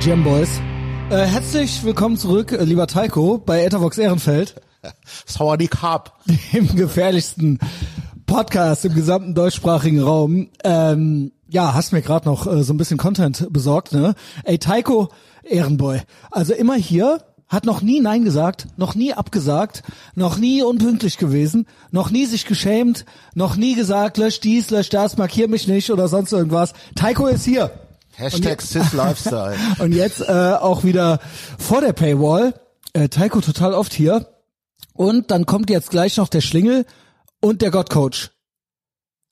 Jam Boys. Äh, herzlich willkommen zurück, äh, lieber Taiko, bei Etavox Ehrenfeld, Sawadee Carp. dem gefährlichsten Podcast im gesamten deutschsprachigen Raum. Ähm, ja, hast mir gerade noch äh, so ein bisschen Content besorgt, ne? Ey, Taiko, Ehrenboy. Also immer hier, hat noch nie Nein gesagt, noch nie abgesagt, noch nie unpünktlich gewesen, noch nie sich geschämt, noch nie gesagt, lösch dies, lösch das, markier mich nicht oder sonst irgendwas. Taiko ist hier. Hashtag Cis Lifestyle. Und jetzt äh, auch wieder vor der Paywall. Äh, Taiko total oft hier. Und dann kommt jetzt gleich noch der Schlingel und der Gottcoach.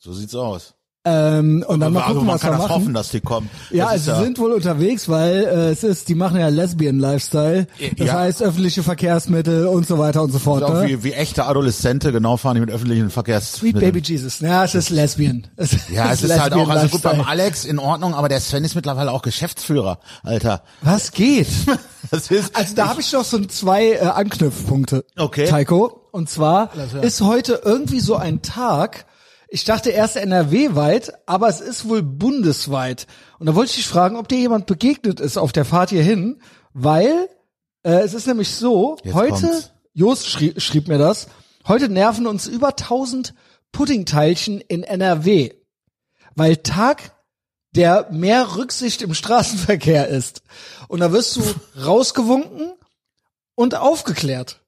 So sieht's aus. Ähm, und dann mal also gucken, man was wir kann das machen. hoffen, dass die kommen. ja, das also sie sind wohl unterwegs, weil äh, es ist, die machen ja Lesbian-Lifestyle. Das Ja. heißt öffentliche Verkehrsmittel und so weiter und so fort. ist auch Ne? wie, wie echte Adoleszente, genau fahren die mit öffentlichen Sweet Verkehrsmitteln. Baby Jesus. Ja, es ist Lesbian. Es Ja, es ist halt auch, also gut, beim Lesbian-Lifestyle. Alex in Ordnung, aber der Sven ist mittlerweile auch Geschäftsführer, Alter. Was geht? Das ist, Also da habe ich noch so ein- zwei äh, Anknüpfpunkte. Okay. Also, Taiko. Und zwar Lass hören. ist heute irgendwie so ein Tag. Ich dachte erst NRW-weit, aber es ist wohl bundesweit. Und da wollte ich dich fragen, ob dir jemand begegnet ist auf der Fahrt hierhin, weil äh, es ist nämlich so, Jetzt heute, kommt's. Jost schrie, schrieb mir das, heute nerven uns über 1000 Puddingteilchen in NRW, weil Tag der mehr Rücksicht im Straßenverkehr ist. Und da wirst du rausgewunken und aufgeklärt.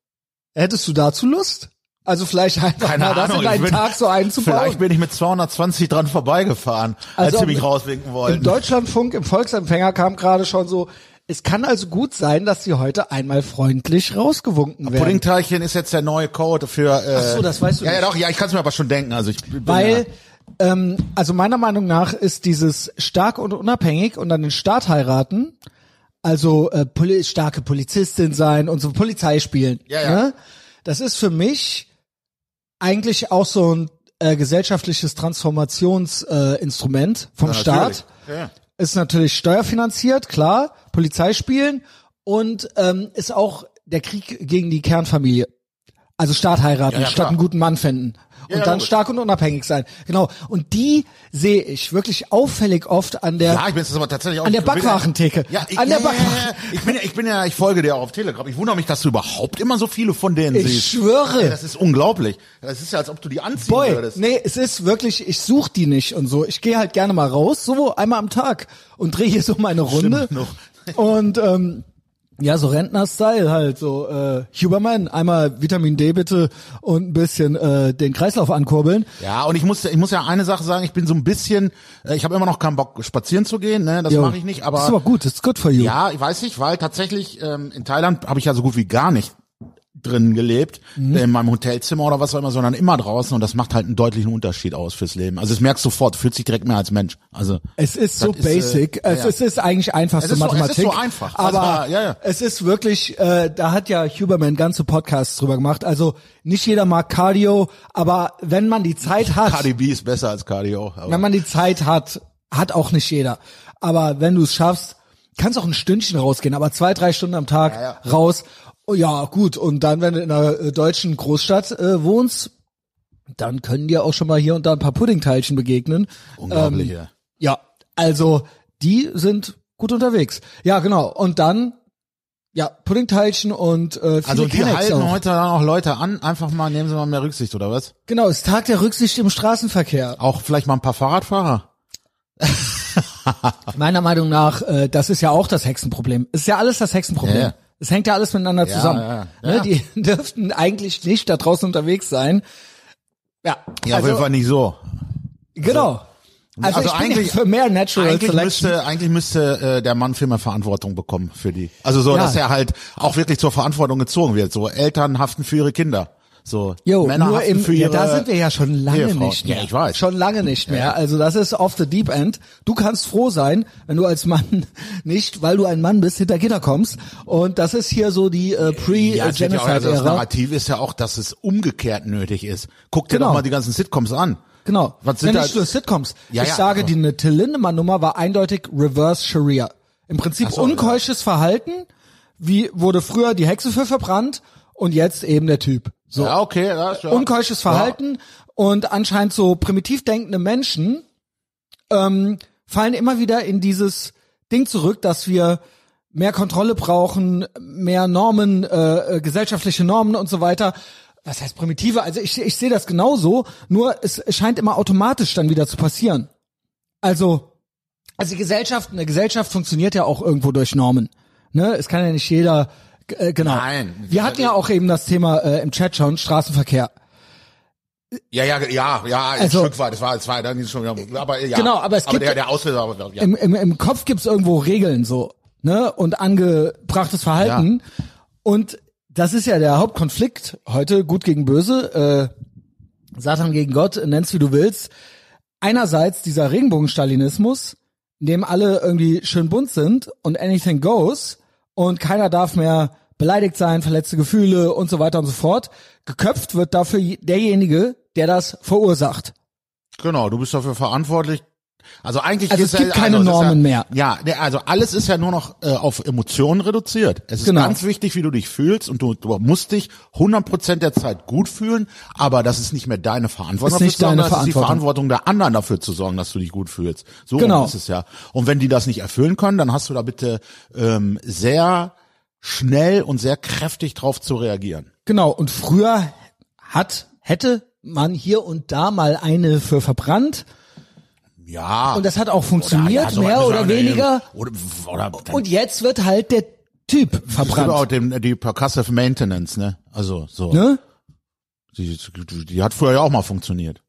Hättest du dazu Lust? Also vielleicht einfach keine mal das Ahnung. in ich deinen bin- Tag so einzubauen. Vielleicht bin ich mit 220 dran vorbeigefahren, Also als sie im- mich rauswinken Im wollten. Deutschlandfunk, im Volksempfänger kam gerade schon so, es kann also gut sein, dass sie heute einmal freundlich rausgewunken werden. Puddingteilchen ist jetzt der neue Code für. Äh, Ach so, das weißt du ja, nicht. Ja, doch, ja, ich kann es mir aber schon denken. Also ich bin Weil, ähm, also meiner Meinung nach ist dieses stark und unabhängig und dann den Staat heiraten, also äh, poli starke Polizistin sein und so Polizei spielen. Ja, ja. Ne? Das ist für mich eigentlich auch so ein äh, gesellschaftliches Transformationsinstrument äh, Instrument vom ja, Staat. natürlich. Ja. Ist natürlich steuerfinanziert, klar, Polizei spielen und ähm, ist auch der Krieg gegen die Kernfamilie. Also Staat heiraten, Ja, ja, statt klar. einen guten Mann finden. Und ja, dann logisch. stark und unabhängig sein. Genau. Und die sehe ich wirklich auffällig oft an der. Ja, ich bin jetzt aber tatsächlich auch An der ich bin- Backwarentheke. Ja, ich, An der ja, ja, ja, Backwachen- Ich bin, ja- ich bin ja, ich folge dir auch auf Telegram. Ich wundere mich, dass du überhaupt immer so viele von denen ich siehst. schwöre. Ey, Das ist unglaublich. Das ist ja, als ob du die anziehen Boy, ne, würdest. nee, es ist wirklich, ich such die nicht und so. Ich gehe halt gerne mal raus, so einmal am Tag und drehe hier so meine Runde. Stimmt noch. Und ähm, ja, so Rentner-Style halt, so äh, Huberman, einmal Vitamin D bitte und ein bisschen äh, den Kreislauf ankurbeln. Ja, und ich muss, ich muss ja eine Sache sagen, ich bin so ein bisschen, äh, ich habe immer noch keinen Bock, spazieren zu gehen, ne? Das Jo. mache ich nicht, Das ist aber gut, das ist good for you. Ja, ich weiß nicht, weil tatsächlich ähm, in Thailand habe ich ja so gut wie gar nicht drin gelebt, Mhm. in meinem Hotelzimmer oder was auch immer, sondern immer draußen und das macht halt einen deutlichen Unterschied aus fürs Leben. Also es merkst du sofort, fühlt sich direkt mehr als Mensch. Also Es ist so Das ist, äh, basic. ja, es, ja. es ist eigentlich einfachste Es ist so- es ist Mathematik. so einfach. Also, Aber ja, ja. es ist wirklich, äh, da hat ja Huberman ganze Podcasts drüber gemacht. Also nicht jeder mag Cardio, aber wenn man die Zeit hat, KDB ist besser als Cardio. aber- wenn man die Zeit hat, hat auch nicht jeder. Aber wenn du es schaffst, kannst auch ein Stündchen rausgehen, aber zwei, drei Stunden am Tag Ja, raus. Oh, ja, gut. Und dann, wenn du in einer äh, deutschen Großstadt äh, wohnst, dann können dir auch schon mal hier und da ein paar Puddingteilchen begegnen. Unglaublich, ja. Ja, also die sind gut unterwegs. Ja, genau. Und dann, ja, Puddingteilchen und äh, viele Also die Kennex halten auch. heute dann auch Leute an, einfach mal, nehmen sie mal mehr Rücksicht, oder was? Genau, ist Tag der Rücksicht im Straßenverkehr. Auch vielleicht mal ein paar Fahrradfahrer? Meiner Meinung nach, äh, das ist ja auch das Hexenproblem. Ist ja alles das Hexenproblem. Ja, ja. Es hängt ja alles miteinander Ja, zusammen. ja, ja. Ne, Ja. die dürften eigentlich nicht da draußen unterwegs sein. Ja, Ja, auf also, jeden Fall nicht so. genau. Also, Also ich bin eigentlich- ja für mehr Natural Eigentlich Selection. müsste, eigentlich müsste äh, der Mann viel mehr Verantwortung bekommen für die. Also so, Ja. dass er halt auch wirklich zur Verantwortung gezogen wird. So Eltern haften für ihre Kinder. So Jo, Männer nur haften im, für ja, ihre. da sind wir ja schon lange Ehefrauen. nicht mehr. Ja, ich weiß. Schon lange nicht mehr. Also das ist off the deep end. Du kannst froh sein, wenn du als Mann nicht, weil du ein Mann bist, hinter Gitter kommst. Und das ist hier so die äh, ja, es wird ja auch, also das Pre-Genocide-Ära. Narrativ ist ja auch, dass es umgekehrt nötig ist. Guck dir Genau. doch mal die ganzen Sitcoms an. genau. Was sind ja, da- nicht nur Sitcoms. Ja, ich ja, sage, also- die eine Till Lindemann-Nummer war eindeutig Reverse Sharia. Im Prinzip Ach so, unkeusches Verhalten, wie wurde früher die Hexe für verbrannt und jetzt eben der Typ. So. Ja, okay. Ja, ja. unkeusches Verhalten und anscheinend so primitiv denkende Menschen ähm, fallen immer wieder in dieses Ding zurück, dass wir mehr Kontrolle brauchen, mehr Normen, äh, äh, gesellschaftliche Normen und so weiter. Was heißt primitive? Also ich, ich sehe das genauso, nur es scheint immer automatisch dann wieder zu passieren. Also, also die Gesellschaft, eine Gesellschaft funktioniert ja auch irgendwo durch Normen. Ne? Es kann ja nicht jeder, g- äh, genau. Nein. Wir hatten ja auch eben das Thema äh, im Chat schon, Straßenverkehr. Ja, ja, ja, ja, ein Also- Stück weit. Es war, es war dann schon, wieder- aber ja. Genau, aber es gibt- der, der Auslöser war, ja. im, im, im Kopf gibt's irgendwo Regeln so, ne? Und angebrachtes Verhalten. Und das ist ja der Hauptkonflikt heute, gut gegen böse, äh, Satan gegen Gott, nenn's wie du willst. Einerseits dieser Regenbogenstalinismus, in dem alle irgendwie schön bunt sind und anything goes und keiner darf mehr beleidigt sein, verletzte Gefühle und so weiter und so fort. Geköpft wird dafür je- derjenige, der das verursacht. Genau, du bist dafür verantwortlich. Also eigentlich Also ist es gibt ja, keine also es ist Normen ja, mehr. Ja, ne, also alles ist ja nur noch äh, auf Emotionen reduziert. Es ist Genau. ganz wichtig, wie du dich fühlst und du, du musst dich 100% der Zeit gut fühlen, aber das ist nicht mehr deine Verantwortung, Ist nicht dafür zu sorgen, deine das ist die Verantwortung. Verantwortung der anderen dafür zu sorgen, dass du dich gut fühlst. So Genau. rum ist es ja. Und wenn die das nicht erfüllen können, dann hast du da bitte ähm, sehr schnell und sehr kräftig drauf zu reagieren. Genau, und früher hat, hätte man hier und da mal eine für verbrannt Ja. und das hat auch Oder- funktioniert, ja, so mehr was oder müssen wir- weniger. Oder, oder dann Und jetzt wird halt der Typ verbrannt. Genau, dem, die Percussive Maintenance, ne? Also so. Ne? Die, die, die hat früher ja auch mal funktioniert.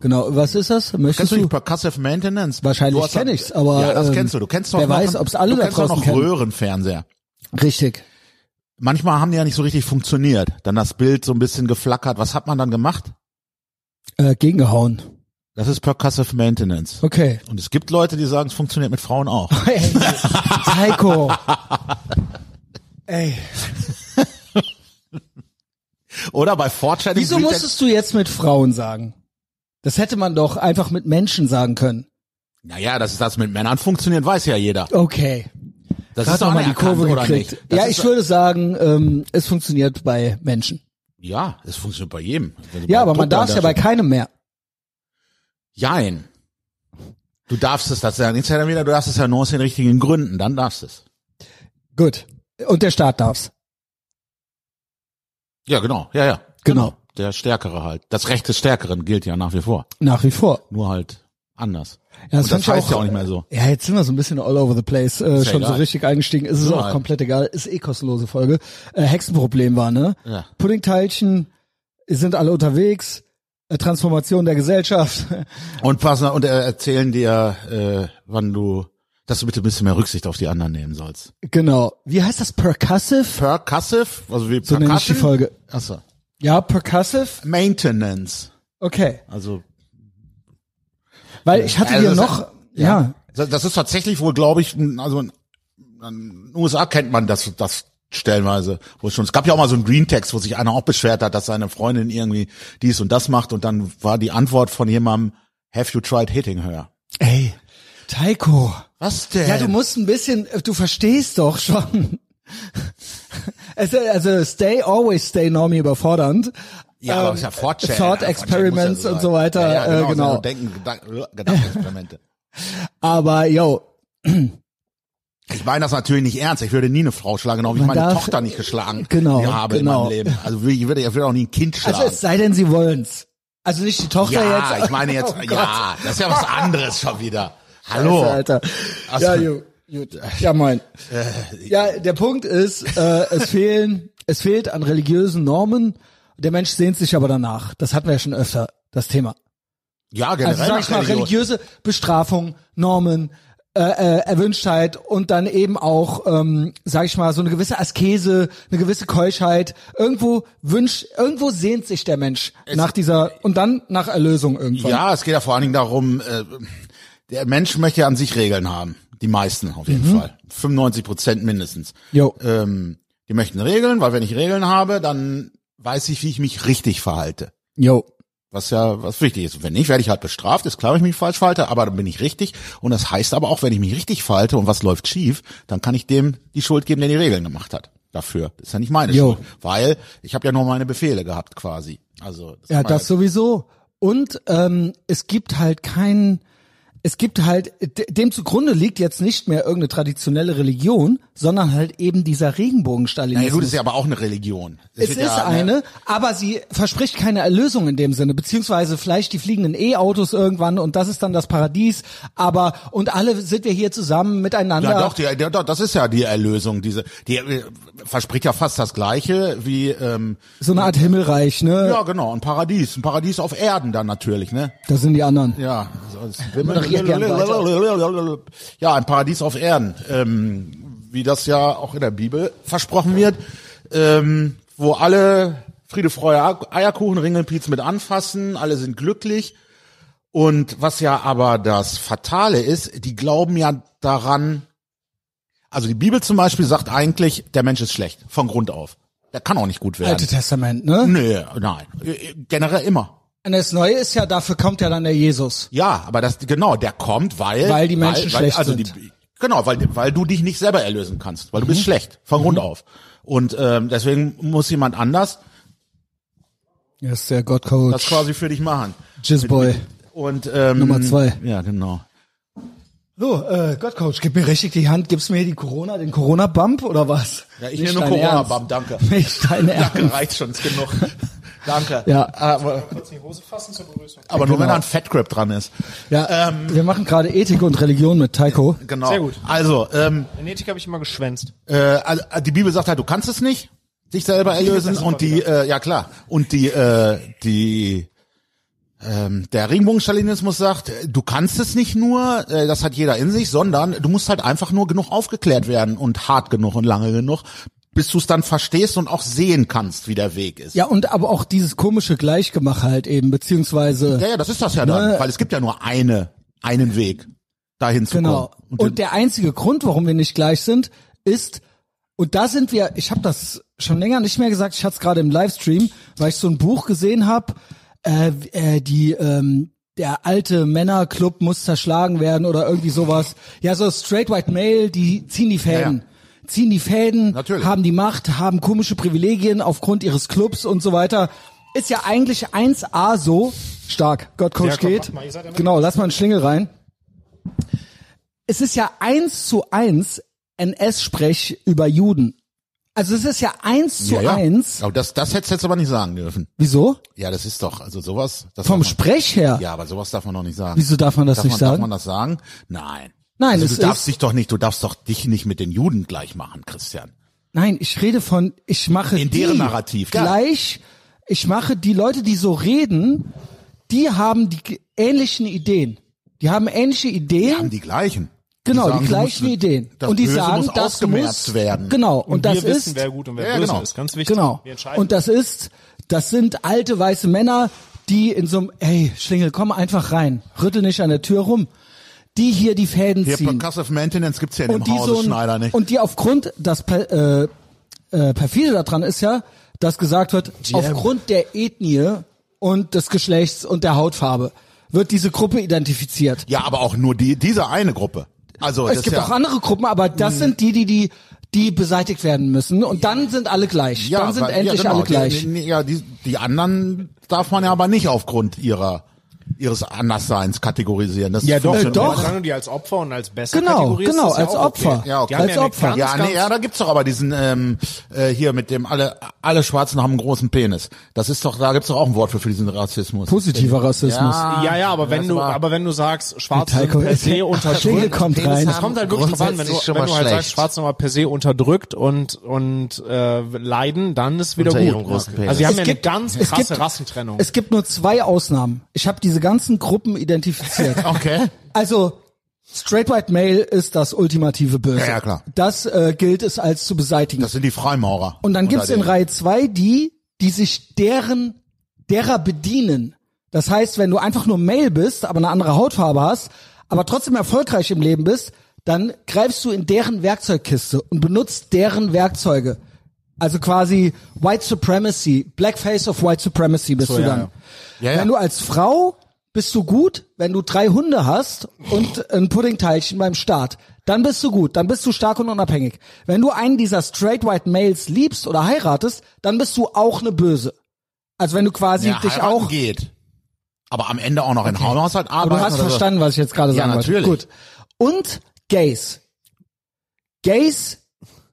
Genau, was ist das? Kennst Möchtest du die du? Percussive Maintenance? Wahrscheinlich Du hast kenn dann- ich's, aber, Ja, das ähm, kennst du. Du kennst doch wer noch, weiß, ob's alle du da kennst doch draußen noch kennen. Röhrenfernseher. Richtig. Manchmal haben die ja nicht so richtig funktioniert. Dann das Bild so ein bisschen geflackert. Was hat man dann gemacht? Äh, gegengehauen. Das ist Percussive Maintenance. Okay. Und es gibt Leute, die sagen, es funktioniert mit Frauen auch. Ey, Heiko. Ey, Oder bei Fortschritt. wieso musstest du jetzt mit Frauen sagen? Das hätte man doch einfach mit Menschen sagen können. Naja, dass das mit Männern funktioniert, weiß ja jeder. Okay. Das Hat ist doch noch mal die anerkannt, Kurve oder gekriegt. nicht? Das ja, ist- ich würde sagen, ähm, es funktioniert bei Menschen. Ja, es funktioniert bei jedem. Ja, aber man darf ja bei keinem mehr. Jein. Du darfst es, das ist ja nichts ja dann wieder, du darfst es ja nur aus den richtigen Gründen, dann darfst es. Gut. Und der Staat darf's. Ja, genau, ja, ja. Genau. Der Stärkere halt. Das Recht des Stärkeren gilt ja nach wie vor. Nach wie vor. Nur halt anders. Ja, Und das fand ich heißt ja auch äh, nicht mehr so. Ja, jetzt sind wir so ein bisschen all over the place, äh, ja schon so egal. richtig eingestiegen. Ist es Ja, auch halt. komplett egal. Ist eh kostenlose Folge. Äh, Hexenproblem war, ne? Ja. Puddingteilchen sind alle unterwegs. Äh, Transformation der Gesellschaft. Und passen, und äh, erzählen dir, äh, wann du, dass du bitte ein bisschen mehr Rücksicht auf die anderen nehmen sollst. genau. Wie heißt das? Percussive? Percussive, also wie So nenne ich die Percussion. Folge. Achso. Ja, percussive. Maintenance. Okay. Also Weil ich hatte Also dir das- noch, ja. Das, das ist tatsächlich wohl, glaube ich, ein- also in, in den USA kennt man das, das stellenweise wohl schon. Es gab ja auch mal so einen Green Text, wo sich einer auch beschwert hat, dass seine Freundin irgendwie dies und das macht und dann war die Antwort von jemandem, have you tried hitting her? Ey, Taiko. Was denn? Ja, du musst ein bisschen, äh, du verstehst doch schon. Also, also stay, always stay normy überfordernd. ja, aber Ähm, es ist ja Fortschritt. Thought Experiments und so weiter, Ja, ja, äh, genau. So Denken, Gedanken, Gedankenexperimente. Aber yo, Ich meine das natürlich nicht ernst. Ich würde nie eine Frau schlagen, genau wie ich Man meine darf- Tochter nicht geschlagen Genau, habe genau. in meinem Leben. Also ich würde, ich würde auch nie ein Kind schlagen. also es sei denn, sie wollen's. Also nicht die Tochter Ja, jetzt. ich meine jetzt, Oh Gott. ja, das ist ja was anderes schon wieder. Hallo. Scheiße, Alter. Also- Ja, ju, gut. Ja, moin. Äh, Ja, der Punkt ist, äh, es fehlen, es fehlt an religiösen Normen. Der Mensch sehnt sich aber danach. Das hatten wir ja schon öfter, das Thema. Ja, generell. Also sag ich macht mal, Religion- religiöse Bestrafung, Normen, äh, äh, Erwünschtheit und dann eben auch, ähm, sag ich mal, so eine gewisse Askese, eine gewisse Keuschheit. Irgendwo wünscht, irgendwo sehnt sich der Mensch nach dieser und dann nach Erlösung irgendwann. Ja, es geht ja vor allen Dingen darum, äh, der Mensch möchte ja an sich Regeln haben. Die meisten auf Mhm. jeden Fall. 95 Prozent mindestens. Jo. Ähm, die möchten Regeln, weil wenn ich Regeln habe, dann weiß ich, wie ich mich richtig verhalte. Jo. Was ja, was wichtig ist. Wenn nicht, werde ich halt bestraft, ist klar, wenn ich mich falsch verhalte, aber dann bin ich richtig. Und das heißt aber auch, wenn ich mich richtig verhalte und was läuft schief, dann kann ich dem die Schuld geben, der die Regeln gemacht hat. Dafür. Das ist ja nicht meine Jo. Schuld. Weil ich habe ja nur meine Befehle gehabt quasi. Also Ja, kann man das sowieso. Und ähm, es gibt halt keinen, es gibt halt, d- dem zugrunde liegt jetzt nicht mehr irgendeine traditionelle Religion, sondern halt eben dieser Regenbogenstalinismus. Ja, gut, ist ja aber auch eine Religion. Das Es wird ist ja, ne, eine, aber sie verspricht keine Erlösung in dem Sinne, beziehungsweise vielleicht die fliegenden E-Autos irgendwann und das ist dann das Paradies, aber und alle sind wir hier zusammen miteinander. Ja, doch, die, ja, doch, das ist ja die Erlösung. Diese, die äh, verspricht ja fast das Gleiche wie, ähm, so eine Art Himmelreich, ne? ja genau, ein Paradies. Ein Paradies auf Erden dann natürlich, ne? Das sind die anderen. Ja, sonst- Moderier gern ja, ein Paradies auf Erden, ähm, wie das ja auch in der Bibel versprochen wird, ähm, wo alle Friede, Freude, A- Eierkuchen, Ringelpiez mit anfassen, alle sind glücklich. Und was ja aber das Fatale ist, die glauben ja daran, also die Bibel zum Beispiel sagt eigentlich, der Mensch ist schlecht, von Grund auf. Der kann auch nicht gut werden. Alte Testament, ne? Nee, nein, Äh, generell immer. Und das Neue ist ja, dafür kommt ja dann der Jesus. Ja, aber das genau, der kommt, weil Weil die Menschen schlecht sind. Mhm. Die, genau, weil weil du dich nicht selber erlösen kannst, weil du bist schlecht von Grund auf. Und ähm, deswegen muss jemand anders Ja, ist der das Gottcoach. quasi für dich machen. Jizzboy. Und ähm, Nummer zwei. Ja, genau. So, äh, Gottcoach, gib mir richtig die Hand, gibst mir die Corona, den Corona-Bump oder was? Ja, ich Nicht nehme dein Corona Ernst. Bam, danke. Nicht dein Ernst. Danke, reicht schon, ist genug. danke. Ja. aber, Kurz in die Hose fassen zur Begrüßung. aber nur wenn Genau. da ein Fat Grip dran ist. Ja, ähm, wir machen gerade Ethik und Religion mit Taiko. Genau. Sehr gut. Also, ähm, In Ethik habe ich immer geschwänzt. äh, also die Bibel sagt halt, du kannst es nicht, dich selber erlösen und die, äh, ja klar, und die, äh, die, ähm, der Regenbogenstalinismus sagt, äh, du kannst es nicht nur, äh, das hat jeder in sich, sondern du musst halt einfach nur genug aufgeklärt werden und hart genug und lange genug, bis du es dann verstehst und auch sehen kannst, wie der Weg ist. Ja, und aber auch dieses komische Gleichgemach halt eben, beziehungsweise, ja, ja das ist das ja dann, Ne? weil es gibt ja nur eine, einen Weg, dahin zu genau. kommen. Und, der einzige Grund, warum wir nicht gleich sind, ist, und da sind wir, ich habe das schon länger nicht mehr gesagt, ich hatte es gerade im Livestream, weil ich so ein Buch gesehen habe, äh, äh, die, ähm, der alte Männerclub muss zerschlagen werden oder irgendwie sowas. Ja, so straight white male, die ziehen die Fäden. Ja, Ziehen die Fäden, Natürlich. haben die Macht, haben komische Privilegien aufgrund ihres Clubs und so weiter. Ist ja eigentlich 1A so stark. Gott Coach Ja, komm, geht. mach mal, ihr seid ja mit. Genau, lass mal einen Schlingel rein. Es ist ja eins zu eins NS-Sprech über Juden. Also es ist ja eins zu ja, ja. eins. Aber das, das hättest du jetzt aber nicht sagen dürfen. Wieso? Ja, das ist doch, also sowas. Das Vom darf man- Sprech her. Ja, aber sowas darf man doch nicht sagen. Wieso darf man das darf nicht man, Darf sagen? man das sagen? Nein. Nein, also es du darfst ist- dich doch nicht, du darfst doch dich nicht mit den Juden gleich machen, Christian. Nein, ich rede von, ich mache In die deren Narrativ, ja. gleich. Ich mache die Leute, die so reden, die haben die g- ähnlichen Ideen. Die haben ähnliche Ideen. Haben die gleichen. Genau, die, sagen, du gleichen musst- Ideen. Das und die Böse sagen, muss das ausgemerzt muss werden. Genau, und, das wir wissen, ist wer gut und wer Ja, böse genau. ist. Ganz wichtig. genau. Wir entscheiden. Und das ist, das sind alte weiße Männer, die in so einem, ey, Schlingel, komm einfach rein, rüttel nicht an der Tür rum, die hier die Fäden Hier ziehen Percussive Maintenance gibt's ja in und dem die Hause so ein, Schneider nicht. und die aufgrund das per, äh, äh, perfide daran ist ja, dass gesagt wird, aufgrund der Ethnie und des Geschlechts und der Hautfarbe wird diese Gruppe identifiziert. ja, aber auch nur die, diese eine Gruppe. Also Es das gibt ja, Hm. auch andere Gruppen, aber das sind die, die, die, die beseitigt werden müssen. Und dann sind alle gleich. ja, dann sind weil- endlich ja, genau, alle gleich. Die, die, ja, die, die anderen darf man ja aber nicht aufgrund ihrer ihres Andersseins kategorisieren. Das ja, doch, Äh, funktioniert doch. Solange du die als Opfer und als besser Genau, kategorisierst, genau, ist ja als auch okay. Opfer. Ja, okay. Die haben Als ja eine Opfer. Ganz, Ja, ganz nee, ja, da gibt's doch aber diesen ähm, äh, hier mit dem alle alle Schwarzen haben einen großen Penis. Das ist doch, da gibt's doch auch ein Wort für für diesen Rassismus. Positiver Rassismus. Ja, ja, aber wenn das du, war- aber wenn du sagst, Schwarze Taiko sind per ist- se Schlingel unterdrückt, kommt rein. das kommt halt wirklich drauf an, wenn du, Grundsätzlich schon wenn du mal halt schlecht. sagst, Schwarze sind aber per se unterdrückt und und äh, leiden, dann ist wieder Unter ihrem gut. großen Penis. Also sie haben Es ja eine gibt- ganz es krasse gibt- Rassentrennung. Es gibt nur zwei Ausnahmen. Ich habe diese ganzen Gruppen identifiziert. Okay. Also Straight White Male ist das ultimative Böse. Ja, ja, klar. Das äh, gilt es als zu beseitigen. Das sind die Freimaurer. Und dann gibt's Unter in denen. Reihe zwei die, die sich deren derer bedienen. Das heißt, wenn du einfach nur Male bist, aber eine andere Hautfarbe hast, aber trotzdem erfolgreich im Leben bist, dann greifst du in deren Werkzeugkiste und benutzt deren Werkzeuge. Also quasi White Supremacy, Blackface of White Supremacy bist So, du ja, dann. ja. Ja, ja. Wenn du als Frau bist du gut, wenn du drei Hunde hast und ein Puddingteilchen beim Start. Dann bist du gut, dann bist du stark und unabhängig. Wenn du einen dieser straight white males liebst oder heiratest, dann bist du auch eine Böse. Also wenn du quasi ja, dich heiraten auch geht. aber am Ende auch noch in Haushalt arbeiten. Aber du hast oder so. verstanden, was ich jetzt gerade Ja, sagen natürlich. wollte. Gut. Und Gays. Gays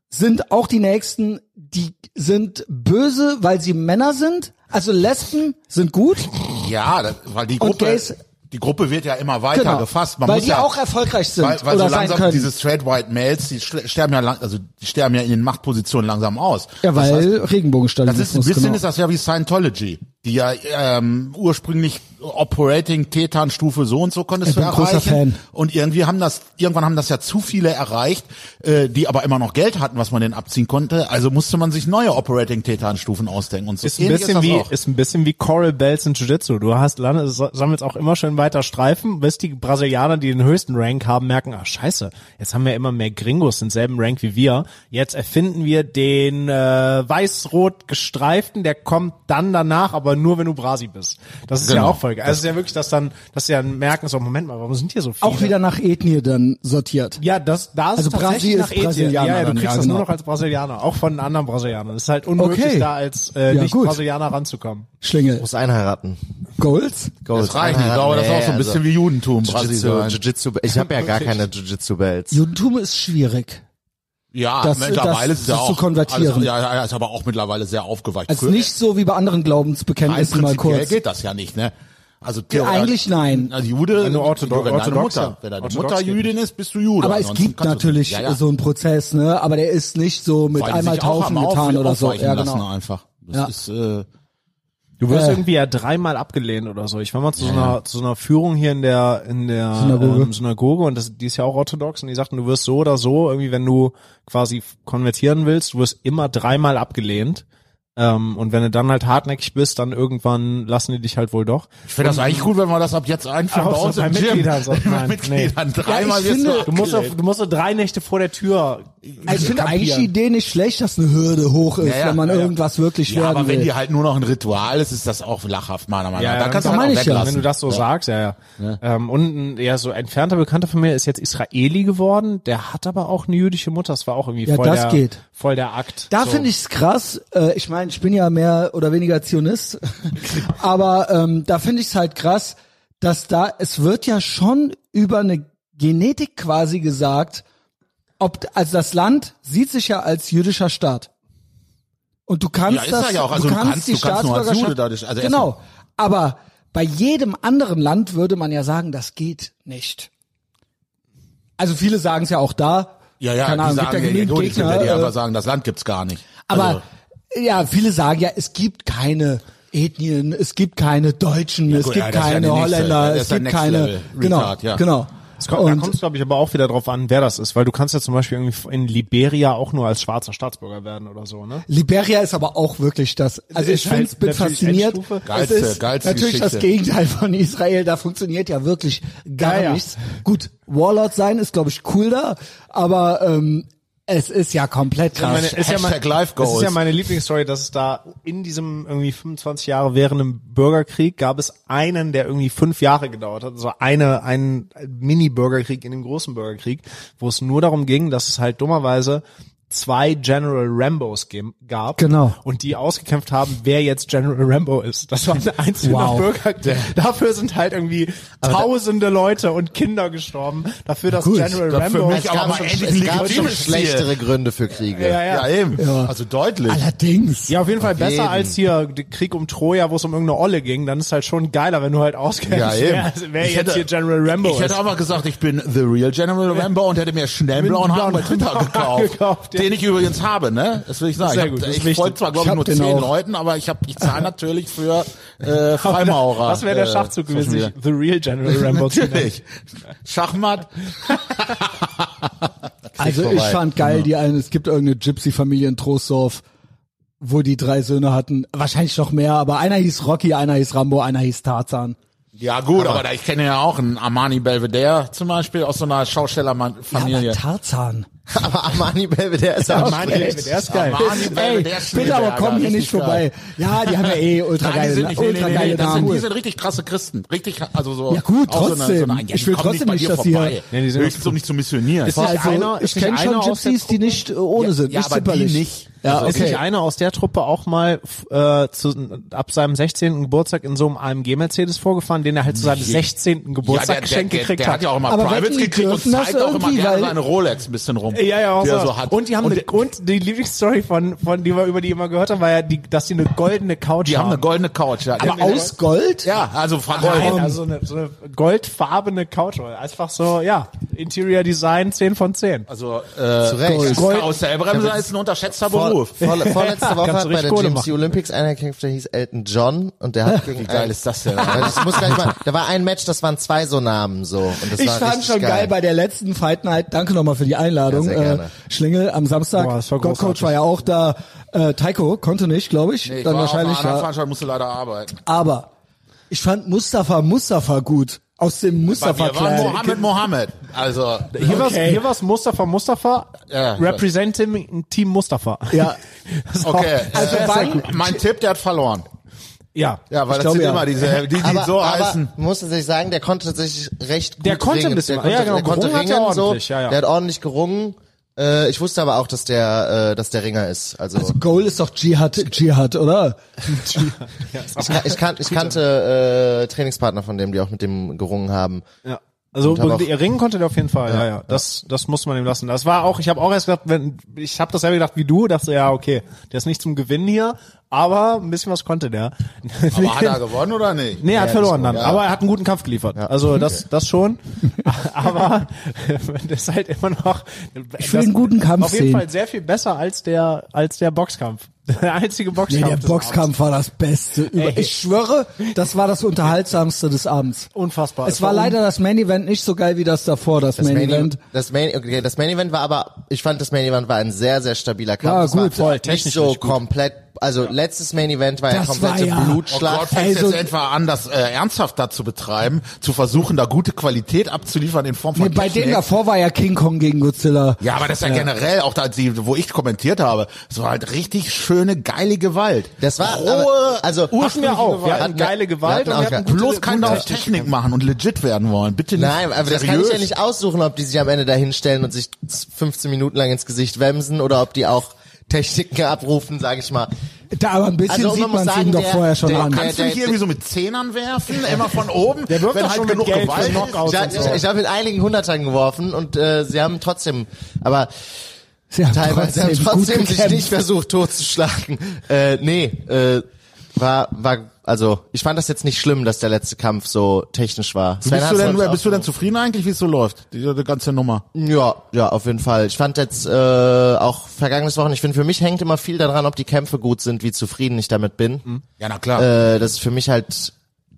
sind auch die nächsten, die sind böse, weil sie Männer sind. Also Lesben sind gut, Ja, das, weil die Und Gruppe, Gays- die Gruppe wird ja immer weiter genau, gefasst. Man weil muss die ja, auch erfolgreich sind weil, weil oder so sein langsam können. diese straight white males, die schl- sterben ja lang, also die sterben ja in den Machtpositionen langsam aus. ja, weil das, heißt, das Regenbogenstalinismus. ist ein bisschen genau. ist das ja wie Scientology, die ja ähm, ursprünglich Operating Tetan Stufe so und so konntest Ich du bin ein großer erreichen Fan. und irgendwie haben das irgendwann haben das ja zu viele erreicht, äh, die aber immer noch Geld hatten, was man denen abziehen konnte. Also musste man sich neue Operating Tetan Stufen ausdenken und so. Ist ein ähnlich bisschen das wie auch. ist ein bisschen wie Coral Bells in Jiu-Jitsu. Du hast landest, sammelst auch immer schön weiter Streifen, bis die Brasilianer, die den höchsten Rank haben, merken, ah Scheiße, jetzt haben wir immer mehr Gringos denselben Rank wie wir. Jetzt erfinden wir den äh, weiß-rot gestreiften, der kommt dann danach, aber nur wenn du Brasi bist. Das ist ja Genau. auch voll geil. Also es ist ja wirklich, dass dann, dass sie dann merken, so Moment mal, warum sind hier so viele? auch wieder nach Ethnie dann sortiert. Ja, das, da ist Also es tatsächlich Brasil nach ist Ethnie. Brasilianer Ja, ja, du dann, kriegst ja, das genau. nur noch als Brasilianer, auch von anderen Brasilianern. Es ist halt unmöglich, Okay. da als äh, Ja, gut. Nicht-Brasilianer ranzukommen. Schlingel. Muss einheiraten. Golds? Goals. Das reicht nicht, ich glaube, das ist auch so ein also bisschen wie halt. Judentum, Jiu-Jitsu, Brasilien. also Jiu-Jitsu, ich habe ja gar keine Jiu-Jitsu-Belts. Judentum ist schwierig. Ja, Das- mittlerweile das- ist es ja das auch zu konvertieren. Alles, ja, ja, ja, ist aber auch mittlerweile sehr aufgeweicht. Also Früher- nicht so wie bei anderen rein Glaubensbekenntnissen mal prinzipiell kurz. geht das ja nicht, ne? Also eigentlich nein. Also Jude, Nur orthodo- wenn deine orthodoxer. Mutter, wenn deine Orthodox Mutter geht Jüdin ist, bist du Jude. Aber es Ansonsten gibt kannst du- natürlich Ja, ja. so einen Prozess, ne? Aber der ist nicht so mit Weil die einmal sich auch Taufen haben getan auf- oder so. aufweichen Ja, lassen genau. Einfach. Das Ja. ist, äh, Du wirst Äh. irgendwie ja dreimal abgelehnt oder so. Ich war mal zu so einer, zu so einer Führung hier in der, in der Synagoge. Ähm, Synagoge und das, die ist ja auch orthodox und die sagten, du wirst so oder so, irgendwie, wenn du quasi konvertieren willst, du wirst immer dreimal abgelehnt. Ähm, und wenn du dann halt hartnäckig bist, dann irgendwann lassen die dich halt wohl doch. ich finde das eigentlich gut, wenn wir das ab jetzt einführen Auch Also bei so uns bei im Gym. Mitgliedern so. Nein, Bei Mitgliedern dreimal ich wirst finde, Du musst, auf, abgelehnt. du musst so drei Nächte vor der Tür. Also ich finde kapieren. eigentlich die Idee nicht schlecht, dass eine Hürde hoch ist, Ja, ja, wenn man ja, ja. irgendwas wirklich ja, werden aber will. wenn die halt nur noch ein Ritual ist, ist das auch lachhaft meiner Meinung nach. Ja, da ja, kannst du das halt meine auch ich ja. weglassen. Wenn du das so sagst, ja, ja. Ähm, und ein ja, so ein entfernter Bekannter von mir ist jetzt Israeli geworden, der hat aber auch eine jüdische Mutter. Das war auch irgendwie Ja, voll, das der, geht. voll der Akt. Da so. finde ich es krass. Äh, ich meine, ich bin ja mehr oder weniger Zionist, aber ähm, da finde ich es halt krass, dass da es wird ja schon über eine Genetik quasi gesagt, ob also das Land sieht sich ja als jüdischer Staat und du kannst Ja, ist er das, ja auch. Also du du kannst kannst- die du kannst nur als Staatsbürgerschaft Jude dadurch- also genau, aber bei jedem anderen Land würde man ja sagen, das geht nicht. Also viele sagen es ja auch da. ja, ja, Keine die Ahnung, gibt sagen, ja ja, genügend die, Gegner, die äh, einfach sagen, das Land gibt's gar nicht. aber Also- ja, viele sagen ja, es gibt keine Ethnien, es gibt keine Deutschen, es gut, gibt ja, das ist ja keine die nächste- Holländer, das ist es ja gibt Next keine Level genau, Retard, ja. genau. Es kommt, da kommt es, glaube ich, aber auch wieder drauf an, wer das ist, weil du kannst ja zum Beispiel irgendwie in Liberia auch nur als schwarzer Staatsbürger werden oder so, ne? Liberia ist aber auch wirklich das. Also ich ist find's, halt bin natürlich fasziniert. Endstufe. Geilste- es ist geilste natürlich das Geschichte. Gegenteil von Israel. Da funktioniert ja wirklich gar Ja, ja. nichts. Gut, Warlord sein ist glaube ich cool da, aber ähm, es ist ja komplett krass. meine, ist ja Hashtag mein- Life Das ist ja Goals. meine Lieblingsstory, dass es da in diesem irgendwie 25 Jahre währenden Bürgerkrieg gab es einen, der irgendwie fünf Jahre gedauert hat. Also eine, ein Mini-Bürgerkrieg in dem großen Bürgerkrieg, wo es nur darum ging, dass es halt dummerweise zwei General Rambos gem- gab. Genau. Und die ausgekämpft haben, wer jetzt General Rambo ist. Das war ein einzelner Wow. Bürgerkrieg. Dafür sind halt irgendwie tausende Leute und Kinder gestorben. Dafür, dass Gut. General Für Rambo... mich Es aber gab mal schon- endlich es ein Es gab gab schon legitimes schlechtere Gründe für Kriege. Ja, Ja, ja. eben. Ja. Also deutlich. Allerdings. Ja, auf jeden Fall besser jeden. als hier der Krieg um Troja, wo es um irgendeine Olle ging. Dann ist halt schon geiler, wenn du halt Ja, auskennst, eben. wer, wer Ich jetzt hätte- hier General Rambo Ich ist. hätte auch mal gesagt, ich bin The Real General Rambo und hätte mir schnell einen blauen Haaren bei Twitter blauen Haaren gekauft. gekauft, ja. Den ich übrigens habe, ne? Das will ich sagen. Sehr ich gut, das hab- ist ich wichtig. folge zwar, glaube Ich ich, hab nur den zehn auch. Leuten, aber ich hab, ich zahle natürlich für äh, Freimaurer. Das wäre der äh, Schachzug gewesen, Social sich The Real General Rambo zu nennen. Natürlich. Schachmatt. Also ich vorbei. Genau. fand geil, die eine, es gibt irgendeine Gypsy-Familie in Trostdorf, wo die drei Söhne hatten, wahrscheinlich noch mehr, aber einer hieß Rocky, einer hieß Rambo, einer hieß Tarzan. Ja gut, aber, da, ich kenne ja auch einen Armani Belvedere zum Beispiel aus so einer Schaustellerfamilie. Aber Tarzan. Aber Armani Belvedere ist auch Mann, der schlecht. ist geil. Armani Ey, Belvedere bitte aber Schneeberger, komm hier nicht richtig vorbei. geil. Ja, die haben ja eh ultra Nein, die geile, sind nicht, nee, ultra nee, nee, geile nee, das Namen. sind, die sind richtig krasse Christen. Richtig, also so. Ja, gut, auch So eine, so trotzdem. eine, ja, die Ich will kommen trotzdem nicht, dass die- Nee, die sind Höchstens um nicht zu missionieren. Ist nicht also, einer- ich ist nicht kenne schon einer aus der Gypsies, die nicht äh, ohne sind, ja, nicht aber die zimperlich. nicht. Ja, Ist nicht okay. einer aus der Truppe auch mal f- äh, zu, ab seinem 16. Geburtstag in so einem AMG-Mercedes vorgefahren, den er halt zu seinem 16. Geburtstag geschenkt der, der, gekriegt der hat ja auch immer Aber Privates wetten, die gekriegt und dürfen das zeigt auch immer irgendwie, gerne weil- seine Rolex ein bisschen rum. Ja, ja, auch die er so. so hat. Und die haben und eine, und die Lieblingsstory von, von, die wir über die immer gehört haben, war ja, die, dass die eine goldene Couch die haben eine haben. goldene Couch. Ja. Die Aber haben- aus Gold? Ja, also Frank Nein, Gold. also eine, so eine goldfarbene Couch. Einfach so, ja, Interior Design 10 von 10. Also äh, Zu Recht. Gold. aus der Bremse ist ein unterschätzter Vor, Beruf. vor, vorletzte Woche Kannst hat du bei richtig der Kohle GMC machen. Olympics einer gekämpft, der hieß Elton John und der hat Wie geil ist das denn? Ich muss gar nicht mal, da war ein Match, das waren zwei so Namen so. Und das Ich war fand richtig schon geil. bei der letzten Fight Night. Danke nochmal für die Einladung. Ja, sehr äh, gerne. Schlingel am Samstag. Boah, das war God Coach großartig. war ja auch da. Äh, Taiko konnte nicht, glaube ich. Nee, ich Dann war auf einer wahrscheinlich. anderen Ja. Veranstaltung, musste leider arbeiten. Aber ich fand Mustafa Mustafa gut. Aus dem Bei Mustafa mir war Clan. Mohammed Mohammed. Also Hier war's, hier war's Mustafa Mustafa, Ja, ich weiß. representing Team Mustafa. Ja. Das ist auch- okay. Also Äh, wann- mein Tipp, der hat verloren. ja. Ja, weil Ich das glaub, sind ja. immer diese, die, die aber, so aber heißen. muss tatsächlich sagen, der konnte tatsächlich recht gut Der konnte ein ringen. bisschen- der konnte, ja, genau, der konnte gerungen hat er ringen so. ordentlich, ja, ja. Der hat ordentlich gerungen. Äh, ich wusste aber auch, dass der, äh, dass der Ringer ist. Also, Goal ist doch Jihad, Jihad, oder? ich, kan ich, kan ich kannte äh, Trainingspartner von dem, die auch mit dem gerungen haben. Ja. Also hab auch- ringen konnte der auf jeden Fall. Ja, ja. Das, das muss man ihm lassen. Das war auch. Ich habe auch erst gedacht, wenn ich habe das selber gedacht wie du, dachte ja okay, der ist nicht zum Gewinnen hier, aber ein bisschen was konnte der. Aber hat er gewonnen oder nicht? Nee, er hat verloren dann, ja. aber er hat einen guten Kampf geliefert. Also das, das schon. aber das ist halt immer noch. Ich will einen guten Kampf Auf jeden sehen. Fall sehr viel besser als der, als der Boxkampf. Der einzige Nee, Boxkampf. der des Abends. Boxkampf war das Beste. Über Ey. ich schwöre, das war das unterhaltsamste des Abends. Unfassbar. Es war leider das Main Event nicht so geil wie das davor, das, Das Main, Event. Das Main, okay, das Main Event war aber, ich fand das Main Event war ein sehr, sehr stabiler Kampf. Ja, Das war gut. Voll, nicht technisch so richtig gut. komplett. Also letztes Main Event war ja Das Ah komplette war ja- Oh Blutschlacht. Gott, fängt Also- jetzt etwa an, das äh, ernsthafter zu betreiben, zu versuchen, da gute Qualität abzuliefern in Form von Nee, bei Technik. dem davor war ja King Kong gegen Godzilla. Ja, aber das ist ja, generell, auch da, die, wo ich kommentiert habe, es war halt richtig schöne, geile Gewalt. Das war rohe, aber- also- Genau, Hatten wir auch. Wir hatten wir- geile Gewalt wir und hatten wir auch hatten ge- gute, bloß keinen gute auf Technik machen und legit werden wollen. Bitte nicht. Nein, aber das kann ich ja nicht aussuchen, ob die sich am Ende da hinstellen und sich 15 Minuten lang ins Gesicht wemsen oder ob die auch Techniken abrufen, sage ich mal. Da aber ein bisschen Also, man sieht muss man es sagen, ihm doch der- vorher schon der- an. der- Kannst du mich der- irgendwie so mit Zehnern werfen, immer von oben, Der wirft wenn doch halt schon mit genug Geld für Gewalt ist? Knockouts. Ich, und ich, so. ich habe mit einigen Hundertern geworfen und äh, sie haben trotzdem, aber Sie haben teilweise sie haben gut trotzdem sich gekämpft. nicht versucht totzuschlagen. Äh, nee, äh, war, war, also ich fand das jetzt nicht schlimm, dass der letzte Kampf so technisch war. Sven Bist du, hat's, denn, glaub ich, bist du auch denn zufrieden eigentlich, wie es so läuft? Die, die ganze Nummer. Ja, ja, auf jeden Fall. Ich fand jetzt äh, auch vergangenes Wochen, ich finde, für mich hängt immer viel daran, ob die Kämpfe gut sind, wie zufrieden ich damit bin. Ja, na klar. Äh, das ist für mich halt,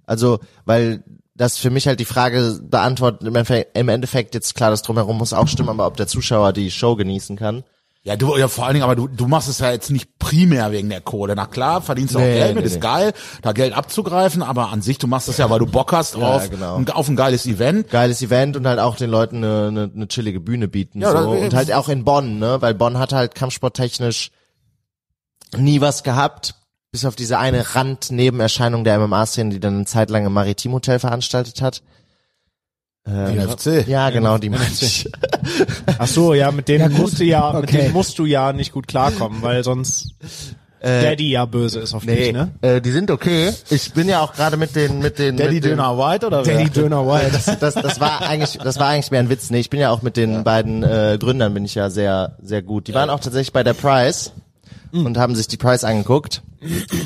also, weil das für mich halt die Frage beantwortet, im Endeffekt, im Endeffekt jetzt klar, das drumherum muss auch stimmen, aber ob der Zuschauer die Show genießen kann. Ja, du, ja, vor allen Dingen, aber du, du machst es ja jetzt nicht primär wegen der Kohle. Na klar, verdienst du auch Nee, Geld mit, nee, ist nee. geil, da Geld abzugreifen, aber an sich, du machst es ja, weil du Bock hast auf, genau. ein- auf ein geiles Event. Geiles Event und halt auch den Leuten eine, eine, eine chillige Bühne bieten. Ja, so. das- Und halt auch in Bonn, ne? Weil Bonn hat halt kampfsporttechnisch nie was gehabt, bis auf diese eine Randnebenerscheinung der MMA-Szene, die dann eine Zeit lang im Maritimhotel veranstaltet hat. NFC. Ja, genau, die meine ich. Ach so, ja, mit Ja, denen gut. musst du ja, mit Okay. denen musst du ja nicht gut klarkommen, weil sonst Daddy ja böse ist auf dich, ne? Äh, die sind okay. Ich bin ja auch gerade mit den mit den mit den, White oder Daddy Döner White. das, das war eigentlich, das war eigentlich mehr ein Witz. Nee, ich bin ja auch mit den beiden äh, Gründern bin ich ja Mhm. sehr, sehr gut. Die waren auch tatsächlich bei der Prize und haben sich die Prize angeguckt.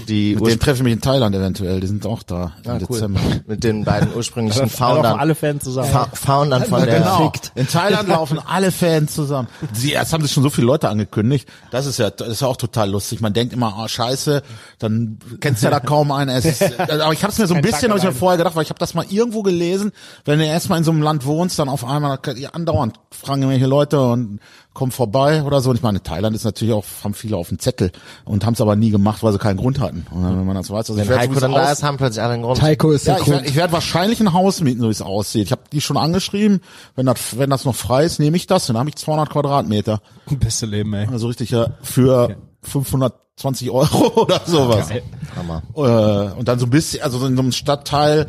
Die Mit denen treffe ich mich in Thailand eventuell, die sind auch da Ah, im Dezember. mit den beiden ursprünglichen Halt auch Foundern, alle Fans zusammen. Fa Foundern von Ja, der. genau. In Thailand laufen alle Fans zusammen. Sie, erst haben sich schon so viele Leute angekündigt. Das ist ja, das ist ja auch total lustig. Man denkt immer, ah, scheiße, dann kennst du ja da kaum einen. Es ist, also, aber ich habe es mir so ein Kein Tag bisschen, habe ich mir allein. vorher gedacht, weil ich habe das mal irgendwo gelesen. Wenn du erstmal in so einem Land wohnst, dann auf einmal ja, andauernd fragen irgendwelche Leute und kommen vorbei oder so. Und ich meine, Thailand ist natürlich auch, haben viele auf dem Zettel und haben es aber nie gemacht, weil sie keinen Grund hatten. Und wenn man das weiß, also ich Wenn werd so Heiko ein dann bisschen da aus- ist, haben plötzlich alle einen Grund. Taiko ist ja, der ich werde Grund. ich werd wahrscheinlich ein Haus mieten, so wie es aussieht. Ich habe die schon angeschrieben. Wenn das, wenn das noch frei ist, nehme ich das. Dann habe ich 200 Quadratmeter. Beste Leben, ey. Also richtig ja, für 520 Euro oder sowas. Hammer. Äh, und dann so ein bisschen, also so in so einem Stadtteil,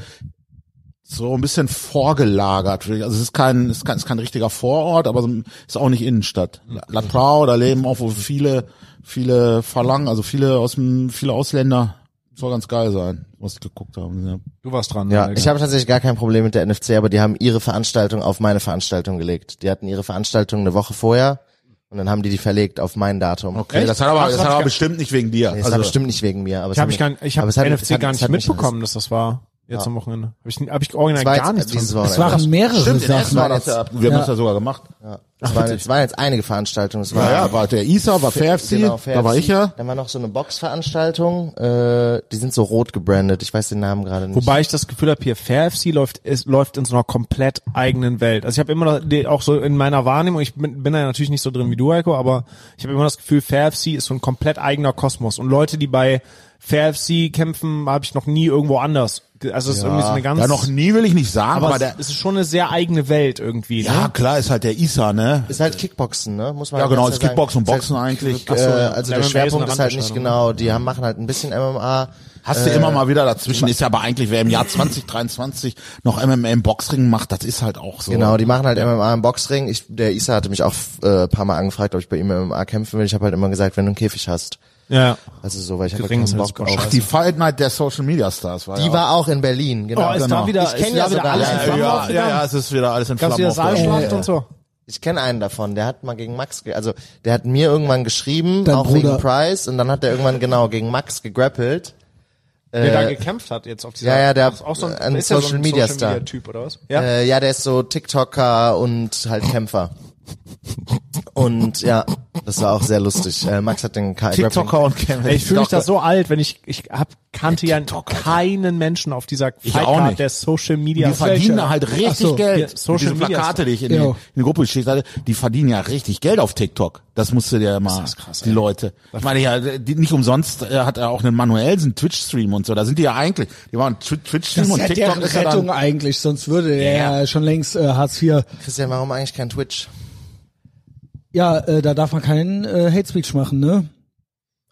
so ein bisschen vorgelagert. Also es ist kein, es ist kein, es ist kein richtiger Vorort, aber so ein- ist auch nicht Innenstadt. La Prau, da leben auch wohl viele, viele Verlangen, also viele aus dem, viele Ausländer. Soll ganz geil sein, was ich geguckt haben. Ja. Du warst dran. Ja, Alter. ich habe tatsächlich gar kein Problem mit der NFC, aber die haben ihre Veranstaltung auf meine Veranstaltung gelegt. Die hatten ihre Veranstaltung eine Woche vorher und dann haben die die verlegt auf mein Datum. Okay, das hat aber, Ach, das hab hat ich aber gar- bestimmt nicht wegen dir. Nee, Das also, war bestimmt nicht wegen mir, aber Ich habe ich gar, nicht- ich habe NFC gar nicht mitbekommen, dass das war jetzt Ja. am Wochenende. Habe ich, hab ich original Es war gar jetzt nichts. dieses von- Es waren mehrere Stimmt, in Essen Sachen. war das, ja- wir haben Ja. das ja sogar gemacht. Ja. Es waren, jetzt, es waren jetzt einige Veranstaltungen. Es war Ja, ja, war der ISA, war FFC, genau, da war VFC. ich ja. Dann war noch so eine Boxveranstaltung. Äh, die sind so rot gebrandet. Ich weiß den Namen gerade nicht. Wobei ich das Gefühl habe, hier Fair FC läuft, ist, läuft in so einer komplett eigenen Welt. Also ich habe immer noch, die- auch so in meiner Wahrnehmung, ich bin, bin da natürlich nicht so drin wie du, Heiko, aber ich habe immer das Gefühl, Fair FC ist so ein komplett eigener Kosmos. Und Leute, die bei Fair FC kämpfen, habe ich noch nie irgendwo anders. ge- Also es ist irgendwie so eine ganz... Ja, noch nie will ich nicht sagen, aber aber, es, der, es ist schon eine sehr eigene Welt irgendwie. ja ne? klar, ist halt der ISA, ne? ist halt Kickboxen, ne? Muss man Ja, halt genau, ganz ist klar Kickboxen und sagen. Ist Boxen halt- eigentlich. Äh, also MMA der ist Schwerpunkt eine ist halt nicht Randbeschreibung. genau. Die haben, machen halt ein bisschen MMA. Hast du immer mal wieder dazwischen, ist ja aber eigentlich, wer im Jahr 2023 noch MMA im Boxring macht, das ist halt auch so. Genau, die machen halt MMA im Boxring. Ich, der Isa hatte mich auch äh, ein paar Mal angefragt, ob ich bei ihm MMA kämpfen will. Ich habe halt immer gesagt, wenn du einen Käfig hast. ja. Also so, weil ich hatte Ring keinen ist halt Bock super auf. Ach, die Fight Night der Social Media Stars war Die ja war auch in Berlin, genau. Oh, ist genau. da wieder, Ich kenn ist ja da wieder sogar- alles in Ja, auch. Flammen Ja, ja, aufgegangen? ja, es ist wieder alles in Gab's Flammen wieder Saalschlacht aufgegangen. und so? Ich kenne einen davon, der hat mal gegen Max, ge also der hat mir irgendwann geschrieben, Dein auch Bruder. wegen Price, und dann hat er irgendwann genau gegen Max gegrappelt. Äh, der da gekämpft hat jetzt auf dieser ja, ja, der ist auch so ein, ein ist ja so Social ein Media Social Media Star. Typ oder was? Ja. Äh, ja, der ist so TikToker und halt Kämpfer. Und ja, das war auch sehr lustig. Äh, Max hat den Kai TikToker und Kevin. Ey, ich fühle mich da so alt, wenn ich ich hab, kannte ja keinen Menschen auf dieser auch Fightcard nicht. der Social Media Die verdienen da halt Ach richtig so, Geld. die Social Diese Media Plakate, die ich in, Ja. die, in die Gruppe geschickt hatte, die verdienen ja richtig Geld auf TikTok. Das musst du dir ja mal, krass, die Leute. Ich meine, ja, die, nicht umsonst äh, hat er auch einen Manuelsen Twitch-Stream und so. Da sind die ja eigentlich, die waren Twi- Das Twitch-Stream ist und ja TikTok deren ist ja Rettung dann, eigentlich, sonst würde der ja, schon längst äh, Hartz IV. Christian, warum eigentlich kein Twitch? Ja, äh, da darf man keinen äh, Hate Speech machen, ne?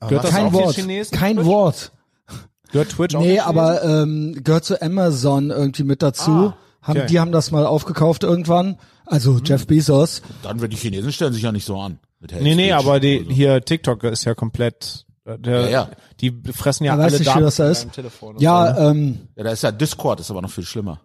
Gehört das Kein auch den Wort. Chinesen? Kein Twitch? Wort. Gehört Twitch auch Nee, den Chinesen? aber ähm, gehört zu Amazon irgendwie mit dazu. Ah, haben, okay. Die haben das mal aufgekauft irgendwann. Also Jeff Bezos. dann wird die Chinesen stellen sich ja nicht so an. Mit Hate Nee, nee, Speech. aber die Also. hier TikTok ist ja komplett äh, der, Ja, ja. die fressen ja Ja, weiß alle nicht, wie Daten das da von ist. deinem Telefon und so, ne? Ja, ähm, Ja, da ist ja Discord, ist aber noch viel schlimmer.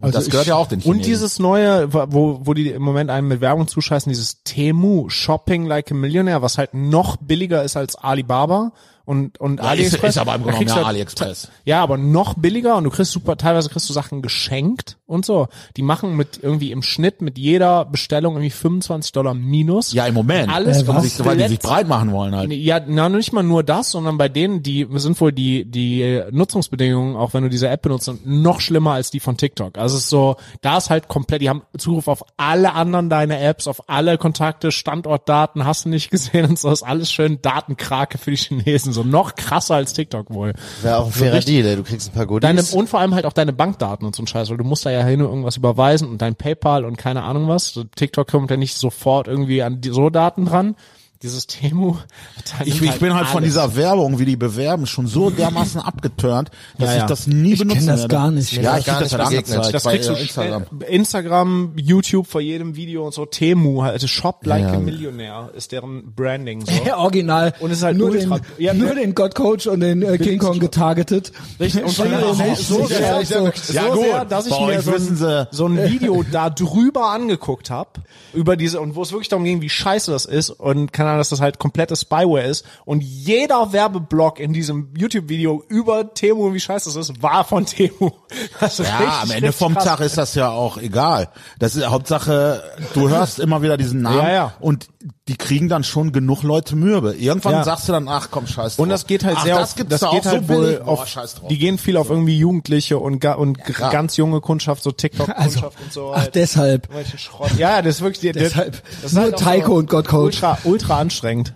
Und Also das ich- gehört ja auch den Chinesen. Und dieses neue, wo, wo die im Moment einem mit Werbung zuscheißen, dieses Temu Shopping Like a Millionaire, was halt noch billiger ist als Alibaba und, und ja, ist, AliExpress. ist aber im Da Grunde genommen kriegst du ja halt- AliExpress. Ja, aber noch billiger und du kriegst super, teilweise kriegst du Sachen geschenkt und so. Die machen mit irgendwie im Schnitt mit jeder Bestellung irgendwie 25 Dollar minus. Ja, im Moment. Alles Äh, was? Sich, weil die sich komplett- breit machen wollen halt. ja, na, nicht mal nur das, sondern bei denen, die sind wohl die, die Nutzungsbedingungen, auch wenn du diese App benutzt, sind noch schlimmer als die von TikTok. Also es ist so, da ist halt komplett, die haben Zugriff auf alle anderen deine Apps, auf alle Kontakte, Standortdaten, hast du nicht gesehen und so, ist alles schön Datenkrake für die Chinesen, so noch krasser als TikTok wohl. Wäre auch ein fairer Deal, ey. du kriegst ein paar Goodies. Deine, und vor allem halt auch deine Bankdaten und so ein Scheiß, weil du musst da ja hin und irgendwas überweisen und dein PayPal und keine Ahnung was. So, TikTok kommt ja nicht sofort irgendwie an die, so Daten dran. Dieses Temu. da Ich, nimmt ich bin halt von alles. dieser Werbung, wie die bewerben, schon so dermaßen abgeturnt, dass Ja, ja. ich das nie ich benutzen kenne das werde. gar nicht. Ja, Ja, ich Gar krieg das nicht halt begegnet. angezeigt Das bei kriegst äh, du Instagram. Instagram. Instagram, YouTube vor jedem Video und so. Temu, halt, also Shop Like a Millionaire ist deren Branding so. Ja, original. Und es ist halt nur ultra- den, ja, nur ne? den God Coach und den äh, King Kong getargetet. Richtig, und Schön, dann auch ne? so sehr, Ja, so, Ja, so gut. sehr, dass ich Bei mir euch so ein, wissen sie- so ein Video da drüber angeguckt habe, über diese, und wo es wirklich darum ging, wie scheiße das ist, und keine Ahnung, dass das halt komplette Spyware ist, und jeder Werbeblock in diesem YouTube-Video über Temu und wie scheiße das ist, war von Temu. Das ist richtig, Ja, am Ende vom krass. Tag ist das ja auch egal. Das ist Hauptsache, du hörst immer wieder diesen Namen Ja, ja. und die kriegen dann schon genug Leute mürbe. Irgendwann Ja. sagst du dann, ach komm, scheiß drauf. Und das geht halt ach, sehr das auf, gibt's das da auch geht halt so wohl billig. auf, Boah, scheiß drauf. die gehen viel auf irgendwie Jugendliche und, ga, und g- klar. ganz junge Kundschaft, so TikTok-Kundschaft Also, und so. Ach, halt. deshalb. Irgendwelchen Schrott. Ja, das ist wirklich, die- Deshalb. das ist halt Nur auch Taiko so und God Coach. Ultra, ultra anstrengend.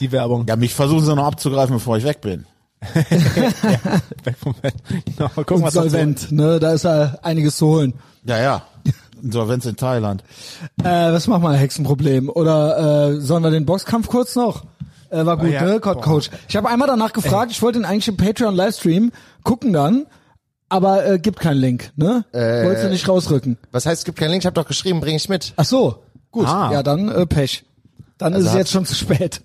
Die Werbung. Ja, mich versuchen sie noch abzugreifen, bevor ich weg bin. Weg vom Fett. Genau, guck Und mal, solvent, ne? Da ist ja einiges zu holen. Ja, ja. Insolvenz in Thailand. Äh, was machen wir, Hexenproblem? Oder äh, sollen wir den Boxkampf kurz noch? Äh, war gut, Ah Ja, ne? God boah. Coach. Ich habe einmal danach gefragt, ich wollte ihn eigentlich im Patreon-Livestream gucken dann. aber äh, gibt keinen Link, ne? Äh, Wolltest du nicht rausrücken. Was heißt, es gibt keinen Link? Ich habe doch geschrieben, bringe ich mit. Ach so, gut. Ah. Ja, dann äh, Pech. Dann ist es hat- jetzt schon zu spät.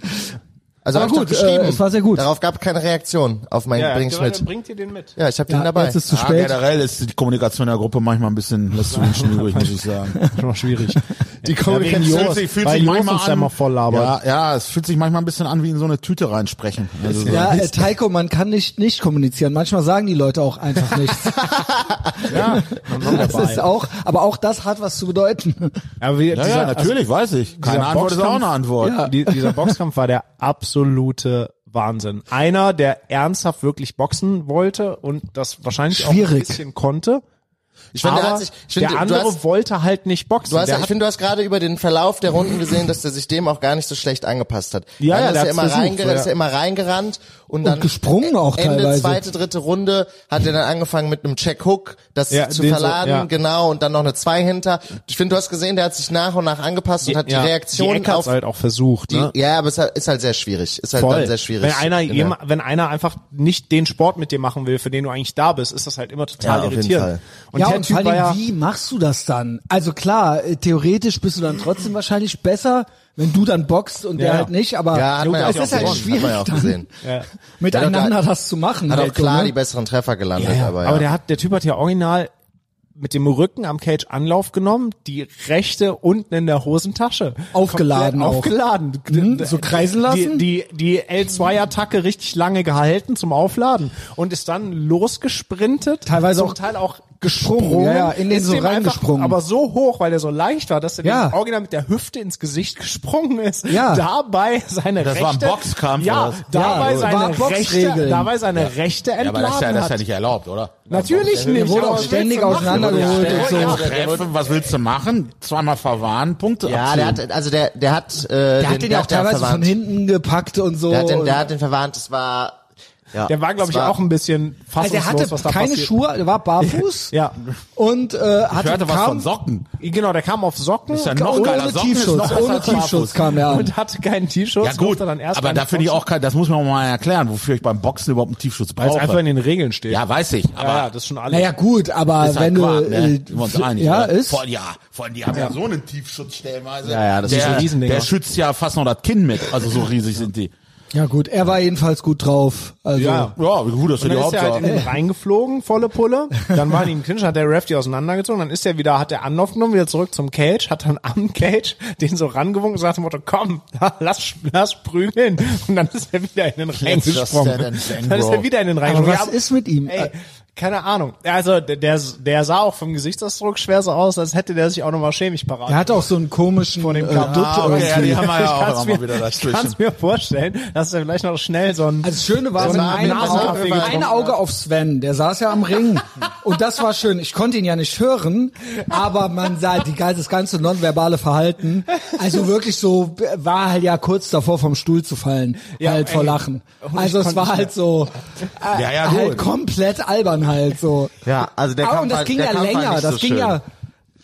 Also Aber hab ich gut, doch geschrieben. äh, es war sehr gut. Darauf gab keine Reaktion auf mein bring ich mit. genau, bringt ihr den mit. Ja, ich habe Ja, den dabei. Jetzt ist es zu Ja, spät. generell ist die Kommunikation der Gruppe manchmal ein bisschen, lässt zu wünschen übrig, muss ich sagen. Schon mal schwierig. Die wegen Kommunikation. Jost. Weil Jost uns da immer voll labert. ja, ja, es fühlt sich manchmal ein bisschen an wie in so eine Tüte reinsprechen. Also so. Ja, äh, Taiko, man kann nicht nicht kommunizieren. Manchmal sagen die Leute auch einfach nichts. ja. das ist auch, aber auch das hat was zu bedeuten. Aber ja, wir, dieser, also ja, natürlich, weiß ich. Keine dieser Antwort ist auch eine Boxkampf- Antwort. Also, die, dieser Boxkampf war der absolute Wahnsinn. Einer, der ernsthaft wirklich boxen wollte und das wahrscheinlich auch ein Schwierig. bisschen konnte. Ich finde, aber er hat sich, ich finde, der du andere hast, wollte halt nicht boxen. du hast, der ich hat- finde, du hast gerade über den Verlauf der Runden gesehen, dass der sich dem auch gar nicht so schlecht angepasst hat. Ja, dann ja, ist der er hat's immer versucht, reingerannt, ja. ist er immer reingerannt und dann gesprungen auch Ende teilweise. zweite, dritte Runde hat er dann angefangen mit einem Check Hook, das Ja, zu den so, verladen, ja. genau und dann noch eine zwei hinter. Ich finde, du hast gesehen, der hat sich nach und nach angepasst und hat ja, die Reaktion die auf auf halt auch versucht. die, ne? ja, aber es ist halt- ist halt sehr schwierig, ist halt dann sehr schwierig. Wenn einer, in der- jema- wenn einer einfach nicht den Sport mit dir machen will, für den du eigentlich da bist, ist das halt immer total Ja, auf jeden irritierend. Fall. Und ja, der und vor Typ allem, war ja, wie machst du das dann? Also klar, äh, theoretisch bist du dann trotzdem wahrscheinlich besser, wenn du dann boxt und Ja. der halt nicht, aber ja, hat man ja es auch ist halt gewonnen, hat man schwierig ja auch dann, gesehen. miteinander das zu machen. Hat halt, auch klar ne? die besseren Treffer gelandet, ja, aber aber, ja. der hat, der Typ hat ja original mit dem Rücken am Cage Anlauf genommen, die rechte unten in der Hosentasche. Aufgeladen Komplett auch. Aufgeladen. Mhm, so kreisen lassen? Die, die, die L2-Attacke richtig lange gehalten zum Aufladen und ist dann losgesprintet. Teilweise zum auch Teil auch gesprungen. ja, ja, in den ist so dem einfach- reingesprungen. Aber so hoch, weil der so leicht war, dass er Ja. dem original mit der Hüfte ins Gesicht gesprungen ist. Ja. Dabei seine Das war ein rechte. Boxkampf Ja, oder was? dabei Ja, war seine rechte, Boxregeln. dabei seine rechte entladen Ja, aber das ist ja, das ist hat. ja nicht erlaubt, oder? Also, Natürlich nicht. Der wurde auch aber ständig willst du machen? auseinandergeholt und so. Ja. Treffen, was willst du machen? Zweimal verwahren, Punkte Ja, abziehen. der hat, also der, der hat, äh, der Der hat den ja auch teilweise von verwarnt. hinten gepackt und so. Der hat den, und- der hat den verwarnt, das war, ja. Der war, glaube das ich, auch ein bisschen also fassungslos, der hatte was da keine passiert. Schuhe, der war barfuß Ja. und äh, hatte, ich hörte was kam, von Socken. Genau, der kam auf Socken Ist ja noch und, geiler. ohne Socken ist noch Tiefschutz, besser ohne als barfuß. Tiefschutz kam er an. und hatte keinen T-Shirt. Ja gut, dann erst aber eine dafür die Boxen- auch kein, das muss man mal erklären, wofür ich beim Boxen überhaupt einen Tiefschutz Weil es brauche. einfach in den Regeln steht. ja, weiß ich, aber ja, ja, das ist schon alles. Naja gut, aber ist halt wenn Quark, du ne? äh, Sind wir uns einig, ja oder? ist Vor, ja, vor allem die haben ja, so einen Tiefschutz stellenweise. Ja, ja, das der, sind so Riesendinger. Der schützt ja fast noch das Kinn mit, also so riesig sind die. ja gut, er war jedenfalls gut drauf. Also Ja. Ja, gut, das Und sind dann die ist er halt in Hauptsache. den reingeflogen, volle Pulle. Dann war in ihm Clinch, hat der Ref die auseinandergezogen. Dann ist er wieder, hat der Anlauf genommen, wieder zurück zum Cage, hat dann am Cage den so rangewunken und sagt dem Motto, komm, lass, lass prügeln. Und dann ist er wieder in den Let's just reingesprungen. stand and bang, Dann ist er bro. wieder in den aber reingesprungen. was Ja, ist mit ihm? Ey, keine Ahnung. Also der, der, der sah auch vom Gesichtsausdruck schwer so aus, als hätte der sich auch nochmal chemisch parat. Er hat auch so einen komischen äh, dem Kampf. Dutt Ah, okay, ja, die irgendwie. haben wir ja auch kann's immer mir, wieder ich dazwischen. kann's mir vorstellen, dass er vielleicht noch schnell so ein... Also das Schöne war, So wenn eine ein Nasenkaffee Auge, ein getrunken Auge auf Sven, der saß ja am Ring. Und das war schön. Ich konnte ihn ja nicht hören, aber man sah die, ganze- das ganze nonverbale Verhalten. Also wirklich so, war halt ja kurz davor vom Stuhl zu fallen, Ja, halt vor ey. Lachen. Und ich Also es konnte war nicht halt so, äh, Ja, ja, halt gut. komplett albern halt so. Ja, also der aber Kampf und das war- ging der ja Kampf war länger, nicht das so ging schön. ja,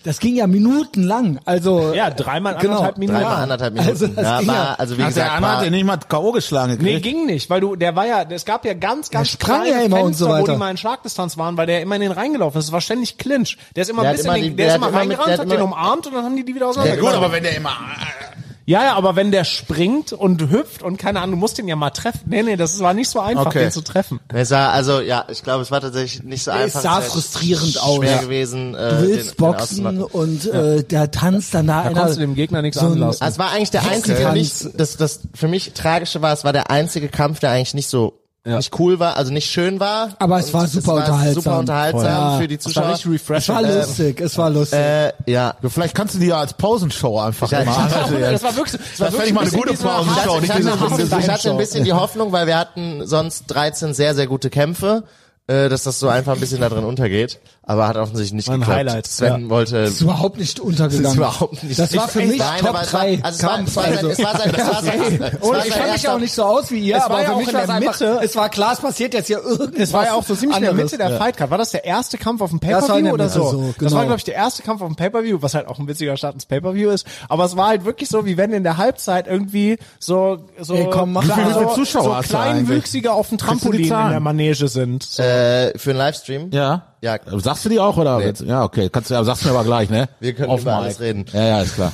das ging ja minutenlang. Also, ja, dreimal Genau. anderthalb Minuten. Dreimal anderthalb Minuten. Also das ja, ging ja. war, also wie Ach, der gesagt, andere hat war, den nicht mal K.O. geschlagen Nee, gekriegt. ging nicht, weil du, der war ja, es gab ja ganz, ganz sprang kleine ja immer Fenster, und so wo die weiter. mal in Schlagdistanz waren, weil der immer in den reingelaufen ist. Es war ständig Clinch. Der ist immer Der ein hat bisschen, immer in die- den, der, der ist hat immer immer mit- reingerannt, der hat hat den immer- umarmt und dann haben die die wieder ja gut, auseinandergenommen. aber wenn der immer... Ja, ja, aber wenn der springt und hüpft und keine Ahnung, du musst den ja mal treffen. Nee, nee, das war nicht so einfach, Okay. den zu treffen. es war, also ja, ich glaube, es war tatsächlich nicht so es einfach. sah sehr frustrierend aus. Schwer Ja. gewesen. Äh, Du den- willst den boxen auszumachen. und äh, da tanzt dann da Da einer. konntest du dem Gegner nichts so ein- anlassen. Also es war eigentlich der einzige, Hexentanz. für mich, das, das für mich tragische war, es war der einzige Kampf, der eigentlich nicht so nicht cool war, also nicht schön war. Aber es war Und super unterhaltsam. Super unterhaltsam Ja. für die Das war Zuschauer. richtig refreshing. Es war lustig, es war lustig. Ähm, Äh, ja, Ja, vielleicht kannst du die ja als Pausenshow einfach Ja, mal ich- Also, ja. Das war wirklich, das war Das fände ich mal eine wirklich gute bisschen wie so Pausenshow, Hard- nicht ich, diese hatte, ein bisschen- ich hatte Show. ein bisschen die Hoffnung, weil wir hatten sonst 13 sehr, sehr gute Kämpfe, äh, dass das so einfach ein bisschen da drin untergeht. Aber hat offensichtlich nicht War ein geklappt. Highlight, Sven wollte... ist überhaupt nicht untergegangen. Das ist überhaupt nicht- Das war für Ich- mich Nein, Top aber es war- 3 also es war- Kampf. es war sein- also. es war sein- es war Ja. sein- es Und ich war sein fand mich erster- auch nicht so aus wie ihr, Es war aber ja für auch mich in war es der einfach, Mitte. es war klar, es passiert jetzt hier irgendwas Es war ja auch so ziemlich in der anderes. Mitte der Fightcard. War das der erste Kampf auf dem Das war in Pay-Per-View der oder Mitte, so? so, Das genau. war, glaube ich, der erste Kampf auf dem Pay-Per-View, was halt auch ein witziger Start ins Pay-Per-View ist. Aber es war halt wirklich so, wie wenn in der Halbzeit irgendwie so, so, Ey, komm, mach so, mal. Wie viele so, Zuschauer so hast du kleinwüchsige auf dem du die Trampolin in Zahlen? der Manege sind. So, äh, für einen Livestream. Ja. Ja. Sagst du die auch oder? Ja, okay. Kannst du, aber sagst du mir aber gleich, ne? Wir können Off über Mic. alles reden. Ja, ja, ist klar.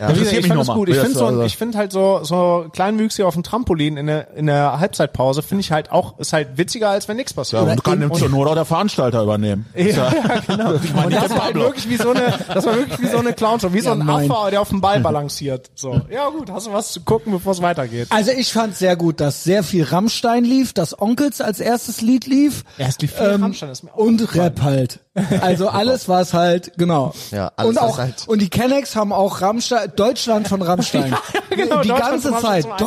Ja, Wie gesagt, Interessiert ich mich fand das nochmal. gut. Ich Ja, finde so, also- ich finde halt so so kleinwüchsige auf dem Trampolin in der in der Halbzeitpause finde ich halt auch ist halt witziger als wenn nichts Ja, passiert. und kann nimmt schon nur noch der Veranstalter übernehmen. Ja, ja, genau. Und das war halt wirklich wie so eine, das war wirklich wie so eine Clownshow, wie so ein nein. Affe, der auf dem Ball balanciert. So, ja gut, hast du was zu gucken, bevor es weitergeht. Also ich fand sehr gut, dass sehr viel Rammstein lief, dass Onkels als erstes Lied lief. Ähm, Erst lief viel Rammstein, ist mir auch und Rap halt. Also alles war es halt, genau. Ja, alles und auch war's halt. und die Kennex haben auch Rammstein Deutschland von Rammstein. genau, die Deutschland ganze von Rammstein Zeit zum einen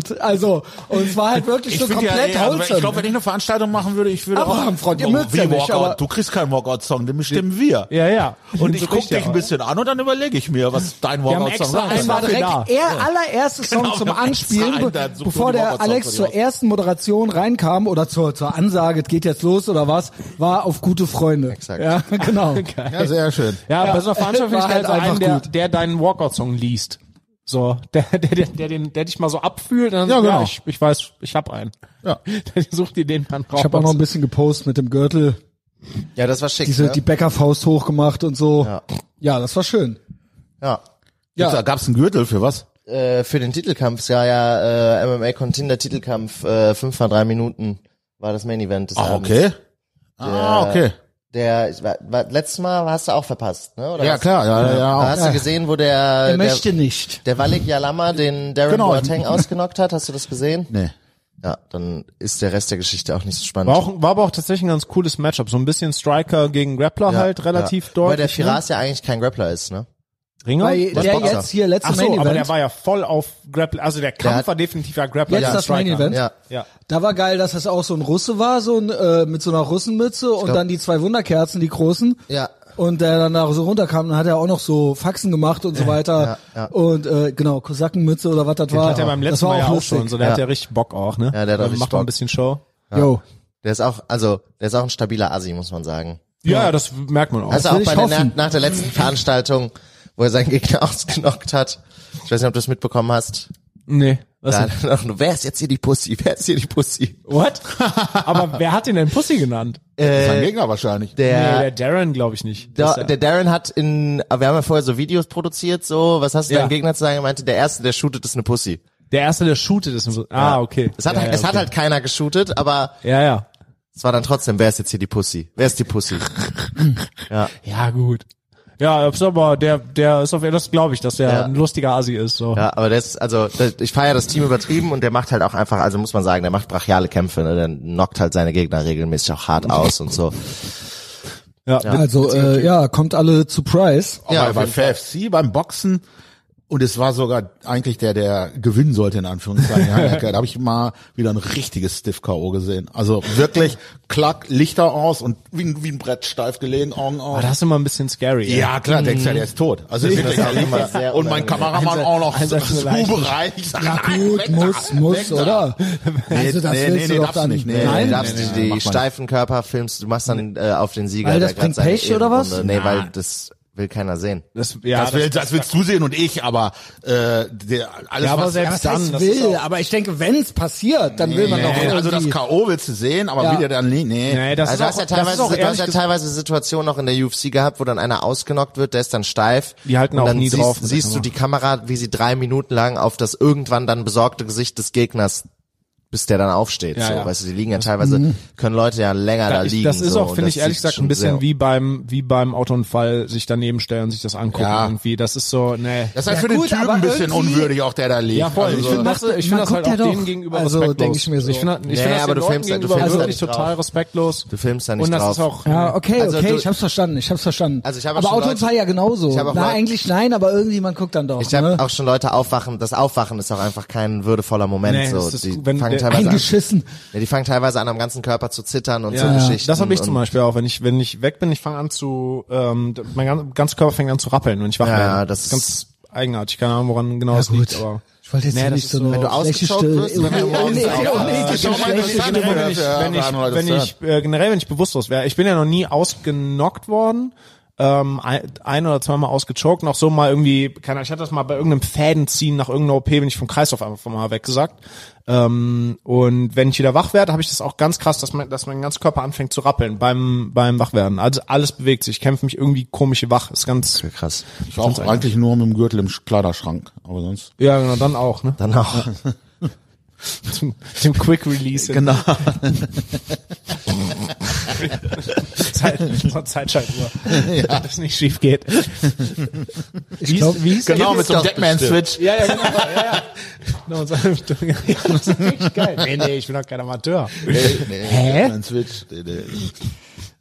Deutschland. Also und es war halt wirklich so find komplett eh, also, ich wholesome. glaube, wenn ich eine Veranstaltung machen würde, ich würde Abraham, auch Freund, ihr Wie mögt's ja nicht, Walkout. aber- du kriegst keinen Walkout-Song, den bestimmen wir. Ja, ja. Und ich So guck richtig, dich ein aber- bisschen an und dann überlege ich mir, was dein haben Walkout-Song extra sein Es einen- kann. war dafür direkt da. er allererster Song Genau, zum wir haben Anspielen, extra einen, der be- sucht bevor nur die der Roboter Alex für die zur aus. ersten Moderation reinkam oder zur, zur Ansage, es geht jetzt los oder was, war auf gute Freunde. Exakt. Ja, genau. Ja, sehr schön. Ja, bei so einer Veranstaltung finde War ich geil, halt so einen, einfach der, gut. der deinen Walkout-Song liest. So, der, der, der, der, den, der dich mal so abfühlt, dann, ja, genau. ich, ich weiß, ich hab einen. Ja. Dann such dir den dann raus. Ich habe auch noch ein bisschen gepostet mit dem Gürtel, ja, das war schick. diese ne? die Bäckerfaust hochgemacht und so. Ja, das war schön. ja. Gibt's da- Ja, Gab's einen Gürtel für was? Äh, für den Titelkampf, ja, ja, äh, MMA Contender Titelkampf, äh, 5 mal 3 Minuten war das Main Event des Ah, Abends. okay. Ah, okay. Der, ich, war, war, letztes Mal hast du auch verpasst, ne? Oder Ja, hast, klar, ja, ja, Da ja. auch. Hast du gesehen, wo der, er der, möchte nicht. der Walik Yalama den Darren Genau. Boateng ausgenockt hat? Hast du das gesehen? Nee. Ja, dann ist der Rest der Geschichte auch nicht so spannend. war, auch, war aber auch tatsächlich ein ganz cooles Matchup. So ein bisschen Striker gegen Grappler Ja, halt, relativ ja. Weil deutlich. der Firas ja eigentlich kein Grappler ist, ne? ne? Ringer? Weil Was der Boxer? jetzt hier letzte Ach so, Main aber der Event, war ja voll auf Grappler. Also der Kampf hat- war definitiv ja Grappler. jetzt gegen das Main Striker. Event. Ja. Ja. Da war geil, dass das auch so ein Russe war, so ein äh, mit so einer Russenmütze und glaub- dann die zwei Wunderkerzen, die großen. Ja. Und der dann da so runterkam, dann hat er auch noch so Faxen gemacht und so weiter. ja, ja. Und äh, genau, Kosakenmütze oder was das war. Hat er beim das letzten war Mal ja auch Ah, auch lustig. schon. So, der Ja. hat ja richtig Bock auch, ne? Ja, der hat auch Dann richtig Macht auch ein Bock. bisschen Show. Jo. Der ist auch, also, der ist auch ein stabiler Asi, muss man sagen. Ja, ja, das merkt man auch. Also will auch ich bei der, hoffen. nach, nach der letzten Veranstaltung, wo er seinen Gegner ausgenockt hat. Ich weiß nicht, ob du es mitbekommen hast. nee. Was Da denn? hat er noch, nur, wer ist jetzt hier die Pussy? Wer ist hier die Pussy? What? Aber wer hat ihn denn Pussy genannt? Sein Gegner wahrscheinlich. Der, nee, der Darren glaube ich nicht. Das Äh, der, ist der Darren hat in, wir haben ja vorher so Videos produziert, so, was hast du Ja. deinem Gegner zu sagen? Er meinte, der Erste, der shootet, ist eine Pussy. Der erste, der shootet, ist so. Ah, okay. Es hat, ja, ja, es okay. hat halt keiner geshootet, aber Ja, ja. es war dann trotzdem, wer ist jetzt hier die Pussy? Wer ist die Pussy? Ja, gut. Ja, ist aber der, der ist auf das glaube ich, dass der Ja. ein lustiger Asi ist. So. Ja, aber das, also das, ich feiere das Team übertrieben und der macht halt auch einfach, also muss man sagen, der macht brachiale Kämpfe, ne? der knockt halt seine Gegner regelmäßig auch hart aus und so. Ja. Also, äh, ja, kommt alle zu Price. Aber Ja, ja, auf bei jeden Fall. FFC, beim Boxen. Und es war sogar eigentlich der, der gewinnen sollte, in Anführungszeichen. Haneke. da habe ich mal wieder ein richtiges Stiff K.O. gesehen. Also wirklich, klack, Lichter aus und wie, ein- wie ein Brett steif gelegen, Augen Aber auf. das ist immer ein bisschen scary. ey. Ja, klar, denkst ja, der ist tot. Also wirklich, ist auch der liegt immer da. sehr Und mein unangenehm. Kameramann auch noch Einsatz- Einsatz- schuhbereit. Ich sag, Ja nein, gut, weg da, muss, weg muss, da. oder? also das nee, willst nee, du nee, doch darfst dann. nicht, nee, Nein, äh, du nee, darfst nee, nicht nee, die macht man steifen Körper filmst, du machst dann äh, auf den Sieger. Weil der das grad bringt seine Pech oder was? Ehrenrunde- Nee, weil das will keiner sehen. Das, ja, Das, will, das willst du sehen und ich, aber äh, der, alles Ja, aber was, selbst was dann, heißt das ist will, aber ich denke, wenn es passiert, dann will man doch nee, also das irgendwie- K.O. willst du sehen, aber Ja. wie der dann liegt, nee. nee, das Also du ist hast auch, ja teilweise, das ist auch du hast ehrlich ja teilweise Situationen noch in der UFC gehabt, wo dann einer ausgenockt wird, der ist dann steif. Die halten und auch dann nie siehst, drauf. Siehst du die Kamera, wie sie drei Minuten lang auf das irgendwann dann besorgte Gesicht des Gegners, bis der dann aufsteht. Ja, so, ja. Weißt du, die liegen ja teilweise, können Leute ja länger da ich, liegen. das ist so, auch, und finde das ich ehrlich sieht gesagt, schon ein bisschen sehr- wie beim, wie beim Autounfall sich daneben stellen und sich das angucken Ja. irgendwie. Das ist so, nee. Das ist halt Ja, für den gut, Typen aber ein bisschen irgendwie- unwürdig, auch der da liegt. Ja, voll. Also, ich finde man das, ich guckt finde das halt auch ja doch. denen gegenüber Also, respektlos. denke ich mir so. Ich finde ich Nee, finde das aber den du Leuten filmst da- du gegenüber filmst da wirklich nicht drauf. total respektlos. Du filmst da nicht Und das drauf. ist auch, Ja, okay, Also okay, du- ich hab's verstanden, ich hab's verstanden. Also ich hab auch aber schon Autounfall Leute- ja genauso. Ich hab auch Na, Leute- eigentlich nein, aber irgendwie man guckt dann doch. Ich ne? habe auch schon Leute aufwachen. Das Aufwachen ist auch einfach kein würdevoller Moment. Nee, so. es ist- die, wenn fangen der- teilweise an, eingeschissen. ja, die fangen teilweise an, am ganzen Körper zu zittern und Ja, so Geschichten. Das habe ich und- zum Beispiel auch, wenn ich wenn ich weg bin, ich fange an zu ähm, d- mein ganz, ganzer Körper fängt an zu rappeln, wenn ich wach Ja, bin. ja, das ist- ganz eigenartig, keine Ahnung, woran genau es liegt, aber Ich wollte jetzt Nee, hier das nicht ist so so- eine wenn du schlechte ausgezockt Stille. wirst, wenn du morgens Unethische- aufwachst. unethische Das ist auch meine Stille. Stille. wenn ich, Ja, wenn ja, ich, andere Leute wenn das ich äh, generell wenn ich bewusstlos wäre, ich bin ja noch nie ausgenockt worden, ähm, ein, ein oder zweimal ausgechoked, noch so mal irgendwie, keine Ahnung, ich hatte das mal bei irgendeinem Fädenziehen nach irgendeiner OP, bin ich vom Kreislauf einfach mal weggesackt. Ähm, und wenn ich wieder wach werde, habe ich das auch ganz krass, dass mein, dass mein ganzer Körper anfängt zu rappeln beim, beim Wachwerden. Also alles bewegt sich. Ich kämpfe mich irgendwie komisch wach. Ist ganz, Krass. Ich auch eigentlich nur mit dem Gürtel im Sch- Kleiderschrank, aber sonst. ja genau, dann auch, ne? Dann auch. Zum, zum Quick Release. Genau. Zeit, zur Zeitschaltuhr. Dass das nicht schief geht. Ich glaub, Genau, mit so einem Deckman-Switch. Ja, ja, genau. Ja, ja. Genau, und so- ja, das ist echt geil. Nee, nee, ich bin doch kein Amateur. Hä? Deckman-Switch. Nee, nee.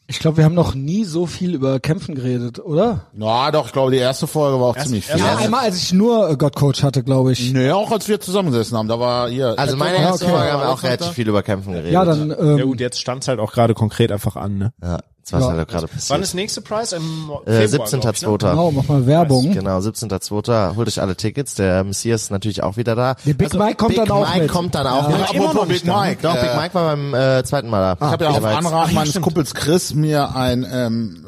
Ich glaube, wir haben noch nie so viel über Kämpfen geredet, oder? Na doch, ich glaube, die erste Folge war auch ziemlich viel. Ja, einmal, als ich nur äh, Gottcoach hatte, glaube ich. Nee, auch als wir zusammengesessen haben, da war hier. Also meine Ja, erste okay. Folge haben wir auch relativ viel über Kämpfen geredet. Ja, dann Ja ähm, gut, jetzt stand's halt auch gerade konkret einfach an, ne? Ja, das war's Ja. halt auch gerade Wann passiert. ist nächste Prize? Im Mo- Äh, Februar, glaub ich, ne? 17.2. genau, mach mal Werbung. Genau, 17.2. Holt euch alle Tickets. Der Messias ist natürlich auch wieder da. Also, Der Big Mike kommt Big dann auch Mike mit. kommt dann auch. Ja, mit. aber immer noch Apropos nicht da, ne? Doch, Big Äh, Mike war beim äh, zweiten Ah. Mal da. Ich habe ja auf Jeweils. Anrat meines Kumpels Chris mir ein, ähm,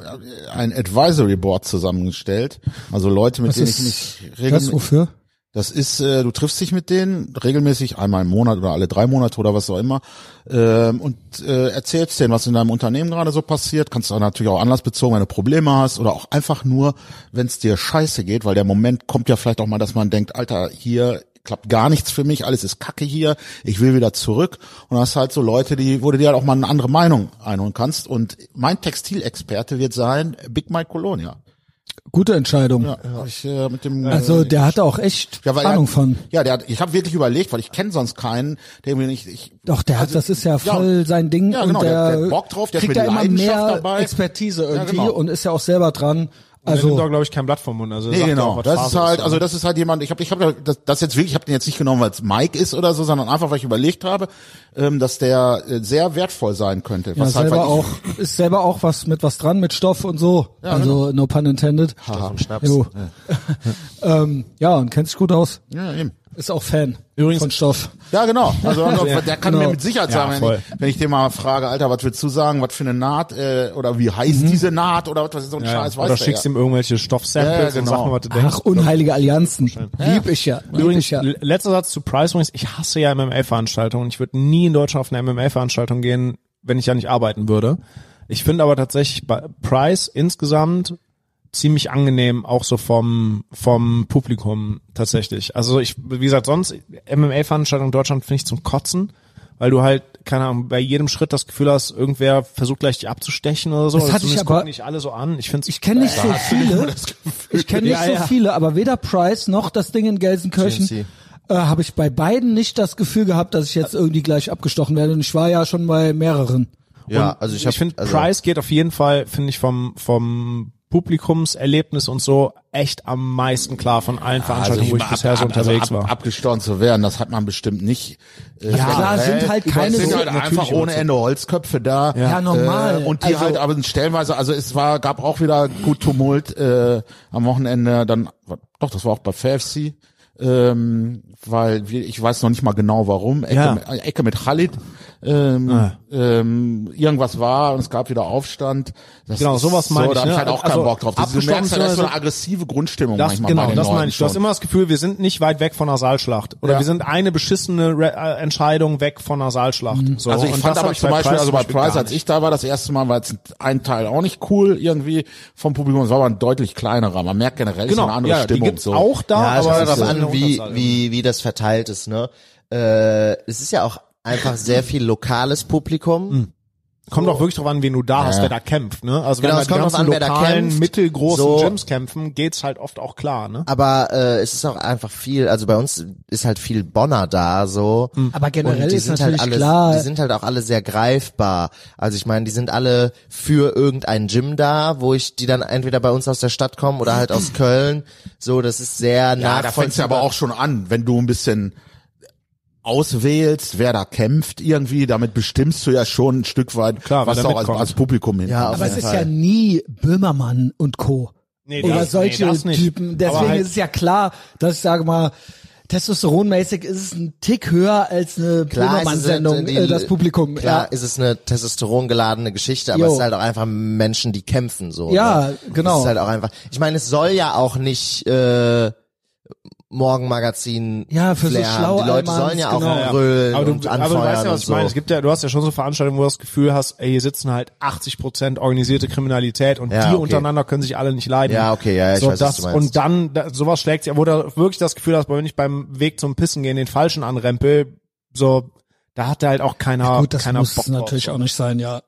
ein Advisory Board zusammengestellt. Also Leute, mit Das denen ist ich mich das regelmäßig. wofür? Das ist, äh, du triffst dich mit denen regelmäßig, einmal im Monat oder alle drei Monate oder was auch immer, ähm, und äh, erzählst denen, was in deinem Unternehmen gerade so passiert. Kannst du natürlich auch anlassbezogen, wenn du Probleme hast oder auch einfach nur, wenn es dir scheiße geht, weil der Moment kommt ja vielleicht auch mal, dass man denkt, Alter, hier klappt gar nichts für mich, alles ist Kacke hier, ich will wieder zurück. Und das halt so Leute, die, wo du dir halt auch mal eine andere Meinung einholen kannst. Und mein Textilexperte wird sein Big Mike Colonia. Gute Entscheidung. Ja, hab ich, äh, mit dem, Also äh, der hatte auch echt ja, weil Ahnung er, von. Ja, der hat, ich habe wirklich überlegt, weil ich kenne sonst keinen, der mir nicht. Ich, Doch, der hat, das ist ja voll sein Ding Also, Ja, genau, und der, der- der hat Bock drauf, der hat kriegt mit da immer Leidenschaft mehr dabei. Expertise irgendwie genau. und ist ja auch selber dran. Also, der nimmt Also doch, glaube ich, kein Blatt vom Mund. Also nee, sagt er genau. Auch, was das ist Phase halt, ne? also das ist halt jemand. Ich habe, ich habe das, das jetzt wirklich. Ich habe den jetzt nicht genommen, weil es Mike ist oder so, sondern einfach, weil ich überlegt habe, ähm, dass der äh, sehr wertvoll sein könnte. ja, Was halt, weil selber ich, auch ist selber auch was mit was dran mit Stoff und so. also genau. no pun intended. Ah, Stoff und Schnaps. Jo. ähm, ja und kennt sich gut aus. Ja, eben. Ist auch Fan Übrigens- von Stoff. Ja, genau. Also, also der kann Genau. mir mit Sicherheit Ja, sagen, wenn, voll. ich, wenn ich den mal frage, Alter, was willst du sagen, was für eine Naht äh, oder wie Mhm. heißt diese Naht oder was, was ist so ein ja, Scheiß, ja. Oder weiß der schickst ja. ihm irgendwelche Stoffsamples Ja, ja, und genau. sag mal, was du denkst. Ach unheilige Allianzen. Lieb ich ja. Lieb Übrigens, ich ja. l- letzter Satz zu Price Wings. Ich hasse ja MMA-Veranstaltungen. Ich würde nie in Deutschland auf eine MMA-Veranstaltung gehen, wenn ich ja nicht arbeiten würde. Ich finde aber tatsächlich bei Price insgesamt ziemlich angenehm, auch so vom, vom Publikum tatsächlich. Also ich, wie gesagt, sonst MMA-Veranstaltungen in Deutschland finde ich zum Kotzen, weil du halt, keine Ahnung, bei jedem Schritt das Gefühl hast, irgendwer versucht gleich dich abzustechen oder so. Das Oder hatte ich zumindest aber- gucken nicht alle so an. Ich finde Ich kenne nicht so viele. Ich kenne nicht Ja, so ja. viele, aber weder Price noch das Ding in Gelsenkirchen äh, TMC. habe ich bei beiden nicht das Gefühl gehabt, dass ich jetzt irgendwie gleich abgestochen werde. Und ich war ja schon bei mehreren. Ja, also ich, ich, hab- finde, also, Price geht auf jeden Fall, finde ich, vom, vom Publikumserlebnis und so echt am meisten klar von allen Veranstaltungen, wo ich Also ab- bisher so ab- also ab- unterwegs war. Abgestorben zu werden, das hat man bestimmt nicht. Äh, Ja, klar, generell. sind halt keine Es sind so- halt einfach natürlich ohne überzogen. Ende Holzköpfe da. Ja, normal. Äh, und die Also- halt aber stellenweise, also es war, gab auch wieder gut Tumult äh, am Wochenende, dann, doch, das war auch bei FFC. Ähm, weil wir, ich weiß noch nicht mal genau warum, Ecke, Ja. mit, Ecke mit Khalid, ähm, ähm, irgendwas war und es gab wieder Aufstand. Das Genau, ist sowas meine so, ich, Da hab ne? ich halt auch Also, keinen Bock drauf. Das- Du merkst halt, das ist so eine aggressive Grundstimmung Das, manchmal bei genau, den das Leuten meine ich. Du hast schon. immer das Gefühl, wir sind nicht weit weg von einer Saalschlacht. Oder Ja. wir sind eine beschissene Re äh, Entscheidung weg von einer Saalschlacht. So, Also ich und fand das hab aber ich zum Beispiel, also bei gar Price, als nicht. ich da war, das erste Mal war jetzt ein Teil auch nicht cool irgendwie vom Publikum. Es war aber ein deutlich kleinerer. Man merkt generell, es ist genau, eine andere ja, Stimmung. die gibt's so. auch da, ja, es aber das halt kommt darauf ist eine an, wie, Unterzahl. wie, wie das verteilt ist, ne? Äh, es ist ja auch einfach sehr viel lokales Publikum. Hm. Kommt auch wirklich drauf an, wen du da hast, wer da kämpft. Ne? Also Genau, wenn es da die kommt drauf ganzen an, wer da lokalen, kämpft. mittelgroßen So. Gyms kämpfen, geht's halt oft auch klar. Ne? Aber äh, es ist auch einfach viel, also bei uns ist halt viel Bonner da so. Aber generell Und die ist sind natürlich halt alle, klar- Die sind halt auch alle sehr greifbar. Also ich meine, die sind alle für irgendein Gym da, wo ich die dann entweder bei uns aus der Stadt kommen oder halt aus Köln. So, das ist sehr Ja, da fängt's ja aber auch schon an, wenn du ein bisschen auswählst, wer da kämpft irgendwie, damit bestimmst du ja schon ein Stück weit, Klar, wer was da da auch als, mitkommt. als Publikum hin. Ja, auf Aber es jeden ist ja Fall. nie Böhmermann und Co. Nee, Oder das- nee, solche das nicht. Typen. Deswegen Aber halt- ist es ja klar, dass ich sage mal, testosteronmäßig ist es ein Tick höher als eine Klar, es ist Böhmermann-Sendung, die- äh, das Publikum. ja. Klar ist es eine testosterongeladene Geschichte, aber Jo. es ist halt auch einfach Menschen, die kämpfen so. Ja, ne? genau. Es ist halt auch einfach. Ich meine, es soll ja auch nicht äh, Morgenmagazin. Ja, für so Flair haben. schlaue Die Leute sollen ja auch Almans, genau. brüllen aber du, und aber anfeuern du weißt ja, was und ich so. meine. Es gibt ja, du hast ja schon so Veranstaltungen, wo du das Gefühl hast, ey, hier sitzen halt 80 Prozent organisierte Kriminalität und Ja, die okay. untereinander können sich alle nicht leiden. Ja, okay, ja, ja, ich so, weiß, was das, du meinst. Und dann, da, sowas schlägt sich, wo du wirklich das Gefühl hast, wenn ich beim Weg zum Pissen gehen den Falschen anrempel, so, da hat halt auch keiner, Gut, das keiner muss Bock drauf. natürlich auch nicht sein, ja.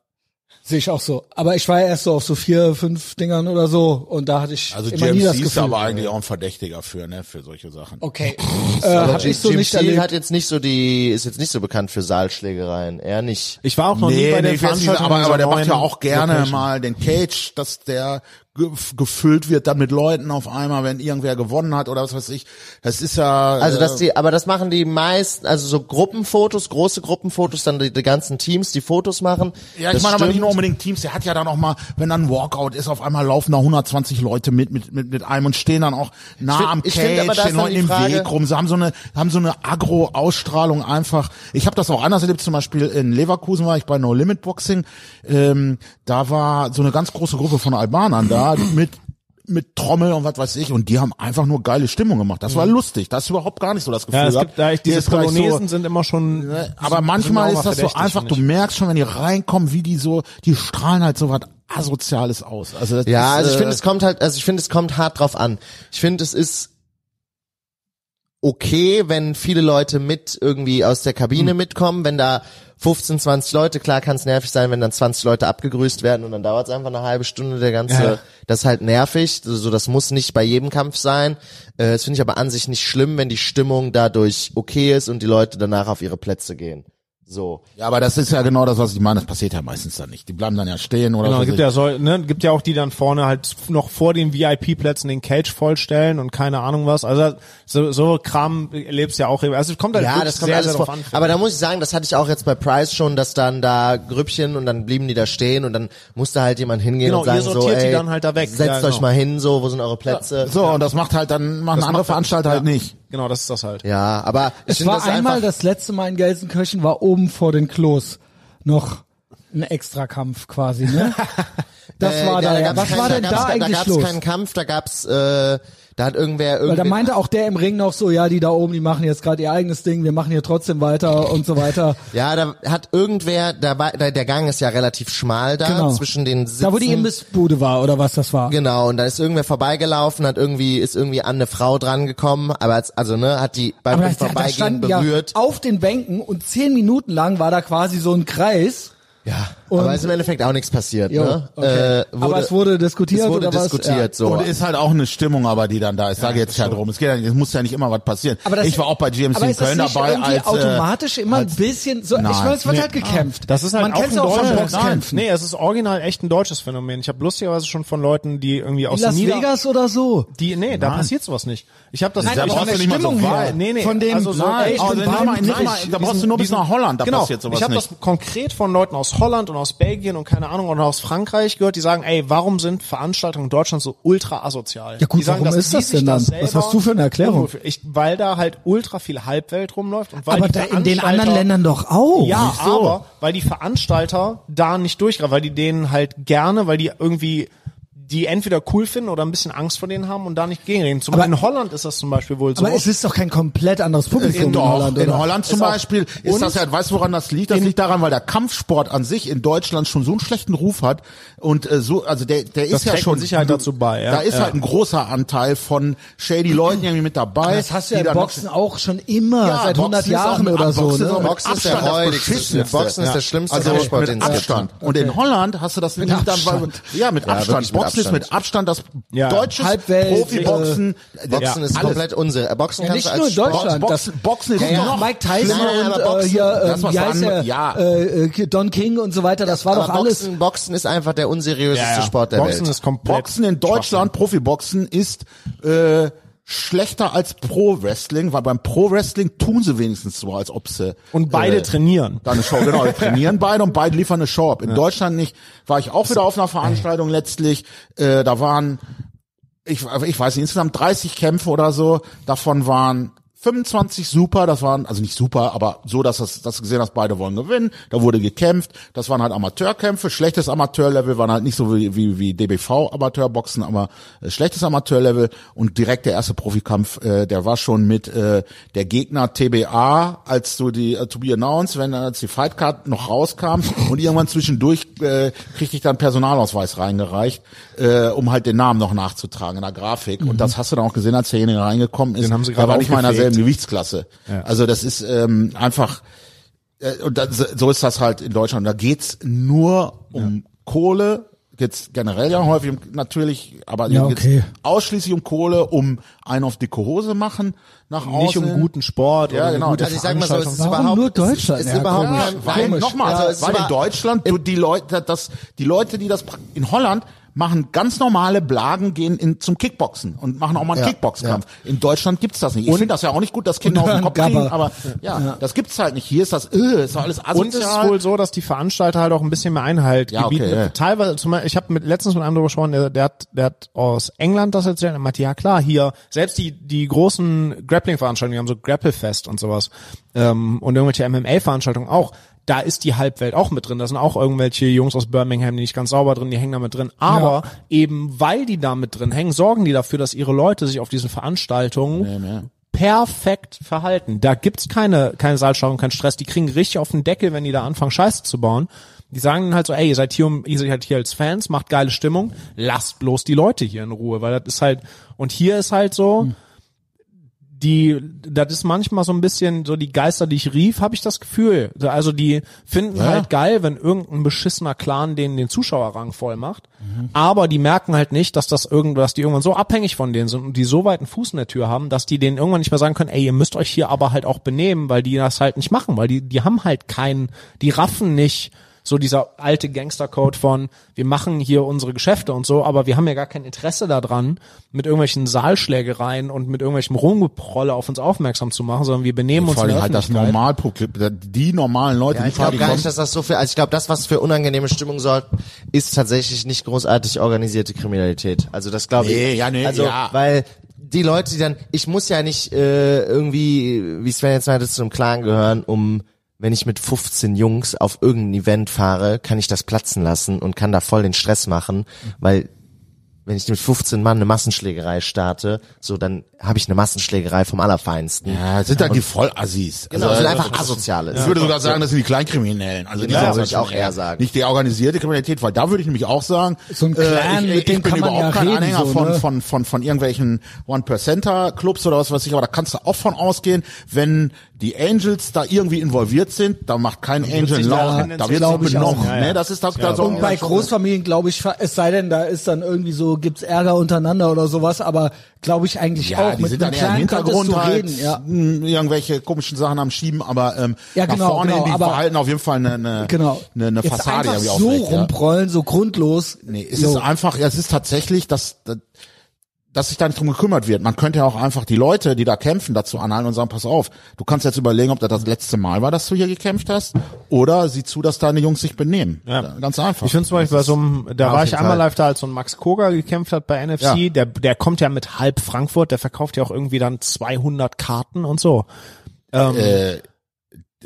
Sehe ich auch so. Aber ich war ja erst so auf so vier, fünf Dingern oder so und da hatte ich Also immer nie das GMC Gefühl. ist aber eigentlich auch ein Verdächtiger für, ne, für solche Sachen. okay, äh, hab ich so Jim nicht Thiel erlebt. hat jetzt nicht so die, ist jetzt nicht so bekannt für Saalschlägereien. Er nicht. Ich war auch noch nie bei den ich weiß nicht, Veranstaltungen. aber, in aber der dieser macht ja neuen auch gerne Location. mal den Cage, dass der ge gefüllt wird dann mit Leuten auf einmal, wenn irgendwer gewonnen hat oder was weiß ich. Das ist ja Also äh, dass die, aber das machen die meisten, also so Gruppenfotos, große Gruppenfotos, dann die, die ganzen Teams, die Fotos machen. Ja, ich Das meine aber nicht stimmt. nur um unbedingt Teams, der hat ja dann auch mal, wenn dann ein Walkout ist, auf einmal laufen da 120 Leute mit mit mit, mit einem und stehen dann auch nah find- am ich find aber, Cage, da ist den dann Leuten die im Frage- Weg rum. Sie haben so eine haben so eine agro Ausstrahlung einfach. Ich habe das auch anders erlebt, zum Beispiel in Leverkusen war ich bei No Limit Boxing. Ähm, da war so eine ganz große Gruppe von Albanern da mit mit Trommel und was weiß ich und die haben einfach nur geile Stimmung gemacht. Das war Mhm. lustig. Das ist überhaupt gar nicht so das Gefühl. Ja, es gehabt. gibt da echt Hier diese ist gleich so- Polonesen sind immer schon. aber manchmal ist das so einfach, du merkst schon, wenn die reinkommen, wie die so, die strahlen halt so was Asoziales aus. Also das Ja, ist, also ich äh, finde, es kommt halt, also ich finde, es kommt hart drauf an. Ich finde, es ist okay, wenn viele Leute mit irgendwie aus der Hm. Kabine mitkommen, wenn da 15, 20 Leute, klar kann es nervig sein, wenn dann 20 Leute abgegrüßt werden und dann dauert es einfach eine halbe Stunde, der ganze, Ja. das ist halt nervig, so das muss nicht bei jedem Kampf sein. Äh, das finde ich aber an sich nicht schlimm, wenn die Stimmung dadurch okay ist und die Leute danach auf ihre Plätze gehen. So. ja, aber das ist ja genau das, was ich meine. Das passiert ja meistens dann nicht. Die bleiben dann ja stehen oder Genau, was gibt weiß ja so, ne, gibt ja auch die dann vorne halt noch vor den VIP-Plätzen den Cage vollstellen und keine Ahnung was. Also so, so Kram erlebst du ja auch. Also es kommt halt Ja, wirklich das kommt sehr, alles sehr drauf vor. an. Aber da muss ich sagen, das hatte ich auch jetzt bei Price schon, dass dann da Grüppchen und dann blieben die da stehen und dann musste halt jemand hingehen Genau, und sagen ihr so, sortiert die ey, dann halt da weg. setzt Ja, genau. euch mal hin, so, wo sind eure Plätze? ich. So, und das macht halt dann, machen andere macht dann- Veranstalter halt ja. nicht. Genau, das ist das halt. Ja, aber ich Es finde war das einmal einfach, das letzte Mal in Gelsenkirchen, war oben vor den Klos noch ein Extrakampf quasi, ne? Das äh, war ja, da. ja. gab's Was keinen- war denn da, gab's- eigentlich Da gab's los? keinen Kampf, da gab's, äh, da hat irgendwer Weil da irgendwie meinte auch der im Ring noch so, ja, die da oben, die machen jetzt gerade ihr eigenes Ding, wir machen hier trotzdem weiter und so weiter. Ja, da hat irgendwer, da war, da, der Gang ist ja relativ schmal da Genau. zwischen den Sitzen. Da wo die Imbissbude war oder was das war. Genau, und da ist irgendwer vorbeigelaufen, hat irgendwie, ist irgendwie an eine Frau dran gekommen, aber als, also ne, hat die beim Aber da, da Vorbeigehen standen berührt. ja auf den Bänken und zehn Minuten lang war da quasi so ein Kreis. Ja, Und- aber ist im Endeffekt auch nichts passiert, Jo, ne? okay. Aber es wurde diskutiert es wurde oder was? diskutiert, so. Und ist halt auch eine Stimmung, aber die dann da ist. Da geht's ja drum. Es geht ja nicht, es muss ja nicht immer was passieren. Aber das, ich war auch bei GMC aber in ist das Köln nicht dabei irgendwie als, äh, automatisch immer ein bisschen so. nein. ich meine, es wird Nee, halt gekämpft. Das ist halt Man auch kennt's ein ja auch von deutsches Nein. Boxkämpfen. Nee, es ist original echt ein deutsches Phänomen. Ich habe lustigerweise schon von Leuten, die irgendwie aus Las Nieder Vegas oder so. die nee, da passiert sowas nicht. Ich habe das Nein, ich aber hab von das- der Stimmung her. Nee, nee, Von dem- also so, Nein, ey, ich also bin nicht warm mal- und nicht weich. mal- da brauchst du Diesen- nur bis diesen- nach Holland, da genau, passiert sowas Ich habe das nicht. konkret von Leuten aus Holland und aus Belgien und keine Ahnung und aus Frankreich gehört, die sagen, ey, warum sind Veranstaltungen in Deutschland so ultra asozial? Ja gut, die sagen, warum dass ist die das sich denn da dann? selber Was hast du für eine Erklärung? unwohl fühlen. Ich, weil da halt ultra viel Halbwelt rumläuft und weil aber die da in den Veranstalter- anderen Ländern doch auch. ja, aber weil die Veranstalter da nicht durchgreifen, weil die denen halt gerne, weil die irgendwie die entweder cool finden oder ein bisschen Angst vor denen haben und da nicht gegenreden. Zum Aber- in Holland ist das zum Beispiel wohl so. Aber es ist doch kein komplett anderes Publikum in, doch, Holland, in oder? Holland zum Ist auch- Beispiel ist und- das ja, weißt du, woran das liegt? Das liegt daran, weil der Kampfsport an sich in Deutschland schon so einen schlechten Ruf hat und äh, so, also der, der ist ja trägt schon mit Sicherheit dazu bei, ja. Da ist Ja. halt ein großer Anteil von shady Leuten irgendwie mit dabei. Das hast du ja die im dann- Boxen auch schon immer, seit Boxen 100 ist auch Jahren mit- oder so. Boxen ist auch Ne? mit Boxen ist der Abstand das räudigste. Beschissenste. Boxen ist der schlimmste also Kampfsport, den mit es gibt. Abstand. Und in Holland hast du das nämlich dann, weil, Abstand. ja, mit Ja, Abstand. wirklich mit Boxen ist mit Abstand das Ja. deutsche Halbwelt, Profiboxen. Boxen ist alles. komplett unsere. Boxen Ja, kannst nicht du nur in als Sport- Deutschland. Boxen- das, Boxen ist guck noch doch Mike Tyson schlimmer. Nein, nein, und aber äh, Boxen- hier das ähm, war wie was heißt er? anderes. Ja. Äh, äh, Don King und so weiter. Das war Aber doch alles. Boxen, Boxen ist einfach der unseriöseste Ja, ja. Sport der Boxen Welt. ist komplett Boxen in Deutschland, Profiboxen, ist äh, schlechter als Pro-Wrestling, weil beim Pro-Wrestling tun sie wenigstens so, als ob sie und beide äh, trainieren. da eine Show, genau, die trainieren beide und beide liefern eine Show ab. In Deutschland nicht, war ich auch wieder auf einer Veranstaltung letztlich, äh, da waren, ich, ich weiß nicht, insgesamt 30 Kämpfe oder so, davon waren 25 super, das waren, also nicht super, aber so, dass das, dass du gesehen hast, beide wollen gewinnen. Da wurde gekämpft. Das waren halt Amateurkämpfe. Schlechtes Amateurlevel waren halt nicht so wie, wie, wie DBV Amateurboxen, aber äh, schlechtes Amateurlevel. Und direkt der erste Profikampf, äh, der war schon mit, äh, der Gegner TBA, als so die, äh, to be announced, wenn als die Fightcard noch rauskam und irgendwann zwischendurch, äh, kriegte ich dann Personalausweis reingereicht, äh, um halt den Namen noch nachzutragen in der Grafik. Und das hast du dann auch gesehen, als derjenige reingekommen ist. Mhm. Den haben sie Der gerade war nicht mal in aufgefegt. derselben Gewichtsklasse. Also das ist ähm, einfach äh, und das, so ist das halt in Deutschland. Da geht's nur um Kohle, geht's generell ja häufig um, natürlich, aber Ja, geht's okay. ausschließlich um Kohle, um einen auf dicke Hose machen nach Nicht außen. um guten Sport Ja, oder genau. eine gute Also ich sag mal so, es ist Warum überhaupt nur es ist- Deutschland? Es ist Ja, überhaupt komisch. Ja, kein, weil Komisch. Ah, nochmal, Also es weil war- in Deutschland du, die Leute, das die Leute, die das pra- in Holland machen ganz normale Blagen, gehen in, zum Kickboxen und machen auch mal einen Ja, Kickboxkampf. In Deutschland gibt's das nicht. Ich finde das ja auch nicht gut, dass Kinder auf den Kopf Gabba. kriegen, aber ja, das gibt's halt nicht. Hier ist das, äh, ist doch alles asozial. Und es ist wohl so, dass die Veranstalter halt auch ein bisschen mehr Einhalt Ja, gebieten. okay, ja. Teilweise, zum Beispiel, ich habe mit letztens mit einem darüber gesprochen, der, der, hat, der hat aus England das erzählt. Er meinte, ja klar, hier, selbst die, die großen Grappling-Veranstaltungen, die haben so Grapplefest und sowas ähm, und irgendwelche MMA-Veranstaltungen auch, da ist die Halbwelt auch mit drin. Da sind auch irgendwelche Jungs aus Birmingham, die nicht ganz sauber drin, die hängen da mit drin. Aber eben weil die da mit drin hängen, sorgen die dafür, dass ihre Leute sich auf diesen Veranstaltungen perfekt verhalten. Da gibt's keine, keine Salzschau und keinen Stress. Die kriegen richtig auf den Deckel, wenn die da anfangen, Scheiße zu bauen. Die sagen dann halt so, ey, ihr seid hier, um, ihr seid halt hier als Fans, macht geile Stimmung, lasst bloß die Leute hier in Ruhe, weil das ist halt, und hier ist halt so, die, das ist manchmal so ein bisschen so die Geister, die ich rief, habe ich das Gefühl. Also die finden halt geil, wenn irgendein beschissener Clan den den Zuschauerrang voll macht, aber die merken halt nicht, dass das irgendwas, die irgendwann so abhängig von denen sind und die so weit einen Fuß in der Tür haben, dass die denen irgendwann nicht mehr sagen können, ey, ihr müsst euch hier aber halt auch benehmen, weil die das halt nicht machen, weil die die haben halt keinen, die raffen nicht so dieser alte Gangstercode von wir machen hier unsere Geschäfte und so, aber wir haben ja gar kein Interesse daran, mit irgendwelchen Saalschlägereien und mit irgendwelchem Rumgeprolle auf uns aufmerksam zu machen, sondern wir benehmen uns vor in allem der halt das Öffentlichkeit. Normalpublikum, die normalen Leute, Ja, die ich glaube Party gar kommen. nicht, dass das so viel. Also ich glaube, das, was für unangenehme Stimmung sorgt, ist tatsächlich nicht großartig organisierte Kriminalität. Also das glaube ich. Nee, ja, nee, also, ja. Weil die Leute, die dann, ich muss ja nicht äh, irgendwie, wie Sven jetzt meinte, zu einem Clan gehören, um wenn ich mit 15 Jungs auf irgendein Event fahre, kann ich das platzen lassen und kann da voll den Stress machen, weil wenn ich mit 15 Mann eine Massenschlägerei starte, so dann habe ich eine Massenschlägerei vom Allerfeinsten. Ja, sind halt die Vollassis. Genau, das sind einfach Asoziale. Also Ich würde sogar sagen, das sind die Kleinkriminellen. Also die Ja, sind würde ich auch schon eher sagen. Nicht die organisierte Kriminalität, weil da würde ich nämlich auch sagen, äh, So ein Clan, ich, mit ich dem bin kann man überhaupt ja kein reden, Anhänger so, von, ne? von, von, von irgendwelchen One-Percenter-Clubs oder was weiß ich, aber da kannst du auch von ausgehen, wenn die Angels da irgendwie involviert sind, da macht kein Angel sich da Laune, da tendenziell wird auch glaube ich auch, noch. ja, ja. Ne? Das ist das da so Und bei Großfamilien glaube ich, fa- es sei denn, da ist dann irgendwie so, gibt's Ärger untereinander oder sowas, aber glaube ich eigentlich Ja, auch. die Mit sind dann einem eher im Clan könntest Hintergrund du halt, reden, ja. m, irgendwelche komischen Sachen am Schieben, aber ähm, Ja, genau, nach vorne genau, hin, die aber- verhalten auf jeden Fall eine, eine, Genau. eine, eine Jetzt Fassade. einfach irgendwie so aufrecht, ja. rumprollen, so grundlos. Nee, es Jo. ist einfach, ja, es ist tatsächlich, dass, dass- dass sich da nicht drum gekümmert wird. Man könnte ja auch einfach die Leute, die da kämpfen, dazu anhalten und sagen, pass auf, du kannst jetzt überlegen, ob das das letzte Mal war, dass du hier gekämpft hast, oder sieh zu, dass deine Jungs sich benehmen. Ja. Ganz einfach. Ich finde zum Beispiel bei so einem, da auf war ich jeden einmal Fall. live da, als so ein Max Koga gekämpft hat bei NFC, Ja. der, der kommt ja mit halb Frankfurt, der verkauft ja auch irgendwie dann 200 Karten und so.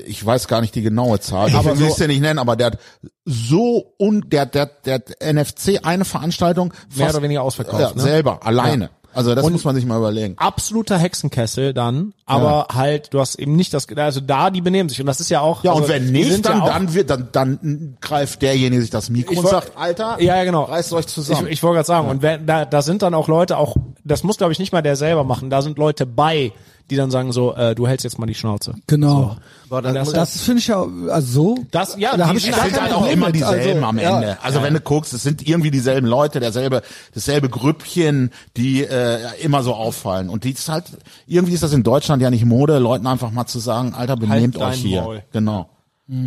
ich weiß gar nicht die genaue Zahl, aber ich will es dir nicht nennen, aber der hat so und der, der, der hat NFC eine Veranstaltung Mehr fast- oder weniger ausverkauft, ja, ne? selber, alleine. Also das Und- muss man sich mal überlegen. Absoluter Hexenkessel dann, aber halt, du hast eben nicht das, also da, die benehmen sich und das ist ja auch. Ja, also, und wenn die nicht, sind ja dann, auch- dann wird, dann, dann greift derjenige sich das Mikro Ich und wollt- sagt, Alter, Ja, ja, genau. reißt euch zusammen. Ich, ich wollte gerade sagen, und wenn, da, da sind dann auch Leute auch, das muss glaube ich nicht mal der selber machen, da sind Leute bei, die dann sagen so, äh, du hältst jetzt mal die Schnauze. Genau. Boah, dann das- muss- Das finde ich ja, also so. Das- ja, da die habe ich sind es gar sind kein halt auch Problem immer mit. dieselben also, am ja. Ende. Also wenn du guckst, es sind irgendwie dieselben Leute, derselbe, dasselbe Grüppchen, die äh, ja, immer so auffallen. Und die ist halt, irgendwie ist das in Deutschland ja nicht Mode, Leuten einfach mal zu sagen, Alter, benehmt Halt dein euch hier. Maul. Genau.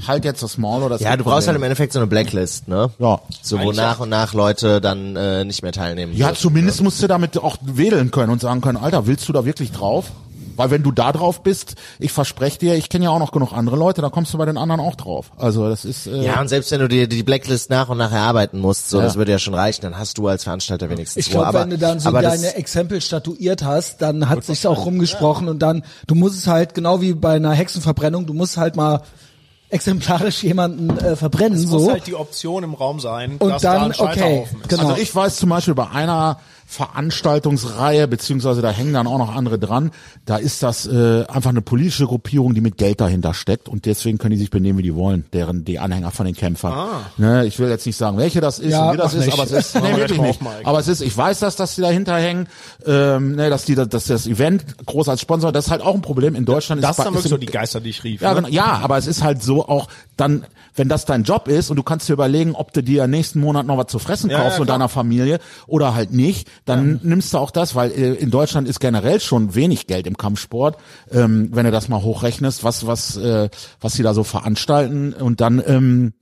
Halt jetzt das Maul oder das Ja, du brauchst halt im Endeffekt so eine Blacklist, ne? Ja. So wo nach und nach Leute dann äh, nicht mehr teilnehmen. Ja, dürfen. zumindest musst du damit auch wedeln können und sagen können, Alter, willst du da wirklich drauf? Weil wenn du da drauf bist, ich verspreche dir, ich kenne ja auch noch genug andere Leute, da kommst du bei den anderen auch drauf. Also das ist äh, Ja, und selbst wenn du dir die Blacklist nach und nach erarbeiten musst, so, das würde ja schon reichen, dann hast du als Veranstalter wenigstens Ich glaube, Ruhe. Aber, wenn du dann so aber das- deine Exempel statuiert hast, dann hat sich's auch rumgesprochen und dann, du musst es halt, genau wie bei einer Hexenverbrennung, du musst halt mal exemplarisch jemanden äh, verbrennen, Das muss so. halt die Option im Raum sein, Und dass da dann, ein Scheiterhaufen okay, ist. genau. Also ich weiß zum Beispiel bei einer Veranstaltungsreihe, beziehungsweise da hängen dann auch noch andere dran, da ist das äh, einfach eine politische Gruppierung, die mit Geld dahinter steckt und deswegen können die sich benehmen, wie die wollen, deren die Anhänger von den Kämpfern. Ah. Ne, ich will jetzt nicht sagen, welche das ist Ja, und wie das mach ist, nicht. aber es ist Machen nee, wir wirklich gleich nicht. mal auf, Mike. Aber es ist, ich weiß das, dass die dahinter hängen, ähm, ne, dass die da- dass das Event groß als Sponsor, das ist halt auch ein Problem in Deutschland. Das ist, sind dann bei- wirklich ist so im- die Geister, die ich rief. ja, ne? genau. ja, aber es ist halt so auch dann, wenn das dein Job ist und du kannst dir überlegen, ob du dir nächsten Monat noch was zu fressen Ja, kaufst ja, und klar. deiner Familie oder halt nicht, dann nimmst du auch das, weil äh, in Deutschland ist generell schon wenig Geld im Kampfsport, ähm, wenn du das mal hochrechnest, was was äh, was sie da so veranstalten und dann ähm,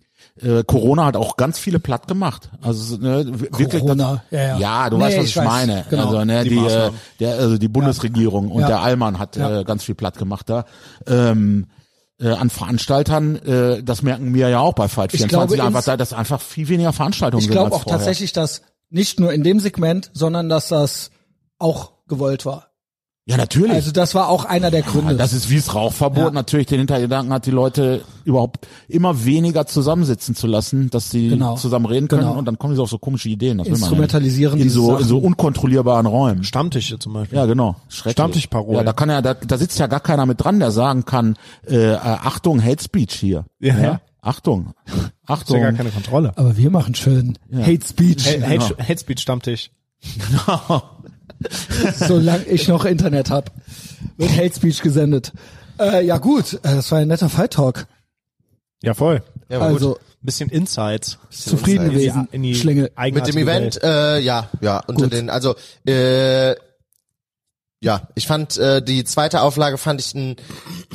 äh, Corona hat auch ganz viele platt gemacht. Also ne, w- wirklich Corona, ja, ja. du Nee, weißt, was ich, ich weiß, meine. genau. Also ne, Die die, äh, Maßnahmen. der also die Bundesregierung und Ja. der Allmann hat Ja. äh, ganz viel platt gemacht da. Ähm, äh, an Veranstaltern, äh, das merken wir ja auch bei Fight Ich 24, glaube, einfach, ins- da- dass einfach viel weniger Veranstaltungen Ich sind glaube als auch vorher. tatsächlich, dass nicht nur in dem Segment, sondern dass das auch gewollt war. Ja, natürlich. Also das war auch einer der Ja, Gründe. das ist wie das Rauchverbot Ja. natürlich den Hintergedanken hat, die Leute überhaupt immer weniger zusammensitzen zu lassen, dass sie Genau. zusammen reden können Genau. und dann kommen sie auf so komische Ideen. Das will man ja nicht. Instrumentalisieren in diese so, in Sachen. so unkontrollierbaren Räumen. Stammtische zum Beispiel. Ja, genau. Schrecklich. Stammtischparole. Ja, da kann ja, da, da sitzt ja gar keiner mit dran, der sagen kann, äh, äh, Achtung, Hate Speech hier. Ja, ja. Achtung. Ist ja Achtung. gar keine Kontrolle. Aber wir machen schön Hate Speech, Hate, Genau. Hate, Hate Speech Stammtisch. solange ich noch Internet hab. Wird Hate Speech gesendet. Äh, ja gut, äh, das war ein netter Fight Talk. Ja, voll. ja, aber gut. Also Bisschen Insights. zufrieden Insights. gewesen, Schlinge. mit dem Event, äh, ja, ja, unter Gut. den, also, äh, ja, ich fand äh, die zweite Auflage fand ich einen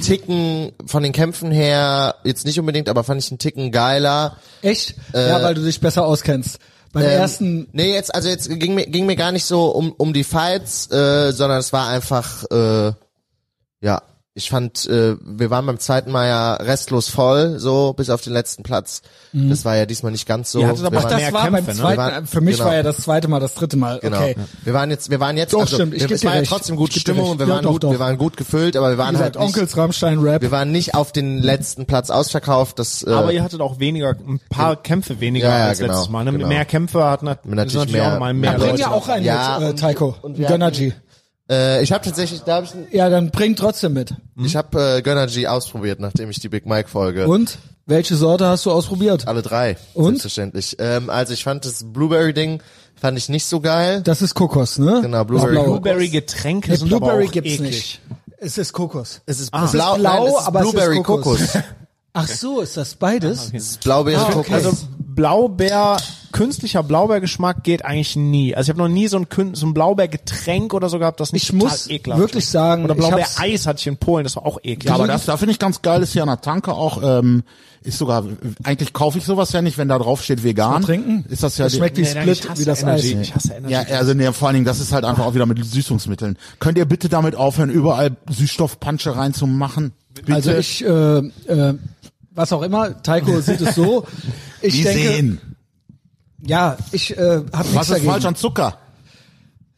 Ticken von den Kämpfen her jetzt nicht unbedingt, aber fand ich einen Ticken geiler. Echt? ja, weil du dich besser auskennst. Beim Äh, Ähm, ersten Nee, jetzt, also jetzt ging mir, ging mir gar nicht so um, um die Fights, äh, sondern es war einfach, äh, ja, ich fand, äh, wir waren beim zweiten Mal ja restlos voll, so bis auf den letzten Platz. Das war ja diesmal nicht ganz so. Ihr hattet aber Wir auch waren- Ach, Mhm. das mehr war beim Kämpfe, ne? zweiten, Wir waren- für mich genau. war ja das zweite Mal, das dritte Mal. Genau. Okay. Wir waren jetzt, wir waren jetzt, Doch, also, stimmt, ich wir, geb es dir war ja recht. trotzdem gut Ich geb dir Stimmung, recht. wir Ja, waren doch, gut, doch. wir waren gut gefüllt, aber wir Ihr waren halt seid nicht, Onkels Rammstein Rap. wir waren nicht auf den letzten Platz ausverkauft, das, äh, Aber ihr hattet auch weniger, ein paar Kämpfe weniger Ja, ja, als genau, letztes Mal. Ne? genau. Mehr Kämpfe hatten hat Natürlich ist natürlich mehr- auch mal Ja, mehr Bring Leute. ja auch einen halt Ja, mit, äh, und- Taiko. und wir Gönnergy. äh, ich habe tatsächlich, da habe ich, Ja, dann bring trotzdem mit. ich habe äh, Gönnergy ausprobiert, nachdem ich die Big Mike Folge Und? Welche Sorte hast du ausprobiert? Alle drei, Und? selbstverständlich. Ähm, also ich fand das Blueberry-Ding, fand ich nicht so geil. Das ist Kokos, ne? Genau, Blueberry. Das Blaue. Blueberry Getränke Nee, sind aber Blueberry auch gibt's eklig. nicht. Es ist Kokos. Es ist blau, nein, es ist aber Ah. es ist Blueberry Kokos. Ah, Kokos. Ach so, ist das beides? Es ist Blaubeere Kokos. Also Blaubeer, künstlicher Blaubeergeschmack geht eigentlich nie. Also ich habe noch nie so ein, Kün- so ein Blaubeergetränk oder so gehabt, das nicht Ich total muss ekelhaft wirklich schmeckt. sagen, Oder ich hab's- Blaubeereis hatte ich in Polen, das war auch eklig. Ja, aber das, da finde ich ganz geil, ist hier an der Tanke auch, ähm, ist sogar, eigentlich kaufe ich sowas ja nicht, wenn da drauf steht vegan. mal trinken? Ist das ja, Das die- schmeckt wie Nee, nein, ich Split, hasse wie das Energy. Eis. Ich hasse Energy. ja, also nee, vor allen Dingen, das ist halt einfach auch wieder mit Süßungsmitteln. Könnt ihr bitte damit aufhören, überall Süßstoffpansche reinzumachen? Bitte? Also ich, äh, äh, was auch immer, Taiko sieht es so. Ich die denke, sehen. ja, ich äh, habe nichts Was ist dagegen. falsch an Zucker?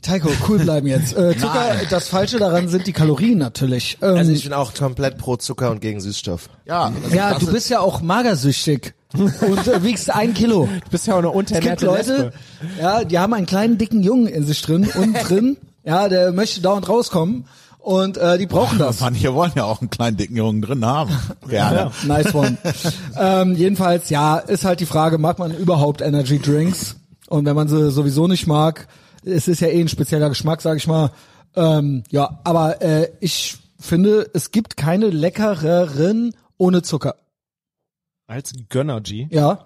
Taiko, cool bleiben jetzt. Äh, Zucker, das Falsche daran sind die Kalorien natürlich. Ähm, Also ich bin auch komplett pro Zucker und gegen Süßstoff. Ja, also ja, das du ist- bist ja auch magersüchtig und äh, wiegst ein Kilo. du bist ja auch eine Es gibt unterernährte Leute, Lesbe. ja, die haben einen kleinen dicken Jungen in sich drin, unten drin, ja, der möchte dauernd rauskommen und äh, die brauchen das. Manche wollen ja auch einen kleinen dicken Jungen drin haben. Gerne. Nice one. ähm, jedenfalls, ja, ist halt die Frage, mag man überhaupt Energy Drinks? Und wenn man sie sowieso nicht mag, es ist ja eh ein spezieller Geschmack, sag ich mal. Ähm, ja, aber äh, ich finde, es gibt keine leckereren ohne Zucker. Als Gönnergy. Ja.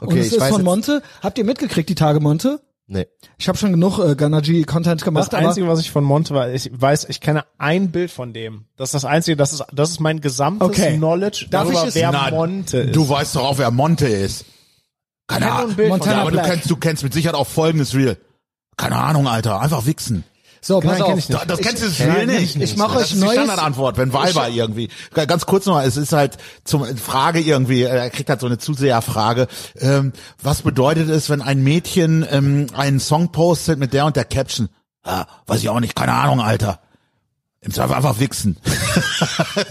Und Okay, es ich ist weiß von jetzt- Monte. Habt ihr mitgekriegt, die Tage Monte? Nee. Ich habe schon genug äh, Ganaji Content Das gemacht, aber Einzige, was ich von Monte weiß, ich weiß, ich kenne ein Bild von dem. Das ist das Einzige, das ist, das ist mein gesamtes Okay. Knowledge Darf darüber, ich es- wer Na, Monte ist. Du weißt doch auch, wer Monte ist. Keine Ich hab nur ein Ahnung. Bild von Monte, dem. aber du kennst, du kennst mit Sicherheit auch folgendes Reel. Keine Ahnung, Alter. Einfach wichsen. So, pass kenn auf. ich nicht. Da- Das kennst du das kenn Spiel ich nicht. nicht. Ich mach euch das ist die neues- Standardantwort, wenn Weiber irgendwie. Ga- Ganz kurz noch, es ist halt zum Frage irgendwie, äh, er kriegt halt so eine Zuseherfrage. Ähm, was bedeutet es, wenn ein Mädchen ähm, einen Song postet mit der und der Caption? Ah, weiß ich auch nicht, keine Ahnung, Alter. Im Zweifel einfach wichsen.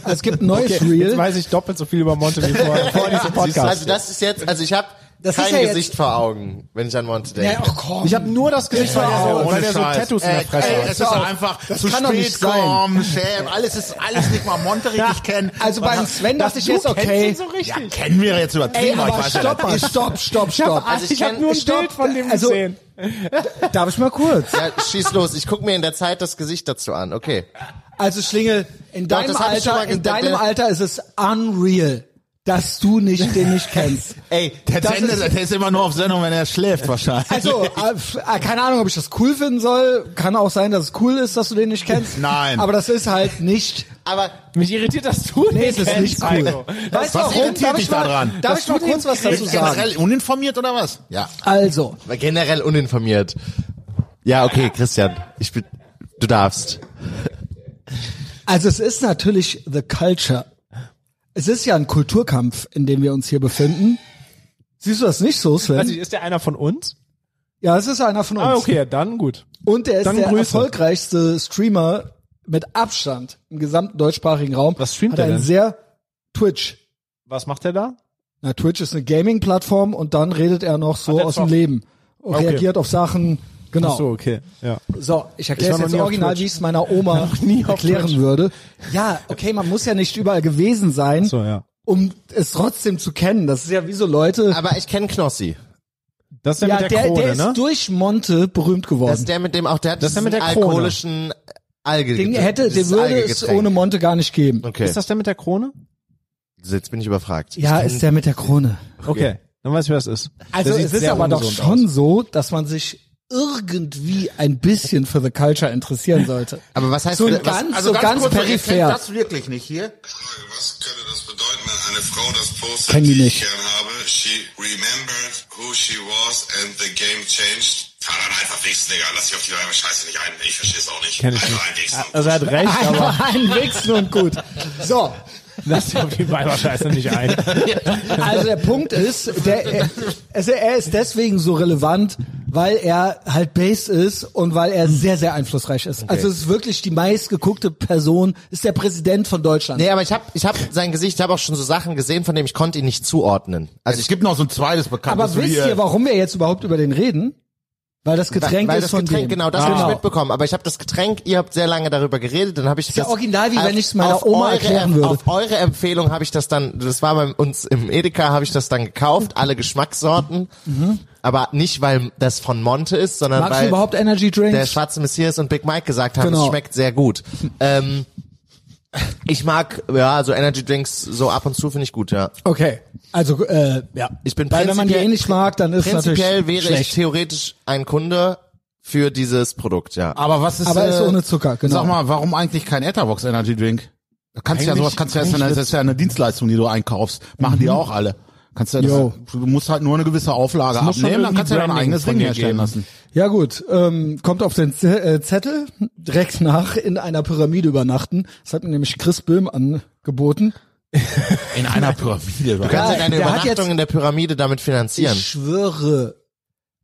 Es gibt ein neues Okay, jetzt Reel. weiß ich doppelt so viel über Monte wie vor, vor diesem Also Podcast. das ist jetzt, also ich habe Das ist kein ja jetzt- Gesicht vor Augen, wenn ich an Monte denke. Ja, oh, komm. Ich habe nur das Gesicht, weil Ja, er so, ohne weil er so Scheiß. Tattoos in der Ey, Fresse ey, hat. Es ist einfach zu kann doch spät nicht sein. kommen, Chef. Alles ist alles nicht mal Monte richtig kennen. also beim Sven dachte ich jetzt okay. Ja, kennen wir jetzt Ey, übertrieben, aber aber ich weiß ja, stopp, das mal, ist stopp, stopp, stopp. Also ich ich habe kenn- nur ein stopp, Bild von dem also- gesehen. Darf ich mal kurz? Ja, schieß los. Ich guck mir in der Zeit das Gesicht dazu an. Okay. Also Schlingel, in Doch, deinem das hab ich schon Alter, mal in gesagt, deinem der- Alter ist es unreal, dass du nicht den nicht kennst. Ey, der, das Sender, ist- der ist immer nur auf Sendung, wenn er schläft wahrscheinlich. Also, äh, f- äh, keine Ahnung, ob ich das cool finden soll. Kann auch sein, dass es cool ist, dass du den nicht kennst. Nein. Aber das ist halt nicht. aber Mich irritiert, dass du Nee, es ist nicht cool. Weißt du, was warum? irritiert Darf dich ich mal, daran? Darf Dass ich mal du den kurz was dazu Bist du sagen? generell uninformiert oder was? Ja. Also, generell uninformiert. Ja, okay, Christian. Ich bin, du darfst. also es ist natürlich the culture. Es ist ja ein Kulturkampf, in dem wir uns hier befinden. Siehst du das nicht so, Sven? Also ist der einer von uns? ja, es ist einer von uns. Ah, okay, dann gut. Und er ist Dann der Grüße. erfolgreichste Streamer mit Abstand im gesamten deutschsprachigen Raum. Was streamt Hat er einen denn? sehr Twitch. Was macht er da? Na, Twitch ist eine Gaming-Plattform und dann redet er noch so Ah, der aus dem Zock. Leben. Und Okay. Reagiert auf Sachen. Genau. Ach so, okay. Ja. So, ich erkläre Ich war es noch jetzt nie auf original, Twitch. wie ich es meiner Oma nie auf erklären Twitch. würde. Ja, okay, man muss ja nicht überall gewesen sein, So, ja. um es trotzdem zu kennen. Das ist ja wie so Leute. Aber ich kenne Knossi. Das ist der ja, mit der, der, Krone, der ist ne? durch Monte berühmt Das geworden. ist der mit dem auch, der hat das ist der mit der Krone. alkoholischen äh, Alge. Den hätte, den würde es ohne Monte gar nicht geben. Okay. Ist das der mit der Krone? Jetzt bin ich überfragt. Ja, ich ist der mit der Krone. Okay. Dann weiß ich, wer das ist. Also Der sieht es ist sehr aber doch ungesund schon aus. so, dass man sich irgendwie ein bisschen für the culture interessieren sollte. Aber was heißt so ein was- ganz, so ganz Leute, ihr kennt peripher. das wirklich nicht hier. Frage, was könnte das bedeuten, wenn eine Frau das postet, Kennen die die nicht. ich gern habe? She remembered who she was and the game changed. Fahr dann einfach wichsen, Digga. Lass dich auf die Weiber Scheiße nicht ein. Ich versteh's auch nicht. Kenn ich einfach nicht. ein Wichsen. Also er hat recht, aber Einfach einwichsen und gut. So, lass dir auf die Weiberscheiße nicht ein. also der Punkt ist, der, er, also er ist deswegen so relevant, weil er halt Bass ist und weil er sehr, sehr einflussreich ist. Also es ist wirklich die meistgeguckte Person, ist der Präsident von Deutschland. Nee, aber ich habe ich hab sein Gesicht, ich habe auch schon so Sachen gesehen, von dem ich konnte ihn nicht zuordnen. Also Es ich gibt noch so ein zweites bekanntes. aber wisst ihr, warum wir jetzt überhaupt über den reden? Weil das Getränk weil ist das von dem. Getränk, genau, das habe ich mitbekommen. Aber ich habe das Getränk, ihr habt sehr lange darüber geredet, dann habe ich ja das... original, wie auf- wenn ich's meiner auf Oma eure, erklären würde. Auf eure Empfehlung habe ich das dann, das war bei uns im Edeka, habe ich das dann gekauft, alle Geschmackssorten. Aber nicht, weil das von Monte ist, sondern Mhm. Magst du weil überhaupt Energy Drinks? der schwarze Messias und Big Mike gesagt haben, Genau. es schmeckt sehr gut. Ähm, ich mag, ja, so Energy Drinks so ab und zu finde ich gut, ja. Okay, also äh, ja, Ich bin weil wenn man die prinzipiell- eh nicht mag, dann ist natürlich Prinzipiell wäre schlecht. ich theoretisch ein Kunde für dieses Produkt, ja. aber was ist, äh, Aber ist ohne Zucker, genau. Sag mal, warum eigentlich kein Etherbox Energy Drink? Da kannst du ja Eigentlich- sowas, kannst du ja, eigentlich das ist ja eine Dienstleistung, die du einkaufst. Machen die auch alle. Kannst du, ja Mhm. Jo. das, du musst halt nur eine gewisse Auflage muss schon abnehmen, dann irgendwie kannst du ja dein Branding eigenes von Ding dir herstellen geben. lassen. Ja gut, ähm, kommt auf den Z äh, Zettel direkt nach in einer Pyramide übernachten. Das hat mir nämlich Chris Böhm angeboten. In einer Pyramide. Du kannst ja deine der hat Übernachtung jetzt- in der Pyramide damit finanzieren. Ich schwöre,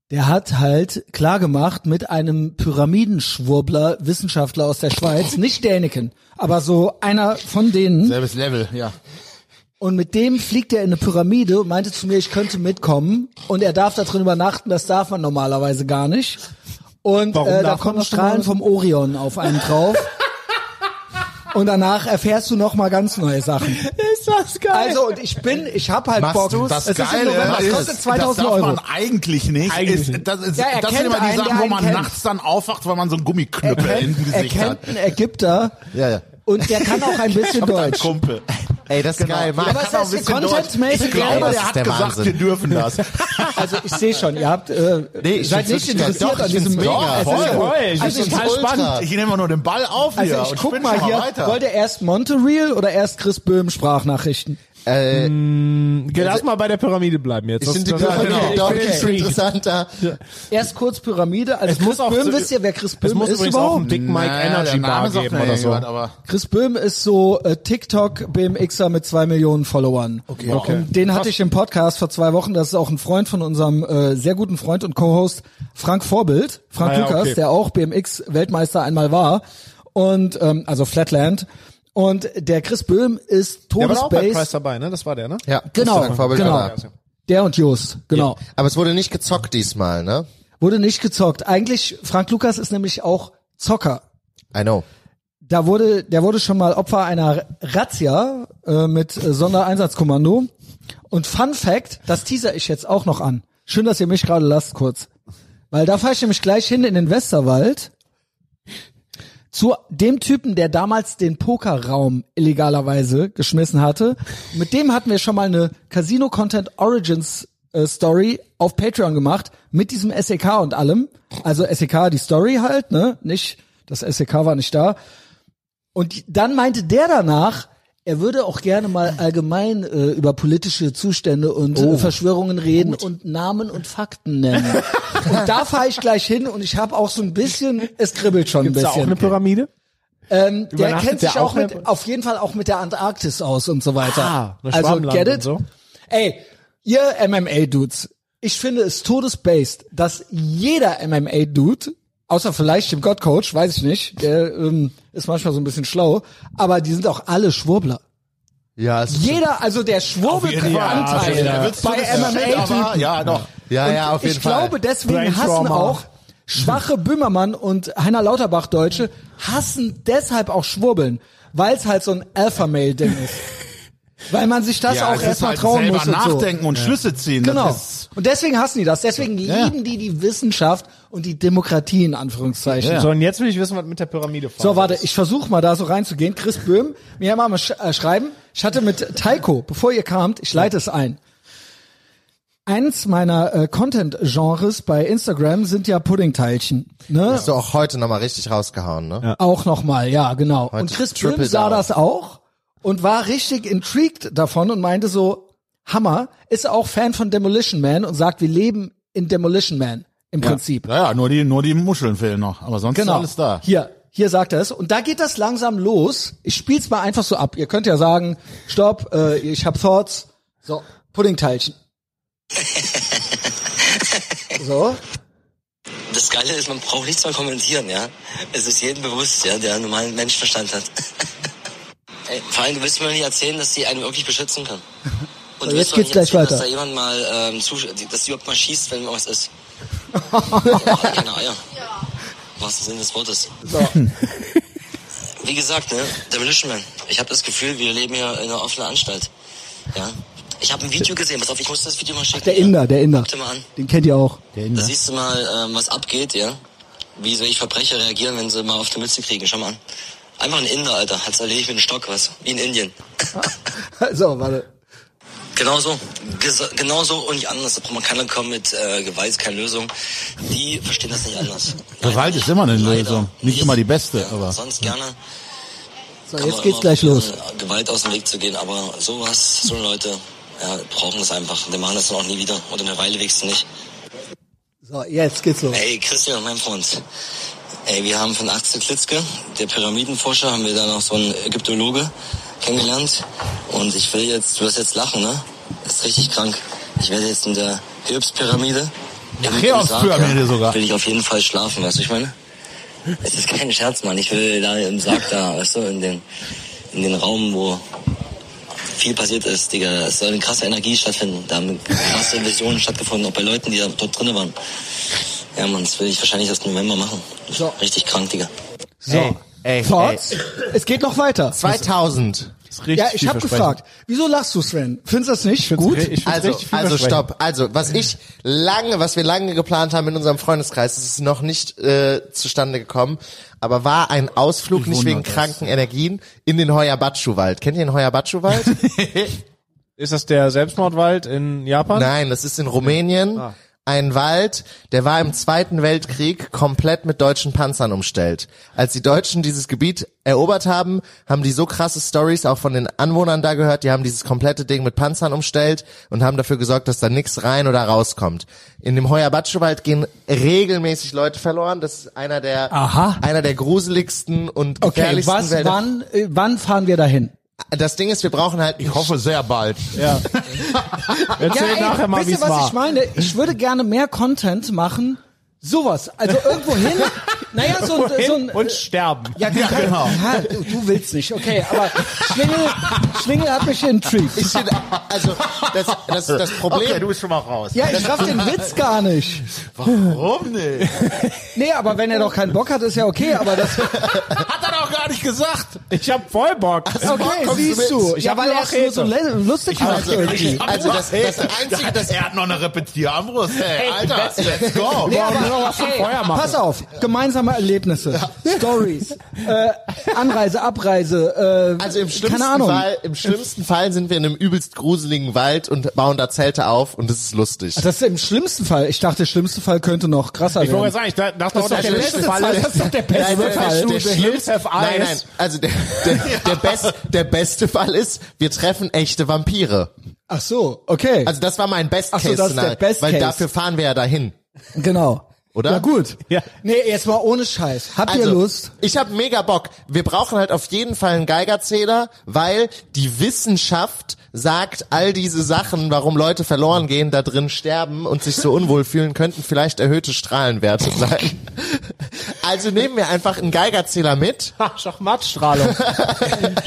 der hat halt klargemacht mit einem Pyramidenschwurbler, Wissenschaftler aus der Schweiz, nicht Däniken, aber so einer von denen. Selbes Level, ja. Und mit dem fliegt er in eine Pyramide und meinte zu mir, ich könnte mitkommen. Und er darf da drin übernachten, das darf man normalerweise gar nicht. Und Warum äh, da darf man kommen das Strahlen normalerweise? vom Orion auf einen drauf. und danach erfährst du noch mal ganz neue Sachen. Ist das geil? Also und ich bin, ich hab halt Machst Bock. du's? Das es ist im Geile November, es ist, kostet 2000 das darf Euro. man eigentlich nicht. Eigentlich ist, nicht. das ist, Ja, er das kennt sind immer die einen, Sachen, der wo einen man kennt. nachts dann aufwacht, weil man so einen Er Gummiknüppel im kennt, er Gesicht hat. kennt einen Ägypter Ja, ja. und der kann auch ein bisschen Ein Deutsch. Kumpel. Ey, das ist geil. Marc, Genau. Aber es kann auch ein ist bisschen contentmäßig Deutsch. Ich geil, glaube, das der ist hat der gesagt, Wahnsinn. wir dürfen das. Also ich sehe schon, ihr habt äh, Nee, ich seid find's nicht wirklich geil. interessiert Doch, an ich find's diesem mega, Es ist voll. ja- Voll, ich Also find's ich total ultra. spannend. Ich nehme nur den Ball auf Also hier ich und guck spinn mal schon hier, weiter. wollte erst Monterreal oder erst Chris Böhm Sprachnachrichten? Geh, lass mal bei der Pyramide bleiben jetzt. Ich finde die Das- Pyramide genau. deutlich Ich bin intrigued. interessanter. Erst kurz Pyramide, also Es muss Chris auch Böhm, zu- wisst ihr, wer Chris Es Böhm muss ist übrigens auch überhaupt? einen Big Mike Naja, der Energy Bar Name sagt geben mir oder so. jemand, aber Chris Böhm ist so äh, TikTok BMXer mit zwei Millionen Followern. Okay. Und den hatte ich im Podcast vor zwei Wochen. Das ist auch ein Freund von unserem äh, sehr guten Freund und Co-Host Frank Vorbild, Frank Ah ja, Lukas, okay. der auch BMX Weltmeister einmal war und ähm, also Flatland. Und der Chris Böhm ist Der war auch bei Preis Todesbase. dabei, ne? Das war der, ne? Ja, Genau, Frank Vorbild war genau. da. Der und Just, genau. Aber es wurde nicht gezockt diesmal, ne? Wurde nicht gezockt. Eigentlich, Frank Lukas ist nämlich auch Zocker. I know. da wurde, der wurde schon mal Opfer einer Razzia äh, mit äh, Sondereinsatzkommando. Und Fun Fact, das teaser ich jetzt auch noch an. Schön, dass ihr mich gerade lasst kurz. Weil da fahre ich nämlich gleich hin in den Westerwald zu dem Typen, der damals den Pokerraum illegalerweise geschmissen hatte. Mit dem hatten wir schon mal eine Casino Content Origins äh, Story auf Patreon gemacht mit diesem SEK und allem. Also SEK die Story halt, ne? Nicht das SEK war nicht da. Und dann meinte der danach, er würde auch gerne mal allgemein äh, über politische Zustände und Oh, äh, Verschwörungen reden und Namen und Fakten nennen. und da fahre ich gleich hin und ich habe auch so ein bisschen, es kribbelt schon Gibt's ein da bisschen. auch eine Pyramide? Ähm, der Übernachtet kennt sich der auch auch mit, mit- auf jeden Fall auch mit der Antarktis aus und so weiter. Ah, ne also Schwabenland get it? und so. Ey, ihr MMA-Dudes, ich finde es todesbased, dass jeder MMA-Dude, außer vielleicht dem Gottcoach, weiß ich nicht, der ähm, ist manchmal so ein bisschen schlau, aber die sind auch alle Schwurbler. Ja, es Jeder, also der also Schwurbelanteil Ja, ja, also willst du bei das- MMA-Dudes aber- Ja, doch. ja, ja, und auf jeden ich Fall. glaube, deswegen Brain hassen Trauma. auch schwache Böhmermann und Heiner Lauterbach Deutsche hassen deshalb auch Schwurbeln, weil es halt so ein Alpha-Male-Ding ist. Weil man sich das ja, auch es ist erstmal halt trauen selber muss und so. nachdenken und Schlüsse ziehen. Genau. Das ist, Und deswegen hassen die das. Deswegen lieben die die Wissenschaft und die Demokratie in Anführungszeichen. So, und jetzt will ich wissen, was mit der Pyramide So, vorgeht. warte, ich versuche mal da so reinzugehen. Chris Böhm, mir mal mal sch äh, schreiben. Ich hatte mit Taiko, bevor ihr kamt, ich leite es ein. Eins meiner äh, Content-Genres bei Instagram sind ja Puddingteilchen. Ne? hast du auch heute nochmal richtig rausgehauen, ne? Ja. Auch nochmal, ja, genau. Heute und Chris triple Böhm sah down. das auch und war richtig intrigued davon und meinte so, Hammer, ist auch Fan von Demolition Man und sagt, wir leben in Demolition Man im Prinzip. Naja, nur die, nur die Muscheln fehlen noch. Aber sonst Genau. ist alles da. Hier, hier sagt er es. Und da geht das langsam los. Ich spiel's mal einfach so ab. Ihr könnt ja sagen, stopp, äh, ich hab Thoughts. So, Puddingteilchen. so. Das Geile ist, man braucht nichts mehr kommentieren, ja. Es ist jedem bewusst, ja, der einen normalen Menschenverstand hat. Ey, vor allem, du willst mir nicht erzählen, dass sie einen wirklich beschützen kann. Und So, du willst jetzt mir nicht geht's gleich erzählen, weiter. Dass da jemand mal, ähm, zusch- dass sie überhaupt mal schießt, wenn was ist. genau, Ich hab alle keine Eier. Was ist Sinn des Wortes? Wie gesagt, ne, Demolition Man. Ich habe das Gefühl, wir leben hier in einer offenen Anstalt. Ja. Ich habe ein Video gesehen, pass auf, ich muss das Video mal schicken. Der Inder, der Inder. Guck dir mal an. Den kennt ihr auch. Da siehst du mal, ähm, was abgeht, ja? Wie solche Verbrecher reagieren, wenn sie mal auf die Mütze kriegen. Schau mal an. Einfach ein Inder, Alter. Hat's erledigt mit dem Stock, was? Wie in Indien. so, warte. Genau so. Ges- Genau so und nicht anders. Da braucht man keiner kommen mit äh, Gewalt, ist keine Lösung. Die verstehen das nicht anders. Gewalt ist immer eine Leider. Lösung. Nicht immer die beste, aber. Sonst gerne. So, kann jetzt geht's man immer gleich los. versuchen, äh, Gewalt aus dem Weg zu gehen, aber sowas, so Leute, ja, brauchen das einfach. Die machen das dann auch nie wieder. Und in der Weile wächst du nicht. So, jetzt geht's los. Ey, Christian, mein Freund. Ey, wir haben von Axel Klitzke, der Pyramidenforscher, haben wir da noch so einen Ägyptologe kennengelernt. Und ich will jetzt, du wirst jetzt lachen, ne? Das ist richtig krank. Ich werde jetzt in der Cheops-Pyramide. in Cheops-Pyramide Lusaka, sogar. Will ich auf jeden Fall schlafen, weißt du, ich meine? Es ist kein Scherz, Mann. Ich will da im Sarg da, weißt du, in den, in den Raum, wo viel passiert ist, Digga. Es soll eine krasse Energie stattfinden. Da haben krasse Visionen stattgefunden, auch bei Leuten, die da dort drinnen waren. Ja, Mann, das will ich wahrscheinlich erst im November machen. So. Richtig krank, Digga. So. ey, Thoughts? Es geht noch weiter. 2000. Ist richtig Ja, ich habe vielversprechend. gefragt. Wieso lachst du, Sven? Findest du das nicht gut? Ich find's Also, richtig also vielversprechend. stopp. Also, was ich lange, was wir lange geplant haben in unserem Freundeskreis, das ist noch nicht äh, zustande gekommen, aber war ein Ausflug, nicht wegen kranken Energien, in den Hoyabatschu-Wald. Kennt ihr den Hoyabatschu-Wald? Ist das der Selbstmordwald in Japan? Ah. Nein, das ist in Rumänien. einen Wald, der war im Zweiten Weltkrieg komplett mit deutschen Panzern umstellt. Als die Deutschen dieses Gebiet erobert haben, haben die so krasse Stories auch von den Anwohnern da gehört, die haben dieses komplette Ding mit Panzern umstellt und haben dafür gesorgt, dass da nichts rein oder rauskommt. In dem Hoyer-Batsche-Wald gehen regelmäßig Leute verloren. Das ist einer der, Aha. einer der gruseligsten und Okay, gefährlichsten was, Wälder. wann, äh, wann fahren wir dahin? Das Ding ist, wir brauchen halt Ich hoffe sehr bald. Erzähl nachher mal, wisst wie ihr, es was ich war. meine? Ich würde gerne mehr Content machen. Sowas. Also irgendwo hin. naja, so, ein- so ein... äh, Hin und sterben. ja, du- Ja, genau. Ja, du, du willst nicht, okay, aber Schlingel, Schlingel hat mich intrigued. Ich, also, das, das, das Problem. Okay, du bist schon mal raus. Ja, ich raff den Witz gar nicht. Warum nicht? Nee, aber wenn er doch keinen Bock hat, ist ja okay, aber das... Hat er doch gar nicht gesagt. Ich hab voll Bock. Okay, kommst du siehst mit? du. Ich ja, hab weil er nur es nur so le- lustig macht Also, irgendwie. also das, das Einzige, das Er hat noch eine Repetierarmbrust. Hey, Alter, let's go. Ja, Warum soll aber, was zum ey, Feuer machen? Pass auf, gemeinsame Erlebnisse, Stories, äh, Anreise, Abreise, äh, Also im schlimmsten keine Ahnung. Fall, im schlimmsten Fall sind wir in einem übelst gruseligen Wald und bauen da Zelte auf und das ist lustig. Das ist im schlimmsten Fall. Ich dachte, der schlimmste Fall kötte noch krasser Ich werden. wollte sagen, ich dachte, das ist Also, doch der der schlimmste letzte Also Fall. Fall. Das ist doch der Nein, beste der- Fall. der The hills schlimmste- have Nein, nein, eyes. also der, der, der, best, der beste Fall ist, wir treffen echte Vampire. Ach so, okay, Also das war mein Best Ach so, Case das ist der Szenario, Best weil Case. dafür fahren wir ja dahin. genau. Oder? Also. Ja gut. Ja. Nee, jetzt mal ohne Scheiß. Habt ihr Lust? Ich habe mega Bock. Wir brauchen halt auf jeden Fall einen Geigerzähler, weil die Wissenschaft sagt, all diese Sachen, warum Leute verloren gehen, da drin sterben und sich so unwohl fühlen, könnten vielleicht erhöhte Strahlenwerte sein. Also nehmen wir einfach einen Geigerzähler mit. Ha, Schachmattstrahlung.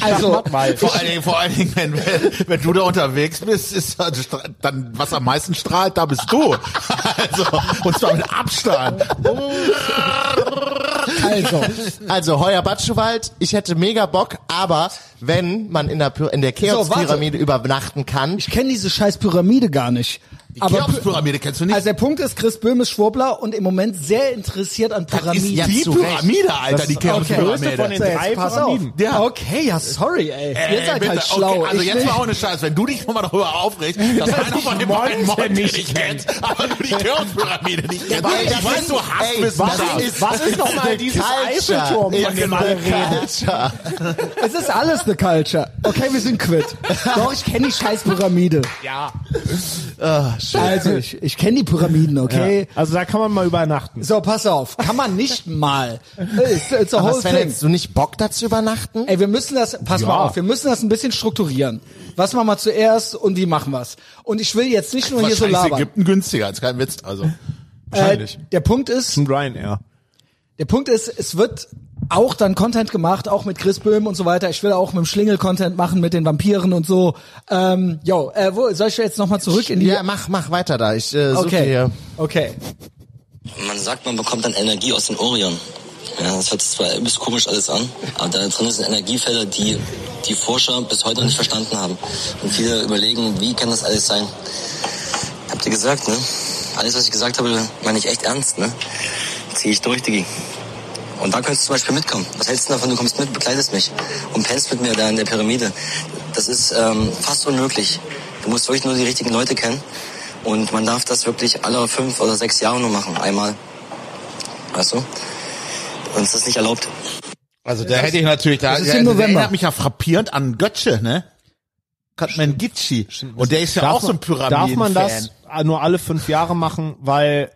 Also, Schachmattwald. Vor allen Dingen, vor allen Dingen wenn, wenn, wenn du da unterwegs bist, ist da stra- dann, was am meisten strahlt, da bist du. Also, und zwar mit Abstand. also, Also Heuer Batschewald, ich hätte mega Bock, aber wenn man in der, Py- in der Cheops-Pyramide übernachten kann, ich kenne diese scheiß Pyramide gar nicht. Aber Cheops-Pyramide kennst du nicht? also der Punkt ist, Chris Böhm ist Schwurbler und im Moment sehr interessiert an das ist Pyramiden. die zu Recht. Pyramide, Alter, die größte von Cheops-Pyramide. den So, jetzt drei pass auf. Pyramiden. Ja. Okay, ja, sorry, ey. Ihr Ey, seid bitte, halt schlau. Okay, also ich jetzt nicht. mal ohne Scheiß, wenn du dich nochmal darüber aufregst, dass einer von den beiden Monte Monte nicht nicht kennt, aber du die Cheops-Pyramide nicht kennst. weil das Ich weiß, ist- du hast ey, bis was das. ist- Was ist nochmal dieses Culture. Eiffelturm, Ja, von dem alle reden? Culture. Es ist alles eine Culture. Okay, wir sind quitt. Doch, ich kenne die scheiß Pyramide. Ja. Also, ich, ich kenne die Pyramiden, okay? Also da kann man mal übernachten. So, pass auf. Kann man nicht mal. It's, it's a whole Was, wenn thing. hättest du nicht Bock, da zu übernachten? Ey, wir müssen das, pass mal auf, wir müssen das ein bisschen strukturieren. Was machen wir zuerst und wie machen wir's? Und ich will jetzt nicht nur hier so Wahrscheinlich ist labern. Ägypten günstiger, ist kein Witz. Also, Äh, wahrscheinlich. der Punkt ist, Zum Ryanair. Der Punkt ist, es wird auch dann Content gemacht, auch mit Chris Böhm und so weiter. Ich will auch mit dem Schlingel Content machen, mit den Vampiren und so. Ähm, yo, äh, wo, soll ich jetzt nochmal zurück in die... Ja, mach, mach weiter da. Ich äh, suche okay. okay, hier. okay. Man sagt, man bekommt dann Energie aus den Orion. Ja, das hört sich zwar ein bisschen komisch alles an, aber da drin sind Energiefelder, die die Forscher bis heute noch nicht verstanden haben. Und viele überlegen, wie kann das alles sein? Habt ihr gesagt, ne? Alles, was ich gesagt habe, meine ich echt ernst, ne? Zieh ich durch, Diggi. Und da könntest du zum Beispiel mitkommen. Was hältst du davon? Du kommst mit, bekleidest mich und pennst mit mir da in der Pyramide. Das ist ähm, fast unmöglich. Du musst wirklich nur die richtigen Leute kennen. Und man darf das wirklich alle fünf oder sechs Jahre nur machen. Einmal. Weißt du? Uns ist das nicht erlaubt. Also da hätte ich natürlich, da ist ja, im der November. erinnert mich ja frappierend an Götze, ne? Katman Gitschi. Und der ist ja auch so ein Pyramiden. Darf man das äh, nur alle fünf Jahre machen, weil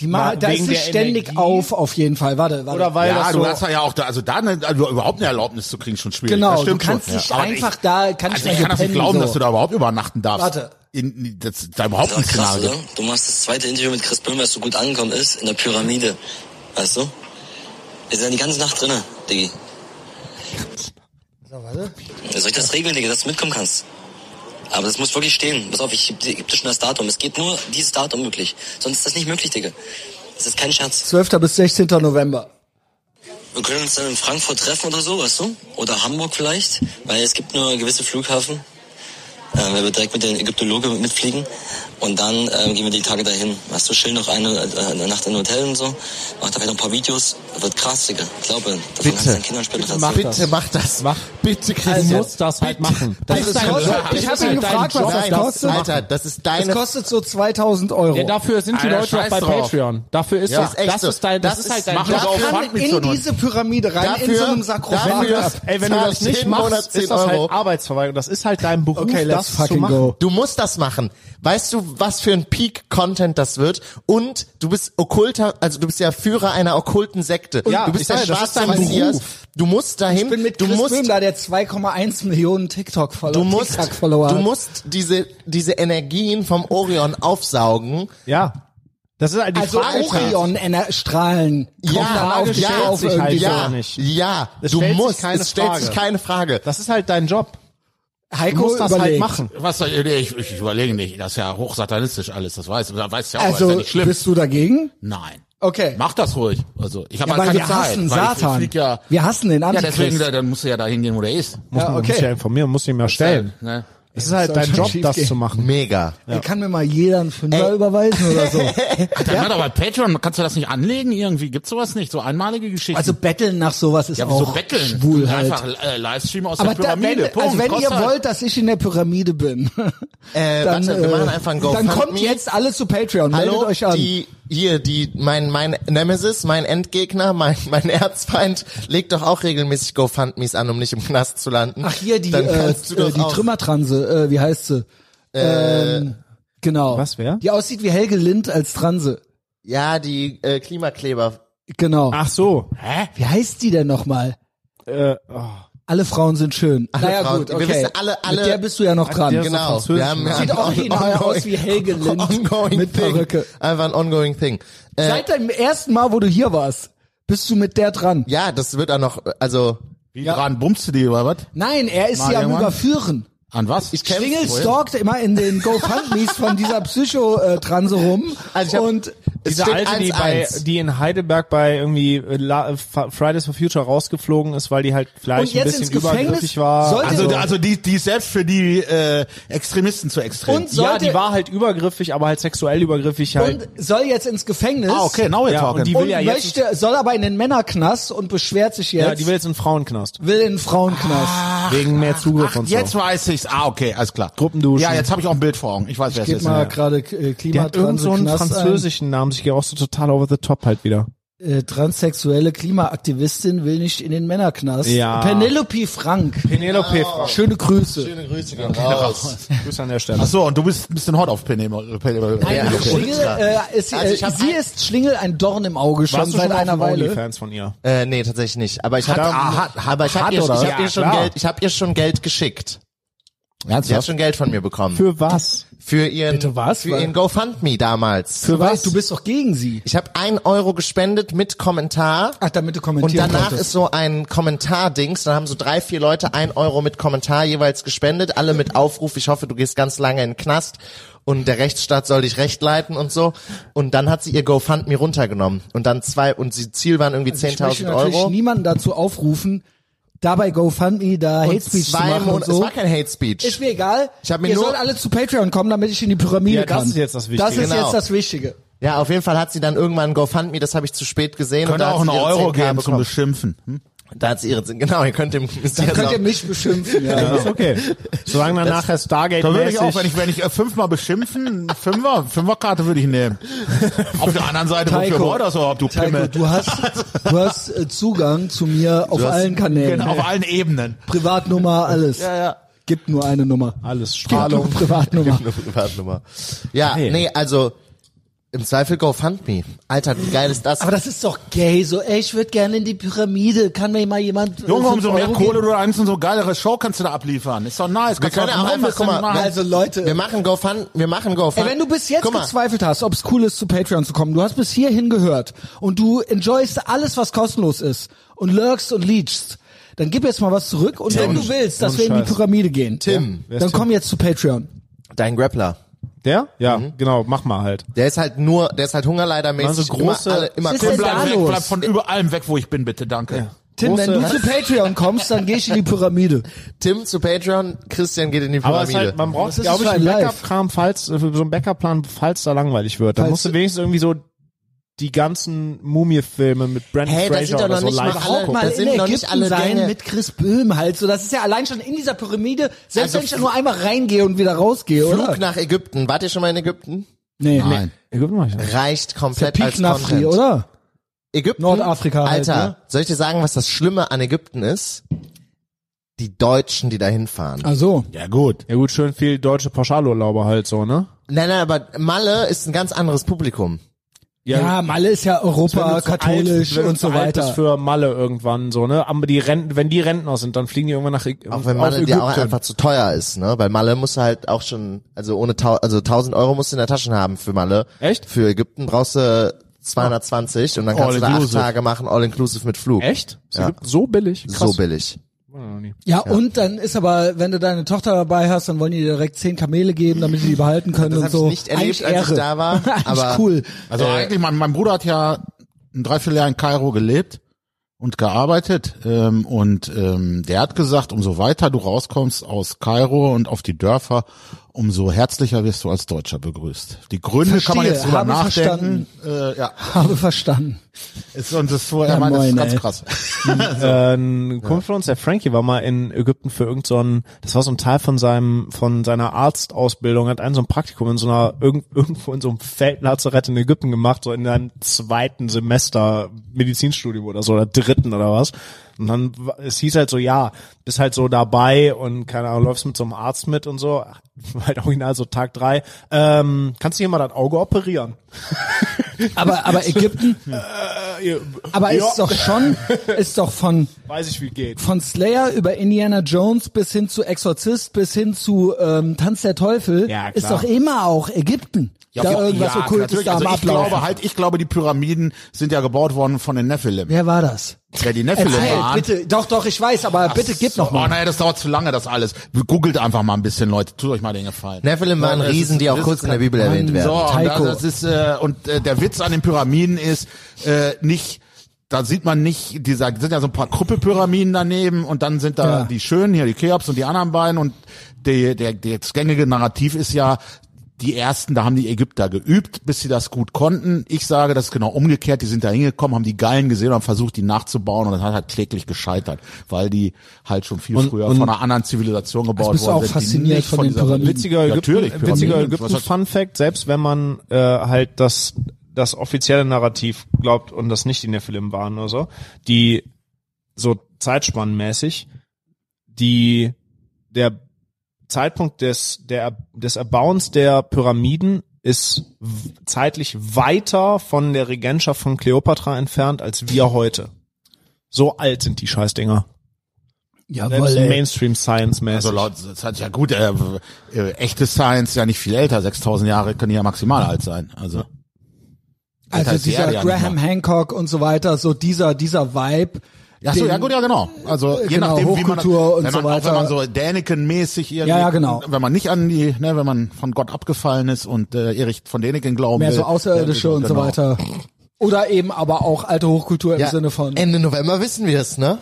Die ma Mal da wegen ist sie der ständig Energie. auf, auf jeden Fall. Warte, warte. oder weil Ja, das du so hast ja auch da, also da ne, also überhaupt eine Erlaubnis zu kriegen, schon schwierig. Genau, das stimmt du kannst schon. nicht Ja. Aber einfach da- kann also nicht ich mal kann das nicht pennen, glauben, so. dass du da überhaupt übernachten darfst. Warte. In, das, da überhaupt Das war ein krass, Szenario. oder? Du machst das zweite Interview mit Chris Böhm, was so gut angekommen ist, in der Pyramide. Weißt du? Wir sind dann die ganze Nacht drinnen, Diggi. So, warte. Soll ich das regeln, Digga, dass du mitkommen kannst? Aber das muss wirklich stehen. Pass auf, ich geb dir- geb dir schon das Datum. um. Es geht nur dieses Datum möglich. Sonst ist das nicht möglich, Digga. Das ist kein Scherz. 12. bis 16. November. Wir können uns dann in Frankfurt treffen oder so, weißt du? Oder Hamburg vielleicht, weil es gibt nur gewisse Flughafen. Ähm, er wird direkt mit den Ägyptologen mitfliegen. Und dann ähm, gehen wir die Tage dahin. Weißt du, chill noch eine, äh, eine Nacht in einem Hotel und so. Macht da vielleicht noch ein paar Videos. Wird krass, Digga. Ich glaube, davon kannst du deinen Kindern später erzählen. Mach bitte, mach das. Mach. Bitte, Also, Christian. muss das halt machen. Das Ich ist sag- dein ich Job. hab ihn Das ist dein gefragt, Job. was das Nein, kostet. Alter, das ist deine Es kostet so 2000 Euro. Ja, dafür sind die Alter, Leute auch scheiß bei drauf. Patreon. Dafür ist Ja, das, ist echt das so. ist dein, das, Das ist ist- halt dein mach Job. doch auf kann Fundme zur in Not. diese Pyramide rein, in so einem Sarkophag. dafür- Ey, wenn du zahl das ich nicht jeden Monat machst, 10 ist das halt Euro. Arbeitsverweigerung. Das ist halt dein Beruf, Okay, let's das zu fucking machen. go. Oh. Du musst das machen. Weißt du, was für ein Peak-Content das wird? Und du bist okkulter, also du bist ja Führer einer okkulten Sekte. Ja, du bist ich der sage, das ist schwarze dein Messias. Du musst dahin. Ich bin mit du Chris musst, Böhm da, der 2,1 Millionen TikTok-Follower du musst, TikTok-Follower du hat. musst diese, diese Energien vom Orion aufsaugen. Ja. Das ist halt die Also Frage. Orion-Strahlen. Ja, Frage auf, stellt ja, auf sich irgendwie halt so. gar ja, nicht. ja, Es du stellt sich musst, keine es stellt sich Frage. keine Frage. Das ist halt dein Job. Du Heiko musst das überlegt. halt machen. Was soll ich, nee, ich, ich überlege nicht, das ist ja hochsatanistisch alles, das weiß, das weiß ja auch, das ist ja Also, nicht schlimm. bist du dagegen? Nein. Okay. Mach das ruhig. Also, ich habe Ja, halt weil keine wir Zeit, hassen weil ich- Ich Satan. flieg ja, Wir hassen den ja, Antichrist. deswegen, dann musst du ja da hingehen, wo der ist. Muss man Ja, muss okay. ja informieren, muss ihn ja stellen. Ne? Es ist halt soll dein schon Job, schief das gehen. zu machen. Mega. Ey, kann mir mal jeder einen Fünfer Ey. überweisen oder so. Dann hat aber Patreon, kannst du das nicht anlegen irgendwie? Gibt's sowas nicht? So einmalige Geschichten? Also betteln nach sowas ist ja, auch so betteln. schwul halt. Einfach äh, Livestream aus Aber der da, wenn, Pyramide. Punkt. also wenn ihr Kostet halt- wollt, dass ich in der Pyramide bin, Äh, dann, warte, wir äh, machen einfach ein dann GoFundMe. kommt jetzt alle zu Patreon. Hallo, Meldet euch an. die hier, die mein mein Nemesis, mein Endgegner, mein mein Erzfeind legt doch auch regelmäßig GoFundMe's an, um nicht im Knast zu landen. Ach hier, die, Dann äh, kannst du äh, doch die auch. äh, Trümmertranse, äh, wie heißt sie? ähm, genau. was, wer? Die aussieht wie Helge Lind als Transe. Ja, die äh, Klimakleber. Genau. Ach so. Wie heißt die denn nochmal? Äh, oh. Alle Frauen sind schön. Alle naja, Frauen- gut, wir okay. wissen alle- alle- Mit der bist du ja noch dran. der- Genau. Französisch, Wir haben, ne? wir Sieht haben auch on- original ongoing- aus wie Helge Lind ongoing mit thing. Perücke. Einfach ein ongoing thing. Äh, Seit deinem ersten Mal, wo du hier warst, bist du mit der dran. ja, das wird auch noch. Also Wie dran bummst du die oder was? Nein, er ist sie am Mann. Überführen. An was? Ich Schwingel stalkt immer in den GoFundMe's von dieser Psycho-Transe rum. Also ich hab- und es Diese steht alte, die, bei, 1-1. die in Heidelberg bei irgendwie äh, La- äh, Fa- Fridays for Future rausgeflogen ist, weil die halt Und vielleicht ein jetzt bisschen ins Gefängnis? übergriffig war. Sollte- Also, Also- also die, die ist selbst für die äh, Extremisten zu extrem. Und ja, sollte- die war halt übergriffig, aber halt sexuell übergriffig halt. und soll jetzt ins Gefängnis. ah, okay, now we're Ja, und talking. die Und will ja jetzt- möchte, soll aber in den Männerknast und beschwert sich jetzt. ja, die will Ah, jetzt in den Frauenknast. will in den Frauenknast. wegen mehr Zugriff Ach, und so. jetzt weiß ich's. Ah, okay, alles klar. Gruppenduschen. Ja, jetzt habe ich auch ein Bild vor Augen. Ich weiß, wer es Geht ist. mal Ja. gerade äh, Die hat irgend Klimatranse so einen Knast französischen Namen, ich gehe auch so total over the top halt wieder. ein. Äh, transsexuelle Klimaaktivistin will nicht in den Männerknast. Ja. Penelope Frank. Penelope, Frau. Schöne Grüße. schöne Grüße gehen raus. Grüße an der Stelle. Ach so, und du bist ein bisschen hot auf Penemo. Nein, Ja, okay. Schlingel, äh, ist, Also äh, ich hab sie ein- ist Schlingel ein Dorn im Auge schon Warst du seit schon mal einer auf dem Weile. Onlyfans von ihr? Äh, nee, tatsächlich nicht. Aber ich habe, ah, hat- aber ich habe hat ihr, ich oder? hab Ja, ihr schon klar. Geld, ich habe ihr schon Geld geschickt. Sie hat Ernsthaft? schon Geld von mir bekommen. Für was? Für ihren, Bitte was? für ihren GoFundMe damals. Du weißt, du bist doch gegen sie. Ich habe ein Euro gespendet mit Kommentar. Ach, damit du Und kommentieren danach konntest. ist so ein Kommentar-Dings, dann haben so drei, vier Leute ein Euro mit Kommentar jeweils gespendet, alle mit Aufruf, ich hoffe, du gehst ganz lange in den Knast und der Rechtsstaat soll dich recht leiten und so. Und dann hat sie ihr GoFundMe runtergenommen und dann zwei, und sie Ziel waren irgendwie Also ich möchte 10.000 natürlich Euro. Und Speech zu zwei machen und Monate, es so. war kein Hate Ist Speech. mir egal. Ich hab mir Ihr nur- sollt alle zu Patreon kommen, damit ich in die Pyramide Ja, das kann. ist jetzt das Wichtige. Das ist Genau. jetzt das Wichtige. Ja, auf jeden Fall hat sie dann irgendwann GoFundMe, das habe ich zu spät gesehen. und Könnte da hat auch einen sie ihre Euro 10K geben zum bekommen. Beschimpfen. Hm? Da hat sie ihre, genau, ihr könnt dem, Dann könnt ihr mich beschimpfen. Ja. Ja, ist okay. Solange dann nachher Stargate Da würde ich auch, wenn mäßig ich, wenn ich äh, fünfmal beschimpfen, Fünfer, Fünferkarte würde ich nehmen. Auf der anderen Seite, wofür Taiko. braucht das überhaupt, du Heiko, Pimmel? du hast, du hast äh, Zugang zu mir auf allen Kanälen. Genau, auf allen Ebenen. Privatnummer, alles. Ja, ja. Gibt nur eine Nummer. alles Gibt nur Strahlung. Privatnummer. Eine Privatnummer. Ja, Hey. nee, also im Zweifel GoFundMe. Alter, wie geil ist das? Aber das ist doch gay, so, ey, ich würde gerne in die Pyramide, kann mir mal jemand... äh, Junge, umso fünf mehr Euro Kohle geben? du einst, umso geilere Show kannst du da abliefern. Ist doch nice. Kannst können du ja auch machen, einfach, was du guck mal, magst. Also Leute, Wir machen GoFund, wir machen Ey, GoFund. wenn du bis jetzt Guck mal, gezweifelt hast, ob es cool ist, zu Patreon zu kommen, du hast bis hierhin gehört und du enjoyst alles, was kostenlos ist und lurkst und leechst, dann gib jetzt mal was zurück und wenn du willst, dass und wir in die Scheiß. Pyramide gehen, Tim. dann komm jetzt zu Patreon. dein Grappler. Der? Ja, Mhm. genau, mach mal halt. Der ist halt nur, der ist halt hungerleidermäßig Also große- immer, alle, immer Was ist komplett- denn da bleib, weg, los? bleib von über allem weg, wo ich bin, bitte, danke. Tim, wenn du Große- zu Patreon kommst, dann geh ich in die Pyramide. Tim zu Patreon, Christian geht in die Aber es ist Pyramide. halt, man braucht, Das ist glaube ich, halt einen live. Backup-Kram, falls, äh, so einen Backup-Plan, falls da langweilig wird. Da Falls- musst du wenigstens irgendwie so die ganzen Mumie-Filme mit Brandon Hey, da sind Fraser doch oder noch so nicht mal live alle- gucken. Guck mal, Äh, Mal das in sind noch Ägypten nicht alle sein deine- mit Chris Böhm halt. So, das ist ja allein schon in dieser Pyramide, selbst Also wenn ich da nur einmal reingehe und wieder rausgehe, Flug oder? nach Ägypten. Wart ihr schon mal in Ägypten? Nee, Nein. Ägypten mach ich nicht. Reicht komplett als Pieknafri, Content. oder? Ägypten, Nordafrika halt, Alter, ne? soll ich dir sagen, was das Schlimme an Ägypten ist? Die Deutschen, die da hinfahren. Also, Ja, gut. Ja gut, schön viel deutsche Pauschalurlauber halt so, ne? Nein, nein, aber Malle ist ein ganz anderes Publikum. ja, Malle ist ja Europa, Wenn du zu alt, katholisch wenn du und zu so alt bist weiter. für Malle irgendwann so, ne? Aber die Renten, wenn die Rentner sind, dann fliegen die irgendwann nach Ägypten. Auch wenn Malle dir auch einfach zu teuer ist, ne? Weil Malle musst du halt auch schon, also ohne tau also 1000 Euro musst du in der Tasche haben für Malle. Echt? Für Ägypten brauchst du 220 und dann kannst All du da acht inclusive. Tage machen, all inclusive mit Flug. Echt? Ist Ja. Ägypten so billig? So billig. Ja, und dann ist aber, wenn du deine Tochter dabei hast, dann wollen die dir direkt zehn Kamele geben, damit die die behalten können Das und hab ich so. nicht erlebt, Eigentlich als ich Ehre. da war, Eigentlich aber- cool. Also eigentlich, mein, mein Bruder hat ja ein Dreivierteljahr in Kairo gelebt und gearbeitet ähm, und ähm, der hat gesagt, umso weiter du rauskommst aus Kairo und auf die Dörfer, umso herzlicher wirst du als Deutscher begrüßt. Die Gründe kann man Verstehe, jetzt drüber habe nachdenken. Äh, ja, Habe verstanden. ist, und das, so, er Ja, meint, das ist moin, ganz ey. krass. Ein Kumpel von uns, der Frankie, war mal in Ägypten für irgend so ein, das war so ein Teil von seinem, von seiner Arztausbildung, hat einen so ein Praktikum in so einer, irgend, irgendwo in so einem Feldlazarett in Ägypten gemacht, so in einem zweiten Semester Medizinstudium oder so, oder dritten oder was. Und dann, wa- es hieß halt so, ja, bist halt so dabei und keine Ahnung, läufst mit so einem Arzt mit und so, halt original so Tag drei, ähm, kannst du hier mal das Auge operieren? Aber, aber Ägypten, aber Äh, ja. ist doch schon, ist doch von, Weiß ich, wie geht. von Slayer über Indiana Jones bis hin zu Exorzist bis hin zu ähm, Tanz der Teufel Ja, klar. ist doch immer auch Ägypten. da irgendwas Okkultes natürlich. da am also ich Ablaufen. glaube halt, ich glaube, die Pyramiden sind ja gebaut worden von den Nephilim. Wer war das? Wer die Nephilim Erzähl, waren, bitte. Doch, doch, ich weiß, aber bitte gib noch Oh mal. naja, das dauert zu lange, das alles. Googelt einfach mal ein bisschen, Leute. Tut euch mal den Gefallen. Nephilim waren das Riesen, ist- die auch das kurz ist in der Bibel erwähnt werden. So, und, da, Taiko. das ist, äh, und äh, der Witz an den Pyramiden ist, äh, nicht, da sieht man nicht, dieser, sind ja so ein paar Krüppelpyramiden daneben und dann sind da Ja. die schönen, hier die Cheops und die anderen beiden und die, der, der, das gängige Narrativ ist ja, die ersten, da haben die Ägypter geübt, bis sie das gut konnten. Ich sage, das ist genau umgekehrt. Die sind da hingekommen, haben die Geilen gesehen und haben versucht, die nachzubauen und das hat halt kläglich gescheitert, weil die halt schon viel früher von einer anderen Zivilisation gebaut bist du worden auch sind. die fasziniert nicht von den dieser- Pyramiden? witziger Ägypten, Natürlich, Pyramiden. witziger Was Ägypten heißt- Fun Fact, selbst wenn man äh, halt das das offizielle Narrativ glaubt und das nicht die Nephilim waren oder so, die so zeitspannenmäßig, die der Zeitpunkt des der des Erbauens der Pyramiden ist w- zeitlich weiter von der Regentschaft von Kleopatra entfernt als wir heute. So alt sind die Scheißdinger. Selbst Jawohl, ey. Mainstream Science mäßig. Also laut, das hat ja gut, äh, äh, echte Science ja nicht viel älter, 6000 Jahre können die ja maximal alt sein. Also Also heißt die dieser Erde ja nicht Graham mal. Hancock und so weiter, so dieser, dieser Vibe. ja, so, den- ja gut, ja genau. Also je genau, nachdem, wie man, das- Hochkultur und wenn man so Auch, wenn man weiter. so Däniken-mäßig irgendwie, Ja, ja, genau. wenn man nicht an die, ne, wenn man von Gott abgefallen ist und äh, Erich von Däniken glauben Mehr will, so Außerirdische äh, und so genau. weiter. Oder eben aber auch alte Hochkultur im Ja, Sinne von. Ende November wissen wir es, ne?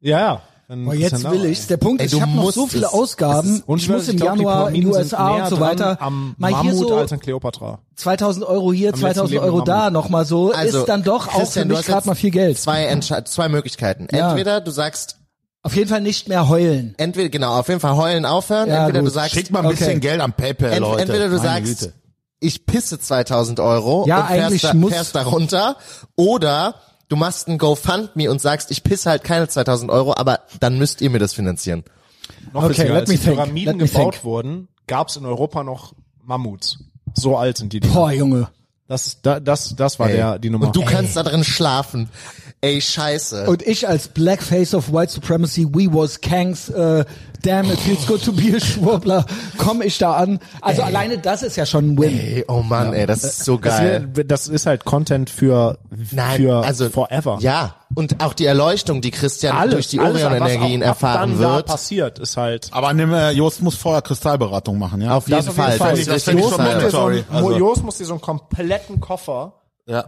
ja, ja. Dann Boah, ist jetzt ja dauer- will ich's. Der Punkt Ey, ist, du ich habe noch musst so viele es. Es Ausgaben. ist ich muss im glaub, die Januar in Pyramiden die sind USA und näher so dran weiter. Am mal Mammut hier so als an Kleopatra. 2000 Euro hier, letzten 2000 Leben Euro Mammut. da, nochmal so. Also, ist dann doch auch Christian, für du mich hast jetzt gerade mal viel Geld. Zwei, Entsche- zwei Möglichkeiten. Ja. Entweder du sagst, Auf jeden Fall nicht mehr heulen. entweder, genau, auf jeden Fall heulen aufhören, Ja, entweder gut. du sagst, Schickt mal ein Okay. bisschen Geld am PayPal, Ent- Leute. Entweder du Meine sagst, Güte. ich pisse 2000 Euro Ja, und fährst eigentlich da, muss- fährst da runter oder du machst ein GoFundMe und sagst, ich pisse halt keine 2000 Euro, aber dann müsst ihr mir das finanzieren. Noch Okay, witziger, let als me die think, Pyramiden let me gebaut think. wurden, gab es in Europa noch Mammuts. So alt sind die. Dinger. Boah, Junge. Das, ist- da- das, das war Ey. der, die Nummer. Und du kannst da drin schlafen. Ey, scheiße. Und ich als Blackface of White Supremacy, we was Kangs, äh, damn it feels good to be a Schwurbler, komme ich da an. Also alleine das ist ja schon ein Win. Ey, oh Mann, ey, das ist so das, geil. wär- das ist halt Content für, Nein, für also forever. Ja, und auch die Erleuchtung, die Christian alles, durch die alles, Orion-Energien was auch ab dann erfahren da wird. passiert, ist halt. aber nimm, äh, Jost muss vorher Kristallberatung machen, ja? Auf jeden auf Fall. jeden Fall. Das Das ist finde ich richtig schon geil. mandatory. Mo- Also- Jos muss dir so einen kompletten Koffer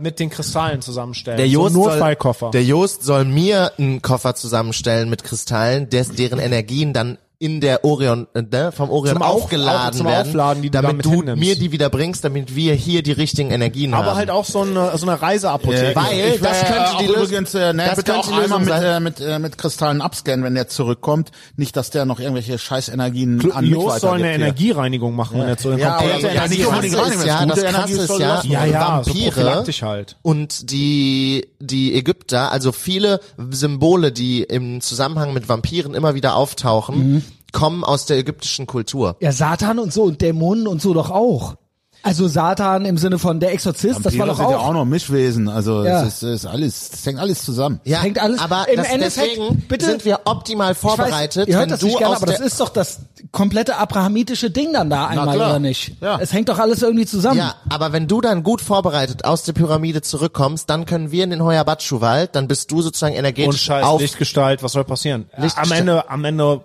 mit den Kristallen zusammenstellen. Der Jost, so ein Notfallkoffer. Soll, der Jost soll mir einen Koffer zusammenstellen mit Kristallen, des, deren Energien dann in der Orion, äh, ne, vom Orion Zum Auf- aufgeladen auf- zum werden, Aufladen, die du damit damit du hinnimmst. mir die wieder bringst, damit wir hier die richtigen Energien haben. aber halt auch so eine, so eine Reiseapotheke. Weil- Ich wär, das könnte äh, auch die Lösung- übrigens, äh, ne, das bitte könnte auch die einmal Lösung mit, sein. äh, mit, äh, mit Kristallen abscannen, wenn der zurückkommt. Nicht, dass der noch irgendwelche Scheißenergien an mich Jost soll weitergibt eine hier. Energiereinigung machen, wenn er zu den Ja, Kopf- aber- Ey, Ja, das nicht unbedingt Krasse rein, also ist wenn's ja, gute das Energie Krasse ist, ist soll ja, lassen. Ja, ja, so Vampire prophylaktisch halt. und die, die Ägypter, also viele Symbole, die im Zusammenhang mit Vampiren immer wieder auftauchen, Mhm. kommen aus der ägyptischen Kultur. Ja, Satan und so und Dämonen und so doch auch. Also Satan im Sinne von der Exorzist, das war Vampire doch sind ja auch. auch noch Mischwesen, also Ja. es ist, es ist alles, es hängt alles zusammen. Ja, Hängt alles- aber im das, Endeffekt, deswegen bitte- sind wir optimal Ich vorbereitet, Weiß, ihr wenn hört das du nicht gerne, aus aber das der, ist doch das komplette abrahamitische Ding dann da einmal, klar. oder nicht? Ja. Es hängt doch alles irgendwie zusammen. ja, aber wenn du dann gut vorbereitet aus der Pyramide zurückkommst, dann können wir in den Hoyabatschu-Wald, dann bist du sozusagen und energetisch scheiß auf. Lichtgestalt, was soll passieren? Lichtgestalt. Am Ende, am Ende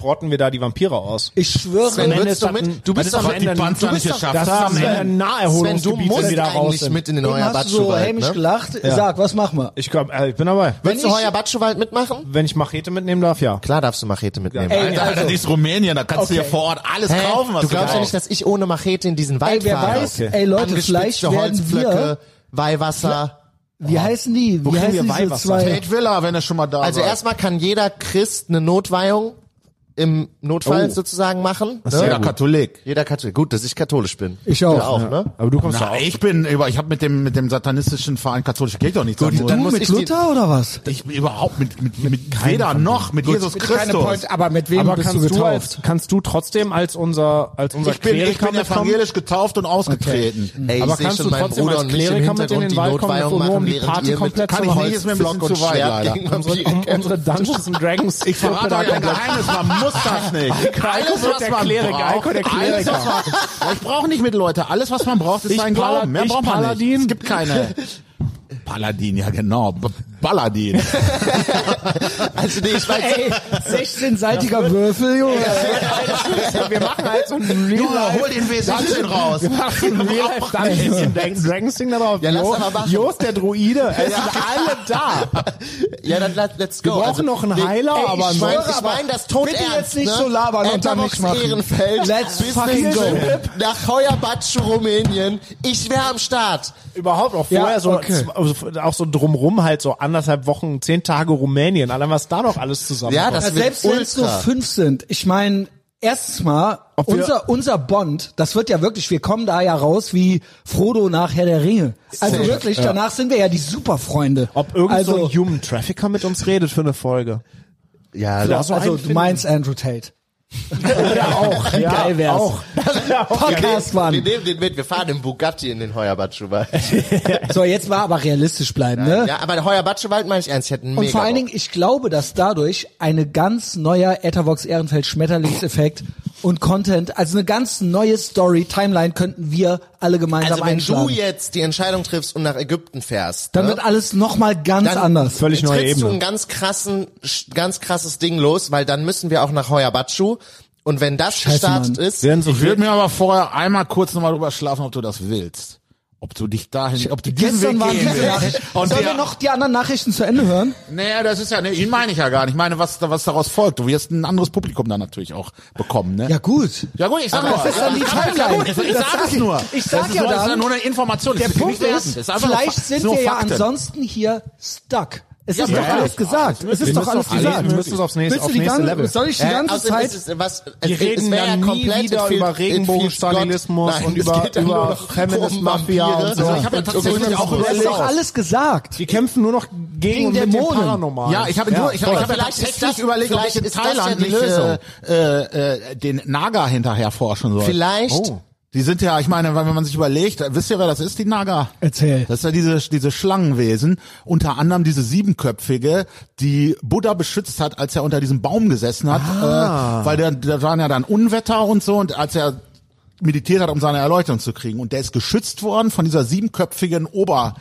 rotten wir da die Vampire aus. Ich schwöre, Sven, Ende würdest ist du das ein- mit? Du das bist ist doch am mit, Ende Panzer du bist nicht doch- geschafft Das ist haben, am ey. Ende ein Sven, du Naherholungsgebiet, wenn musst wir da raus eigentlich sind. mit in den eben hast du so Hoyabatschu-Wald, hämisch ne? gelacht. Sag, was machen wir? Ich, glaub, äh, ich bin dabei. Willst du ich- Hm? Hoyabatschu-Wald mitmachen? Wenn ich Machete mitnehmen darf, ja. Klar darfst du Machete mitnehmen. Ey, Alter, also- das ist Rumänien, da kannst du Okay. hier vor Ort alles Hä? kaufen, was du glaubst ja brauchst. nicht, dass ich ohne Machete in diesen Wald Ey, wer fahre. weiß, ey Leute, Angespitzte vielleicht werden wir, Holzpflöcke, Weihwasser. wie heißen die, wie kriegen wir heißen diese Weihwasser? zwei? Kate Villa, wenn er schon mal da Also war. erstmal kann jeder Christ eine Notweihung im Notfall Oh. sozusagen machen. Ne? jeder Katholik. Jeder Katholik. Gut, dass ich katholisch bin. Ich auch. Du auch, ne? Aber du kommst Na, ich bin über, ich habe mit dem mit dem satanistischen Verein katholische Kirche doch nichts am Hut. dann Du muss mit ich die- Luther oder was? Ich bin überhaupt mit mit mit, weder noch mit Jesus Keine Christus. Point, aber mit wem aber bist du kannst du, getauft? als, kannst du trotzdem als unser als unser Ich bin, ich Kleriker bin mitkommen? evangelisch getauft und ausgetreten. Ey, Mhm. Aber ich sehe kannst du schon meinen trotzdem Bruder als und mich im Kleriker mit in Hintergrund den die Wald kommen, Notweihung nur um machen, die während Party ihr mit komplett Kann zu ich nicht, ist mir ein holzen. bisschen zu weit, leider. gegen Unsere, um Vampire kämpft. unsere Dungeons and Dragons. Ich verrate euch ein Geheimnis, man muss das nicht. Alles, wird was der man Kleriker, Heiko braucht, der alles, was Kleriker. man, ich brauche nicht mit, Leute. Alles, was man braucht, ist Ich ein Pala- Glauben. Mehr ich braucht man Paladin. nicht. Es gibt keine... Paladin, ja genau. B Balladin. Also nee, ich weiß, Ey, 16-seitiger Würfel, Junge. Wir machen halt so ein Junge, hol den W16 raus. Dungeons and Drag- Dragons Ding da drauf. Ja, lass Jo- aber machen. Jost, der Druide. Es sind alle da. ja, dann let, let's go. Wir brauchen noch einen den- Heiler, ey, aber ich mein, ansonsten- ich mein das tot Bitte ernst, jetzt nicht ne? so labern und dann Enterbox nicht machen. Ehrenfeld, Let's Business fucking go. Trip nach Heuerbatsch, Rumänien. Ich wäre am Start. Überhaupt auch Ja, vorher so, okay. also auch so drumrum halt so anderthalb Wochen, zehn Tage Rumänien. Allein was da noch alles zusammen Ja, das Also wird selbst wenn es nur ultra. fünf sind, ich meine, erstens mal, wir- unser, unser Bond, das wird ja wirklich, wir kommen da ja raus wie Frodo nach Herr der Ringe. Also wirklich, danach sind wir ja die Superfreunde. ob irgend also, so ein Human Trafficker mit uns redet für eine Folge. ja, Da also so einen du finden. meinst Andrew Tate. Ja, auch. Ja, Geil wär's. Auch. Podcast, wir, wir Mann. nehmen den mit, wir fahren im Bugatti in den Heuerbatschewald. So, jetzt mal aber realistisch bleiben, ne? ja, aber Heuerbatschewald meine ich ernst, ich hätte einen Und mega vor allen Bock. Dingen, ich glaube, dass dadurch eine ganz neuer Etavox Ehrenfeld Schmetterlingseffekt und Content, also eine ganz neue Story, Timeline könnten wir alle gemeinsam Also wenn einschlagen. du jetzt die Entscheidung triffst und nach Ägypten fährst, dann ne? wird alles nochmal ganz Dann- anders. Völlig neue trittst du Ebene. ein ganz krassen, sch- ganz krasses Ding los, weil dann müssen wir auch nach Hoyabatschu. Und wenn das gestartet Mann. ist, Werden so Also, Ich würde mir aber vorher einmal kurz nochmal drüber schlafen, ob du das willst. Ob du dich dahin, ob du diesen Weg Gestern waren gehen diese willst. Nachrichten. Sollen wir noch die anderen Nachrichten zu Ende hören? Naja, das ist ja, ne, ihn meine ich ja gar nicht. Ich meine, was, da- was daraus folgt. Du wirst ein anderes Publikum dann natürlich auch bekommen, ne? Ja gut. Ja gut, ich sag Aber nur. das ist dann die Ich sag- Timeline. Ich, ich Das sag sag es ich. nur. Ich sag ja das ist, nur- Das dann, ist nur eine Information. Der das ist Punkt nicht ist, wertend. Das ist einfach nur vielleicht Fak- sind nur wir ja Fakten. ansonsten hier stuck. Es ist ja, doch ja. alles gesagt. Es ist Wir doch müssen alles auf alles- gesagt. wir müssen es aufs nächste- Willst du aufs die nächste ganze- Level. Soll ich die Äh, ganze außerdem Zeit ist es, was, Die es, reden es wär dann ja nie komplett wieder entfiel- über entfiel Regenbogenstalinismus Gott. und es über- geht dann über nur noch Feminist um Mafia Vampire. und so. Also ich habe ja tatsächlich auch es ist überlegt. doch alles gesagt. Die kämpfen nur noch gegen und mit Dämonen. dem Paranormal. Ja, ich habe nur, ich, hab- ich habe ja Vielleicht ist tatsächlich das- überlegt, ob ich vielleicht in ist das ja Thailand die nicht, Lösung. äh, äh, den Naga hinterher forschen soll. Vielleicht. Die sind ja, ich meine, wenn man sich überlegt, äh, wisst ihr, wer das ist, die Naga? Erzähl. Das ist ja diese, diese Schlangenwesen, unter anderem diese siebenköpfige, die Buddha beschützt hat, als er unter diesem Baum gesessen hat, äh, weil der, da waren ja dann Unwetter und so und als er meditiert hat, um seine Erleuchtung zu kriegen. Und der ist geschützt worden von dieser siebenköpfigen Ober,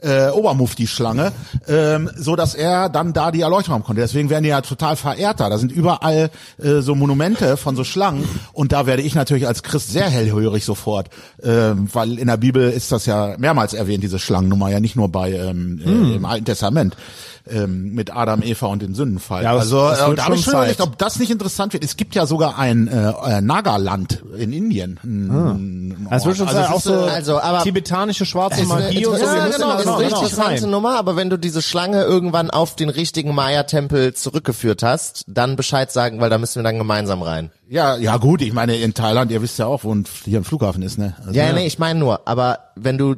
äh, Obermufti-Schlange, ähm, so dass er dann da die Erleuchtung haben konnte. Deswegen werden die ja total verehrt da. Da sind überall äh, so Monumente von so Schlangen und da werde ich natürlich als Christ sehr hellhörig sofort, ähm, weil in der Bibel ist das ja mehrmals erwähnt, diese Schlangennummer, ja nicht nur bei ähm, äh, Hm. im Alten Testament ähm, mit Adam, Eva und den Sündenfall. Ja, aber es- also es wird äh, da habe ich schon schon überlegt, Zeit. ob das nicht interessant wird. Es gibt ja sogar ein äh, äh, Nagaland in Indien. Ah. Ein- Das wird schon Also es sein, auch ist, so äh, also, aber- tibetanische schwarze Magie Ist und eine so. Wir ja, müssen genau, da ist noch- noch eine was interessante rein. Nummer, aber wenn du diese Schlange irgendwann auf den richtigen Maya-Tempel zurückgeführt hast, dann Bescheid sagen, weil da müssen wir dann gemeinsam rein. ja, ja gut, ich meine in Thailand, ihr wisst ja auch, wo ein, hier ein Flughafen ist, ne? Also, Ja, nee, ich meine nur, aber wenn du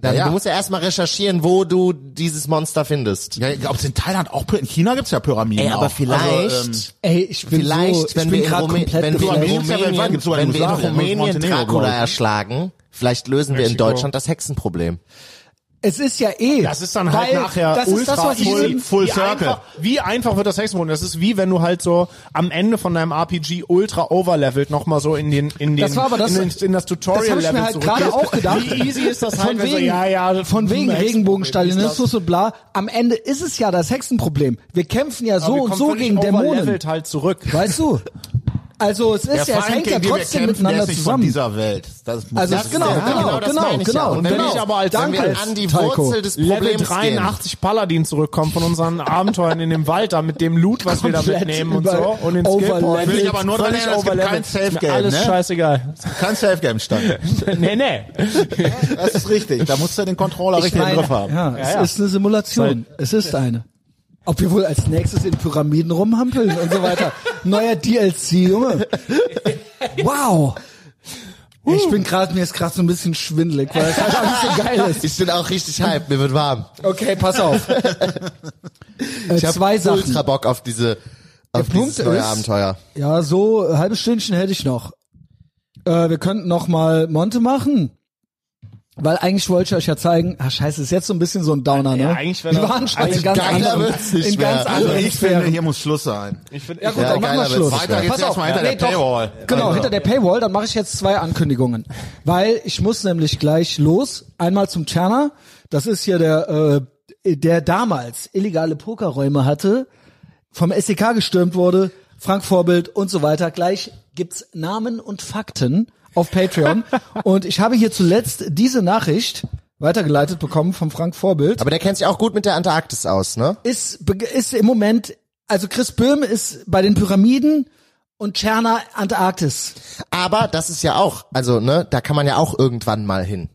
dann, Ja, ja. du musst ja erstmal recherchieren, wo du dieses Monster findest. Ja, ob es in Thailand auch in China gibt's ja Pyramiden. Ey, aber auch. vielleicht, Also, ähm, Ey, ich bin so, vielleicht, ich wenn bin wir in, gerade Rumä komplett wenn wir in geflasht. Rumänien- weltweit, Rumänien, gibt's sogar in wenn wir in Jugoslawien, Rumänien Montenegro, Dracula glaub ich. erschlagen, vielleicht lösen wir in Mexiko. Deutschland das Hexenproblem. Es ist ja eh. Das ist dann halt weil nachher das ultra ist das, was ich full, eben- full wie circle. Einfach, wie einfach wird das Hexenboden? Das ist wie wenn du halt so am Ende von deinem RPG ultra overlevelt nochmal so in den in den Das war aber das- in, den, in das Tutorial das hab ich Level mir halt gerade auch gedacht. Wie easy ist das halt, von wenn wegen, so, ja, ja, von wegen Hexenproblem, Regenbogenstalinismus und bla. Am Ende ist es ja das Hexenproblem. Wir kämpfen ja so Aber wir und kommen so völlig gegen Dämonen. overlevelt halt zurück. Weißt du? Also es ist ja, es Feind, hängt ja gegen den äh, wir trotzdem kämpfen, der miteinander ist nicht zusammen. Von dieser Welt. Das muss Also das genau, ist der- genau, das genau, meine ich genau. Ja. Und Genau. wenn ich aber als, wenn Danke, wir an die Taiko. Wurzel des Level Problems gehen. 83 Paladin zurückkommen von unseren Abenteuern in dem Wald da mit dem Loot, was wir da Komplett mitnehmen und über- so und den overleveled. Skillpoint. Will ich aber nur dran Völlig erinnern, es gibt overleveled. kein Safe Ist mir Game, Alles ne? scheißegal. Kein Safe-Game stand. nee, nee. Das ist richtig. Da musst du den Controller richtig im Griff haben. Ja, ja. es ist eine Simulation. Es ist eine. Ob wir wohl als nächstes in Pyramiden rumhampeln und so weiter. Neuer DLC, Junge. Wow. Ich bin gerade, mir ist gerade so ein bisschen schwindelig, weil es halt alles so geil ist. Ich bin auch richtig hyped, mir wird warm. Okay, pass auf. Äh, Ich hab zwei Sachen. ultra Bock auf diese Der auf dieses Punkt neue ist- Abenteuer. Ja, so äh, halbes Stündchen hätte ich noch. Äh, wir könnten noch mal Monte machen. Weil eigentlich wollte ich euch ja zeigen, ah scheiße, ist jetzt so ein bisschen so ein Downer, ne? Ja, eigentlich wäre wir das- waren schon in eigentlich ganz geiler anderen, wird's nicht in mehr. ganz Also anderen ich finde, Sphären. hier muss Schluss sein. Ich find, Ja gut, Ja, dann machen wir geiler Schluss. wird's Weiter geht's Pass auf, erstmal hinter der doch. Paywall. Also. Genau, hinter der Paywall. Dann mache ich jetzt zwei Ankündigungen. Weil ich muss nämlich gleich los. Einmal zum Tscherner. Das ist hier der, äh, der damals illegale Pokerräume hatte, vom SEK gestürmt wurde, Frank Vorbild und so weiter. Gleich gibt's Namen und Fakten auf Patreon. und ich habe hier zuletzt diese Nachricht weitergeleitet bekommen vom Frank Vorbild Aber der kennt sich auch gut mit der Antarktis aus, ne? ist, be- ist im Moment, also Chris Böhm ist bei den Pyramiden und Tscherner Antarktis. Aber das ist ja auch, also ne, da kann man ja auch irgendwann mal hin.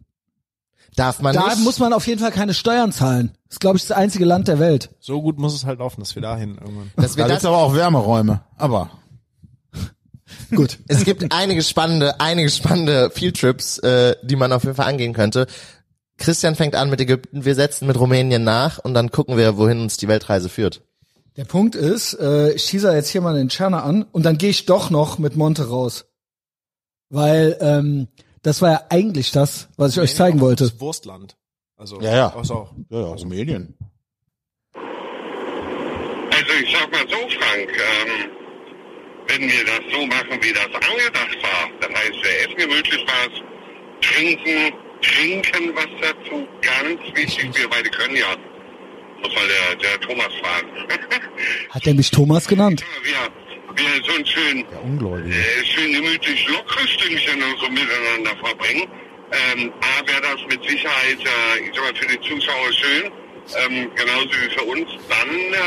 Darf man Da nicht? muss man auf jeden Fall keine Steuern zahlen. Ist, glaube ich, das einzige Land der Welt. So gut muss es halt laufen, dass wir dahin irgendwann. dass wir Da das, gibt's aber auch Wärmeräume. Aber Gut. es gibt einige spannende, einige spannende Fieldtrips, äh, die man auf jeden Fall angehen könnte. Christian fängt an mit Ägypten, wir setzen mit Rumänien nach und dann gucken wir, wohin uns die Weltreise führt. Der Punkt ist, äh, ich teaser jetzt hier mal den Tscherner an und dann gehe ich doch noch mit Monte raus. Weil ähm, das war ja eigentlich das, was ich euch zeigen wollte. Das Wurstland. Also, Ja, ja. Auch so. ja, ja, Rumänien. Also ich sag mal so, Frank, ähm, wenn wir das so machen, wie das angedacht war, dann heißt wir essen gemütlich was, trinken, trinken was dazu, ganz wichtig, wir beide können ja, muss mal der, der Thomas fragen. Hat der mich Thomas genannt? wir, wir so ein schön, Ungläubig. äh, schön gemütlich lockeres Stündchen und so also miteinander verbringen. Ähm, A wäre das mit Sicherheit, äh, ich sag mal, für die Zuschauer schön, ähm, genauso wie für uns. Dann äh,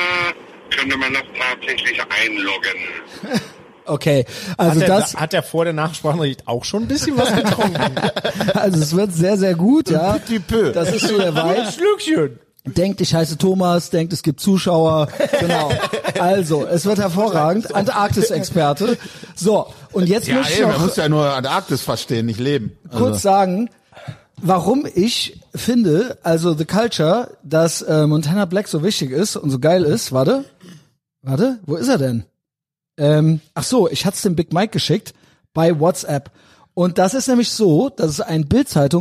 könnte man das tatsächlich einloggen. Okay, also hat, das, der, hat der vor der Nachsprachnachricht auch schon ein bisschen was getrunken? also es wird sehr, sehr gut, ja. Petit peu. Das ist so der Vibe. ein Schlückchen. denkt, ich heiße Thomas, denkt, es gibt Zuschauer. Genau. Also, es wird hervorragend. Antarktis-Experte. So, und jetzt Ja, möchte ich ey, man noch muss ja nur Antarktis verstehen, nicht leben. kurz sagen, warum ich finde, also The Culture, dass äh, Montana Black so wichtig ist und so geil ist. Warte, warte, wo ist er denn? Ähm, ach so, ich hat's dem Big Mike geschickt bei WhatsApp. Und das ist nämlich so, dass es ein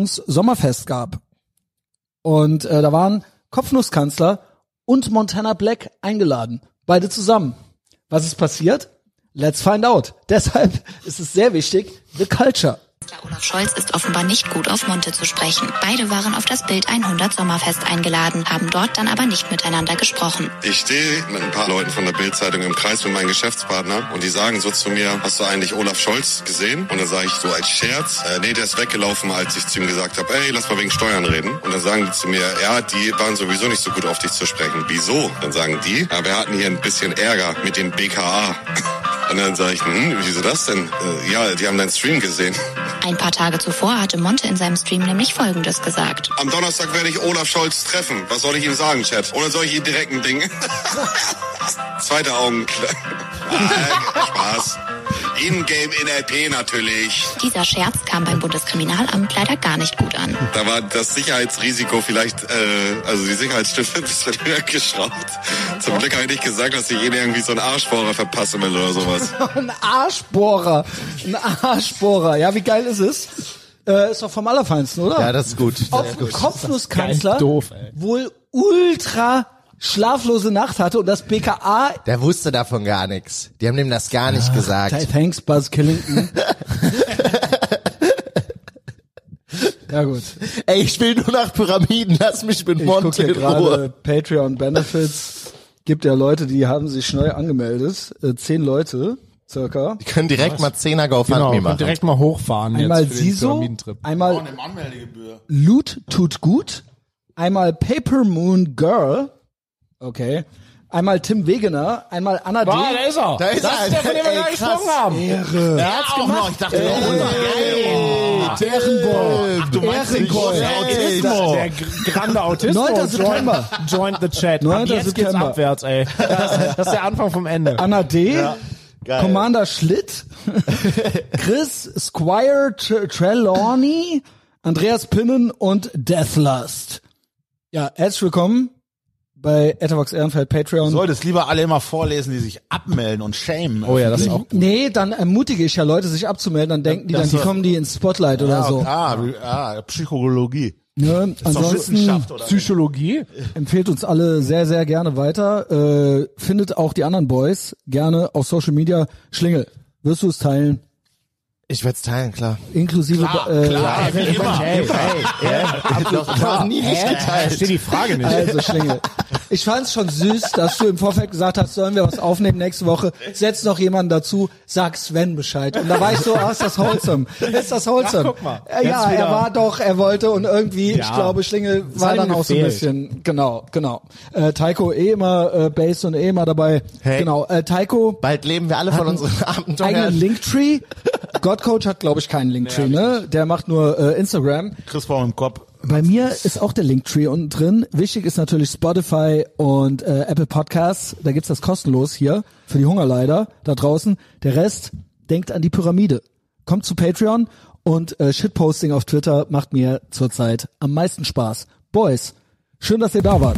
Bild-Zeitungs-Sommerfest gab. Und äh, da waren Kopfnusskanzler und Montana Black eingeladen. Beide zusammen. Was ist passiert? Let's find out. Deshalb ist es sehr wichtig, The Culture. Kanzler Olaf Scholz ist offenbar nicht gut auf Monte zu sprechen. Beide waren auf das Bild 100 Sommerfest eingeladen, haben dort dann aber nicht miteinander gesprochen. Ich stehe mit ein paar Leuten von der Bildzeitung im Kreis mit meinen Geschäftspartnern und die sagen so zu mir, hast du eigentlich Olaf Scholz gesehen? Und dann sage ich so als Scherz, äh, nee, der ist weggelaufen, als ich zu ihm gesagt habe, ey, lass mal wegen Steuern reden. Und dann sagen die zu mir, ja, die waren sowieso nicht so gut auf dich zu sprechen. Wieso? Dann sagen die, ja, wir hatten hier ein bisschen Ärger mit dem BKA. Und dann sage ich, hm, wieso das denn? Äh, ja, die haben deinen Stream gesehen. Ein paar Tage zuvor hatte Monte in seinem Stream nämlich Folgendes gesagt. Am Donnerstag werde ich Olaf Scholz treffen. Was soll ich ihm sagen, Chef? Oder soll ich ihm direkt ein Ding? Zweite Augen. Nein, Spaß. In-game NLP natürlich. Dieser Scherz kam beim Bundeskriminalamt leider gar nicht gut an. Da war das Sicherheitsrisiko vielleicht, äh, also die Sicherheitsstufe ein bisschen höher geschraubt. Zum Glück habe ich nicht gesagt, dass ich jeder irgendwie so einen Arschbohrer verpassen will oder sowas. Ein Arschbohrer. Ein Arschbohrer. Ja, wie geil ist es? Äh, ist doch vom Allerfeinsten, oder? Ja, das ist gut. Ob Kopfnusskanzler Geil doof, ey. wohl ultra schlaflose Nacht hatte und das BKA Der wusste davon gar nichts. Die haben dem das gar nicht gesagt. Thanks, Buzz Killington. ja gut. Ey, ich will nur nach Pyramiden, lass mich mit Ich gucke Monte hier in Ruhe. gerade Patreon Benefits. Gibt ja Leute, die haben sich neu angemeldet. Äh, zehn Leute circa. Die können direkt mal Zehner GoFundMe Genau, machen. und direkt mal hochfahren Einmal jetzt für den Siso, Pyramidentrip. einmal Eine Anmeldegebühr. Loot tut gut, einmal Paper Moon Girl, okay, einmal Tim Wegener, einmal Anna D. Ah, da ist er. Da ist das er. ist der, von dem wir Ey, gerade krass. gesprochen haben. Er hat's gemacht. Noch. Ich dachte, äh, äh, Ehrenbold. Ach, du meinst den großen Ey, Autismus. da- Der gr- grande Autismus. 9. September. Joined the chat. 9. Ab jetzt geht's September. abwärts, ey. Das, das ist der Anfang vom Ende. Anna D. Geil. Commander Schlitt, Chris Squire Tre Trelawney, Andreas Pinnen und Deathlust. Ja, herzlich willkommen bei Etavox Ehrenfeld Patreon. Solltest lieber alle immer vorlesen, die sich abmelden und shamen. Oh ja, das ist auch nee, dann ermutige ich ja Leute, sich abzumelden, dann denken die, dann die kommen die ins Spotlight oder so. Ah, ah, Psychologie. Ne? Doch Ansonsten Wissenschaft oder? Psychologie. empfehlt uns alle sehr, sehr gerne weiter. Äh, findet auch die anderen Boys gerne auf Social Media. Schlingel, wirst du es teilen? Ich werde es teilen, klar. Inklusive Klar, äh, klar, wie immer. Hey, hey, Doch, noch nie nicht hey. geteilt. Verstehe die Frage nicht. Also Schlingel, ich fand's schon süß, dass du im Vorfeld gesagt hast, sollen wir was aufnehmen nächste Woche, setz noch jemanden dazu, sag Sven Bescheid. Und da war ich so, ah, ist das wholesome, ist das wholesome. Ach, guck mal. Äh, ja, Jetzt wieder- er war doch, er wollte und irgendwie, Ja. ich glaube, Schlingel war hat ihm dann auch so ein gefehlt. bisschen, genau, genau. Äh, Taiko eh immer äh, Bass und eh immer dabei. Hey. Genau, äh, Taiko, Bald leben wir alle von unseren eigenen Abenteuern. Linktree. Godcoach hat, glaube ich, keinen Linktree, ne? Der macht nur äh, Instagram. Chris Baum im Kopf. Bei mir ist auch der Linktree unten drin. Wichtig ist natürlich Spotify und äh, Apple Podcasts. Da gibt's das kostenlos hier für die Hungerleider da draußen. Der Rest denkt an die Pyramide. Kommt zu Patreon und äh, Shitposting auf Twitter macht mir zurzeit am meisten Spaß. Boys, schön, dass ihr da wart.